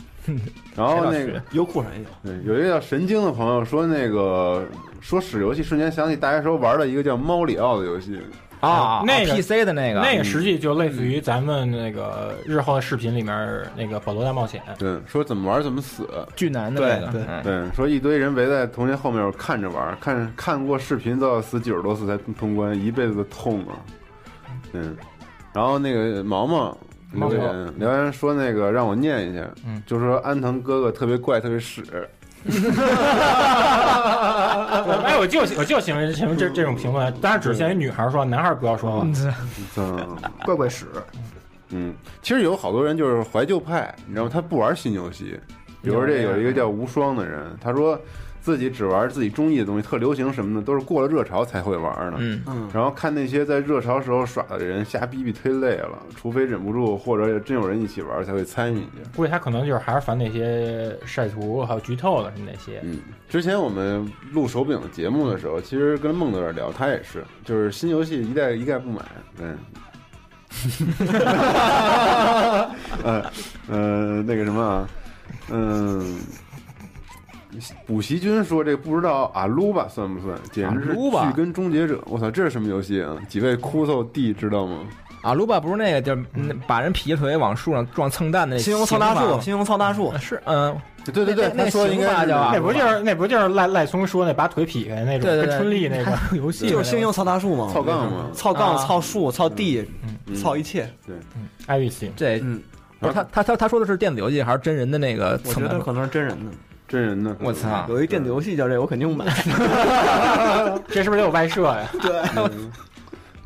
S10: 然后那个
S11: 优酷上也有，
S10: 对，有一个叫神经的朋友说，那个说使游戏瞬间想起大学时候玩的一个叫猫里奥的游戏，
S12: 啊
S9: 那个
S12: PC 的那个
S9: 那个实际就类似于咱们那个日后的视频里面那个《保罗大冒险》。
S12: 啊
S10: 对，说怎么玩怎么死，
S12: 巨难的那个，
S11: 对
S12: 嗯
S10: 对，说一堆人围在同学后面看着玩，看看过视频都要死九十多次才通关，一辈子的痛啊。嗯，然后那个毛毛
S9: 毛毛
S10: 留言留言说那个让我念一下，
S9: 嗯
S10: 就说安藤哥哥特别怪，特别屎。
S12: 啊
S9: 哎，我就我就喜欢喜欢这这种评论，当然只限于女孩说，男孩不要说了。
S10: 嗯
S7: 怪怪屎，
S10: 嗯，其实有好多人就是怀旧派，你知道吗？他不玩新游戏。比如说这有一个叫无双的人，他说自己只玩自己中意的东西，特流行什么的都是过了热潮才会玩呢。
S12: 嗯，
S11: 嗯，
S10: 然后看那些在热潮时候耍的人，瞎逼逼忒累了，除非忍不住，或者真有人一起玩才会参与一下。
S9: 估计他可能就是还是烦那些晒图还有剧透的什么那些。
S10: 嗯，之前我们录手柄的节目的时
S12: 嗯
S10: 候，其实跟孟德尔聊，他也是，就是新游戏一概一概不买， 嗯。呃呃，那个什么啊，嗯，补习君说这不知道阿鲁巴算不算，简直是
S12: 阿鲁巴
S10: 剧跟终结者。我操，这是什么游戏啊？几位枯燥弟知道吗？
S12: 啊，卢巴不是那个，就是嗯把人劈腿往树上撞蹭蛋的那
S11: 新荣操大
S12: 刑
S11: 树，
S12: 法
S11: 新荣操大树
S12: 吗，是嗯，
S10: 对对对，
S12: 那那
S10: 他说应该
S12: 那
S10: 是
S12: 叫啊
S9: 那不就是那不就是赖赖松说那把腿劈开那种，
S12: 对对
S9: 跟
S12: 对，
S9: 春丽那个。
S12: 个游戏
S11: 就是新荣操大树嘛，
S10: 操杠嘛。
S11: 操杠、
S12: 啊
S11: 操树、操地、
S10: 嗯
S11: 操一切。
S9: 艾瑞斯，
S12: 这
S11: 嗯，
S12: 不是他他他他说的是电子游戏还是真人的那个
S11: 我
S12: 层
S11: 觉
S12: 面
S11: 得？可能是真人的。
S10: 真人呢？
S12: 我操！
S11: 有一电子游戏叫这，我肯 定买。
S9: 这是不是得有外设呀？
S10: 嗯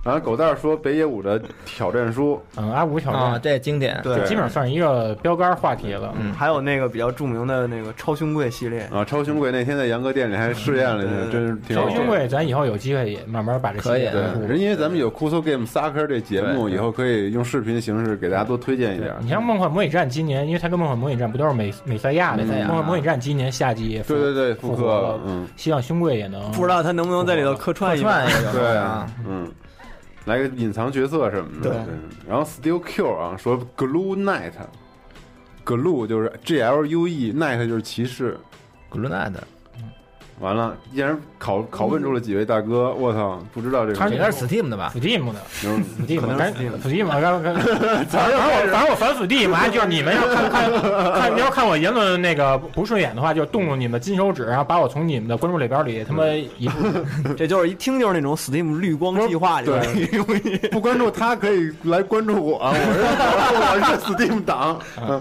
S10: 然后狗蛋儿说北野武的挑战书，
S9: 嗯，阿五挑
S12: 啊，
S9: 战，
S12: 这经典，
S10: 对
S9: 基本上算是一个标杆话题了。
S12: 嗯
S11: 还有那个比较著名的那个超胸柜系列，
S10: 啊，超胸柜那天在杨哥店里还试验了一下，
S11: 嗯
S10: 真是挺好
S9: 超
S10: 玩。
S9: 兄贵，咱以后有机会也慢慢把这
S12: 可以
S10: 对，人
S9: 对，
S10: 因为咱们有 Cool Game Sucker 这节目，以后可以用视频形式给大家多推荐一点。
S9: 你像《梦幻模拟战》，今年因为它跟《梦幻模拟战》不都是美美赛亚的
S12: 美赛
S9: 吗，
S12: 亚
S9: 《梦幻模拟战》今年夏季也复
S10: 对对对，
S9: 复
S10: 复
S9: 刻
S10: 刻
S9: 了
S10: 了，嗯，
S9: 希望兄贵也能
S11: 不知道他能不能在里头客串一把
S12: 串也有
S10: 对
S12: 啊，，
S10: 嗯，来个隐藏角色什么的。
S11: 对
S10: 对，然后 Steel Q 啊，说 Glue Knight，Glue 就是 G L U E，Knight 就是骑士。
S12: 古鲁奈的，
S10: 完了，竟然拷拷问出了几位大哥，我操，不知道这个。
S9: 他
S12: 应该是 Steam 的吧？
S9: Steam 的
S10: 牛逼
S9: Steam 的
S11: 能是 Steam 的
S9: Steam 的，刚刚反正我反正我反 Steam 啊，就是你们要看看看，你要看我言论那个不顺眼的话，就动动你们的金手指，然后把我从你们的关注列表里他妈移出去。
S11: 这就是一听就是那种 Steam 绿光计划里边的那种东西。
S10: 不关注他可以来关注我，啊我 是我是 Steam 党。啊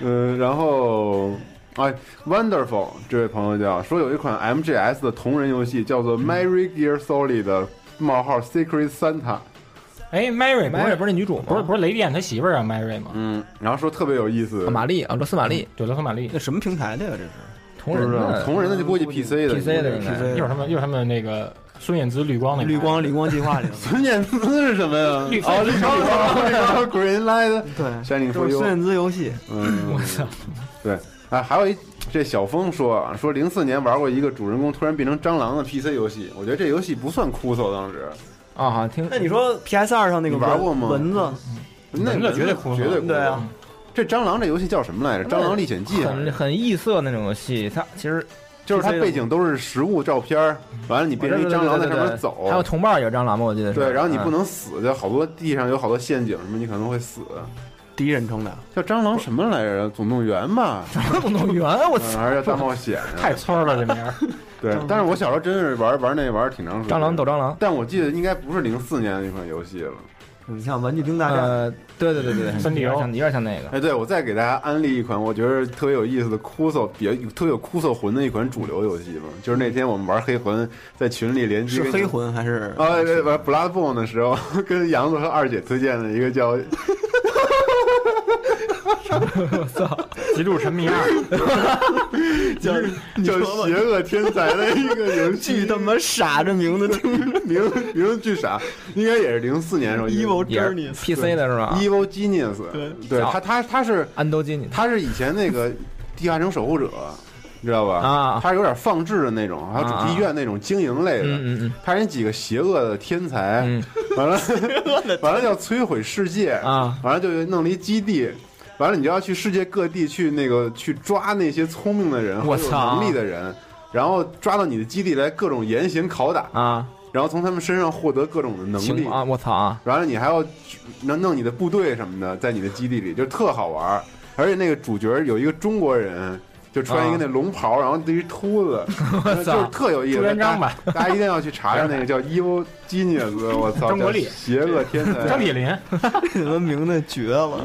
S10: 嗯，然后哎，Wonderful 这位朋友叫说有一款 MGS 的同人游戏叫做 Mary Gear Solid 的冒号 Secret Santa，
S9: 哎，Mary
S12: 玛丽不
S9: 不
S12: 是那女主吗？
S9: 不是不是雷电他媳妇儿啊，Mary 吗？
S10: 嗯，然后说特别有意思
S12: 啊，，玛丽啊，罗斯玛丽，
S9: 对，罗斯玛丽
S11: 那。什么平台的呀？这是
S12: 同
S10: 不
S12: 人
S10: 知道
S12: 的
S10: 同人的就估计 PC 的
S12: PC 的应
S11: PC
S12: 该
S9: 又是他们又是他们那个孙燕姿绿光那
S11: 绿
S9: 盘
S11: 光绿光计 划里头。
S10: 孙燕姿是什么呀？
S9: 绿
S10: 哦，这超 Green Light
S11: 对，
S10: Shining
S11: 就
S10: for
S11: 是
S10: You
S11: 孙。燕姿游戏，
S10: 嗯， 对，啊，还有一这小峰说啊，说零四年玩过一个主人公突然变成蟑螂的 PC 游戏，我觉得这游戏不算枯燥，当时
S12: 啊，好像听
S11: 那你说 PS 二上那个
S10: 你玩过吗
S11: 蚊子，
S10: 那
S9: 蚊子绝对枯燥
S10: 绝对
S11: 对啊，
S10: 这蟑螂这游戏叫什么来着？《蟑螂历险记》还
S12: 很
S10: 是
S12: 很异色那种游戏，它其实
S10: 就是它背景都是实物照片儿，
S12: 嗯
S10: 完了你变成一蟑螂在上面走，
S12: 还有同伴儿也是蟑螂吗？我记得是
S10: 对，然后你不
S12: 嗯
S10: 能死，就好多地上有好多陷阱什么，你可能会死。
S11: 第一人称的，
S10: 叫蟑螂什么来着？总动员 吧，
S12: 动动员，啊我
S10: 嗯
S12: 操！
S10: 还是叫大冒险啊？
S9: 太村儿了，这名儿。
S10: 对，但是我小时候真是玩玩那玩儿挺长时间。
S12: 蟑螂斗蟑螂，
S10: 但我记得应该不是零四年的那款游戏了，
S11: 你像《玩具兵大战》
S12: 呃，对对对对，
S10: 三 D
S12: 有
S10: O
S12: 点像有点像那个。
S10: 哎，对，我再给大家安利一款我觉得特别有意思的酷搜，比较特别有酷搜魂的一款主流游戏嘛。就是那天我们玩黑魂，在群里联机
S11: 是黑魂还是
S10: 啊，呃玩 Bloodborne 的时候，跟杨子和二姐推荐的一个 叫
S9: 极度沉迷二，
S10: 叫叫邪恶天才的一个游戏，巨他妈傻，这名字 名字名字巨傻，应该也是零四年的时候
S12: ，Evil Genius PC 的是吧
S10: ？Evil Genius，对，对他他他是
S12: 安德基尼，
S10: 他是以前 那个地下城守护者，你知道吧？啊，他是有点放置的那种，还有主题医院那种经营类的。
S12: 嗯嗯
S10: 他人几个邪恶的天才，完了 完了要摧毁世界
S12: 啊，
S10: 完了就弄了一基地。完了，你就要去世界各地去那个去抓那些聪明的人
S12: 我
S10: 或者有
S12: 操
S10: 能力的人，然后抓到你的基地来各种严刑拷打，
S12: 嗯啊，
S10: 然后从他们身上获得各种的能力
S12: 行啊，我操啊！
S10: 完了你还要弄弄你的部队什么的，在你的基地里就特好玩儿。而且那个主角有一个中国人，就穿一个那龙袍，然后对于秃 子，就是特有意思。
S9: 朱元璋吧
S10: 大家，大家一定要去查查那个叫 Evil Genius，我操，
S9: 张国立
S10: 叫邪恶天才，
S9: 张铁林，
S11: 这个名字绝 了，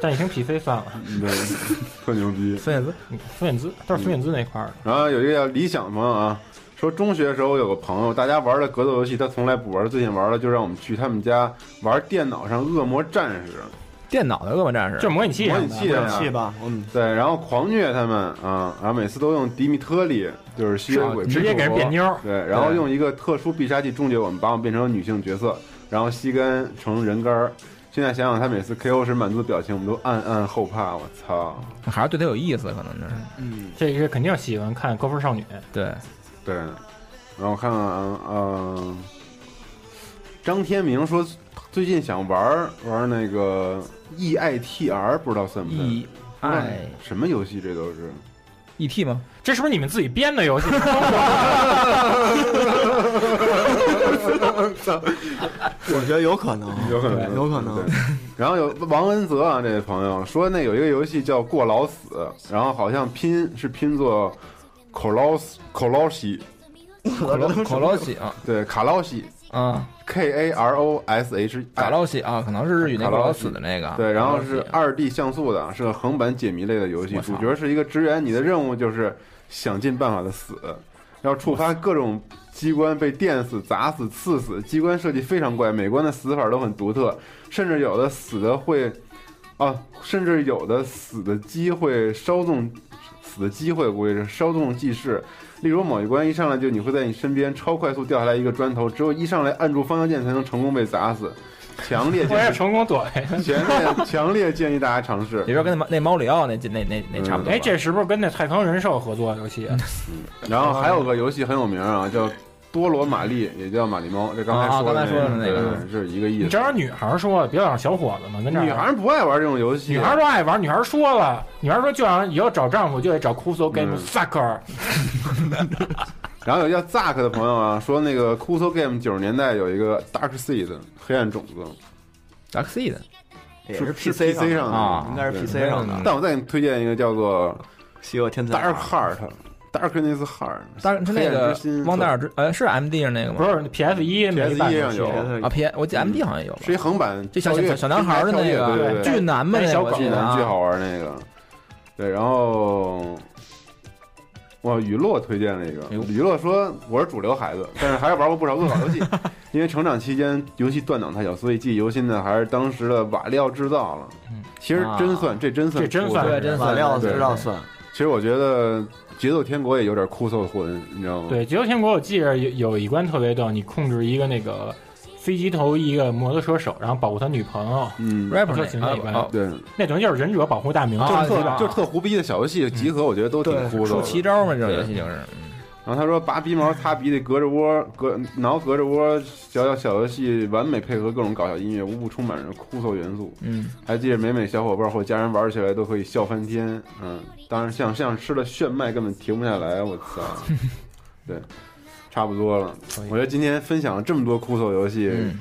S9: 但已经 PC 算了，
S10: 对，嗯特牛逼。
S12: 孙燕姿，
S9: 孙燕姿都是孙燕姿那块儿的。
S10: 然后有一个叫理想的朋友啊，说中学的时候有个朋友，大家玩的格斗游戏他从来不玩，最近玩了就让我们去他们家玩电脑上恶魔战士，
S12: 电脑的恶魔战士，
S9: 就是模拟器
S10: 模
S9: 上
S10: 拟
S9: 的，
S10: 器上
S11: 气吧，嗯，
S10: 对，然后狂虐他们啊，然后每次都用迪米特里，就是吸血鬼，
S9: 哦直接给人变。妞儿，
S10: 对，然后用一个特殊必杀技终结我们，把我们变成女性角色，然后吸干成人干儿。现在想想他每次 KO 时满足的表情，我们都暗暗后怕。我操！
S12: 还是对他有意思，可能就是
S10: 嗯
S9: 这个肯定喜欢看《高分少女》。
S12: 对。
S10: 对，然后我看看啊，呃，张天明说最近想玩儿玩儿那个 E I T R，不知道算不算
S12: E
S10: 不知道
S12: I
S10: 什么游戏？这都是
S12: E T 吗？
S9: 这是不是你们自己编的游戏？
S11: 我觉得有可能，
S10: 有可能，
S11: 对有可能
S10: 对。然后有王恩泽啊，这位朋友说，那有一个游戏叫《过劳死》，然后好像拼是拼作 “colos colosi”，
S12: 可乐可乐西啊
S10: 对，卡劳西
S12: 啊，
S10: K A R O S H，
S12: 卡洛西啊，可能是日语那
S10: 哎卡
S12: 个
S10: 洛
S12: 老
S10: 西
S12: 死的那个。啊
S10: 对，然后
S12: 卡
S10: 是
S12: 洛西
S10: 二 D 像素的，是个横版解谜类的游戏，
S12: 我操
S10: 主角是一个职员，你的任务就是想尽办法的死，要触发各种机关被电死、砸死、刺死，机关设计非常怪，每关的死法都很独特，甚至有的死的会，啊，甚至有的死的机会稍纵。死的机会估计是稍纵即逝，例如某一关一上来就你会在你身边超快速掉下来一个砖头，只有一上来按住方向键才能成功被砸死。强烈
S9: 我
S10: 建
S9: 也
S10: 议
S9: 成功躲开。
S10: 强烈强烈建议大家尝试
S12: 也。就是跟那猫那猫里奥那那那
S10: 嗯
S12: 那差不多吧。
S9: 哎，这是不是跟那太空人兽合作游戏？
S10: 然后还有个游戏很有名啊，叫多罗玛丽，也叫玛丽猫。这刚才
S12: 啊
S10: 说
S12: 刚才说的
S10: 那
S12: 那个
S10: 对是一个意
S9: 你
S10: 思
S9: 正。好女孩说的，别老让小伙子们跟这儿
S10: 女孩儿不爱玩这种游戏，
S9: 女孩儿都爱玩，女孩儿说了，女孩儿说就想以后找丈夫就得找 Kuso Game
S10: 嗯
S9: Sucker，
S10: 然后有叫 Zack 的朋友啊，说那个 c u s o Game 九十年代有一个 Dark Seed 黑暗种子，
S12: Dark Seed
S11: 也
S10: 是
S11: PC
S10: 上
S11: 的
S10: 的
S12: 啊
S11: 应该是
S10: 对
S11: PC 上的
S12: 嗯
S10: 但我再给你推荐一个叫做
S11: 《邪恶天才啊
S10: Dark Heart。Darkness Heart，
S12: 当然是
S10: 黑
S12: 那
S10: 暗
S12: 个
S10: 之心
S12: 汪戴尔之呃是 M D 上那个
S9: 不
S12: 吗？
S9: 是 PS 一
S10: PS
S9: 没办
S10: 一上有
S12: 啊 P 我记得 M D 好像有吧
S10: 是一？横版
S12: 这小
S10: 跳跃
S12: 小小男孩儿的
S10: 平台
S12: 那
S10: 跳跃对对
S12: 个
S10: 对
S12: 巨男嘛，
S9: 带
S12: 那个
S9: 小
S12: 我
S9: 狗
S12: 记
S10: 技
S12: 得
S10: 能
S12: 啊
S10: 巨好玩那个。对，然后哇，雨落推荐了一个
S12: 哎呦，
S10: 雨落说我是主流孩子， 但是还是玩过不少恶搞游戏，因为成长期间游戏断档太久，所以记忆犹新的还是当时的瓦料制造了。其实真算，这真算，
S9: 这真
S12: 嗯
S9: 算
S12: 啊对，真
S11: 马里奥
S12: 算
S10: 对
S11: 知道算，
S10: 其实我觉得《节奏天国》也有点酷搜魂，你知道吗？
S9: 对，《极乐天国》我记着有有一关特别逗，你控制一个那个飞机头一个摩托车手，然后保护他女朋友，
S10: 嗯，
S12: rapper
S9: 就行了一
S12: 那
S9: 般
S12: 个啊
S10: 对，
S9: 那等于就是忍者保护大明，
S12: 啊
S9: 就是
S12: 对
S10: 特
S12: 吧
S10: 就特胡逼的小游戏集合，我觉得都挺
S11: 对
S10: 酷
S12: 出
S10: 的。
S12: 奇招嘛，这种游戏就是
S10: 然后他说拔鼻毛、擦鼻涕、隔着窝、隔挠隔着窝，小小小游戏完美配合各种搞笑音乐，无不充满着酷搜元素。
S12: 嗯
S10: 还记得每每小伙伴或家人玩起来都可以笑翻天，嗯，当然像像吃了炫迈根本停不下来，我操，对，差不多了。我觉得今天分享了这么多酷搜游戏、
S12: 嗯，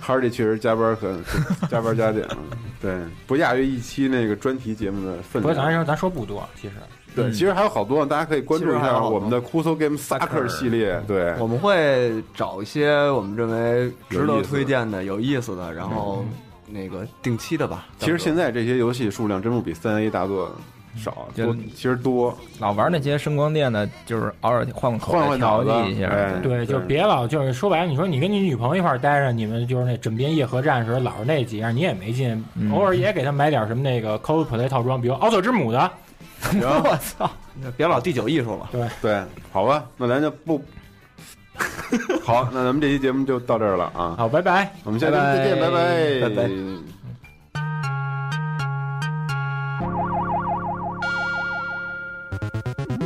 S10: 哈 h a r d y 确实加班很加班加点了，对，不亚于一期那个专题节目的分
S9: 不过咱
S10: 量。
S9: 说咱说不多，其实
S10: 对，其实还有好多，大家可以关注一
S11: 其实还有
S10: 下
S11: 好多
S10: 我们的 Kuso Game Sucker 系列。对，
S11: 我们会找一些我们认为值
S10: 有
S11: 得
S10: 意思嗯
S11: 推荐的、有意思的，然后那个定期的吧。
S10: 其实现在这些游戏数量真不比三 A 大作少，
S13: 就
S10: 多其实多。
S13: 老玩那些声光电的，就是偶尔换口
S10: 换
S13: 味
S10: 换
S13: 调
S10: 脑子
S13: 剂一下。
S10: 哎
S14: 对，就别老就是说白了，你说你跟你女朋友一块儿待着，你们就是那枕边夜合战时老是那几样，你也没劲。
S13: 嗯
S14: 偶尔也给她买点什么那个 cosplay 套装，比如奥特之母的，
S11: 我操，别老第九艺术了。
S10: 对，好吧，那咱 就不好，那咱们这期节目就到这儿了啊，
S14: 好，拜 拜。
S10: 我们下期再见，
S13: 拜拜
S10: 拜
S11: 拜
S10: 拜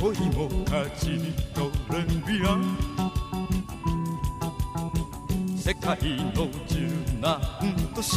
S12: 恋も立ちとレビア世界の十何都市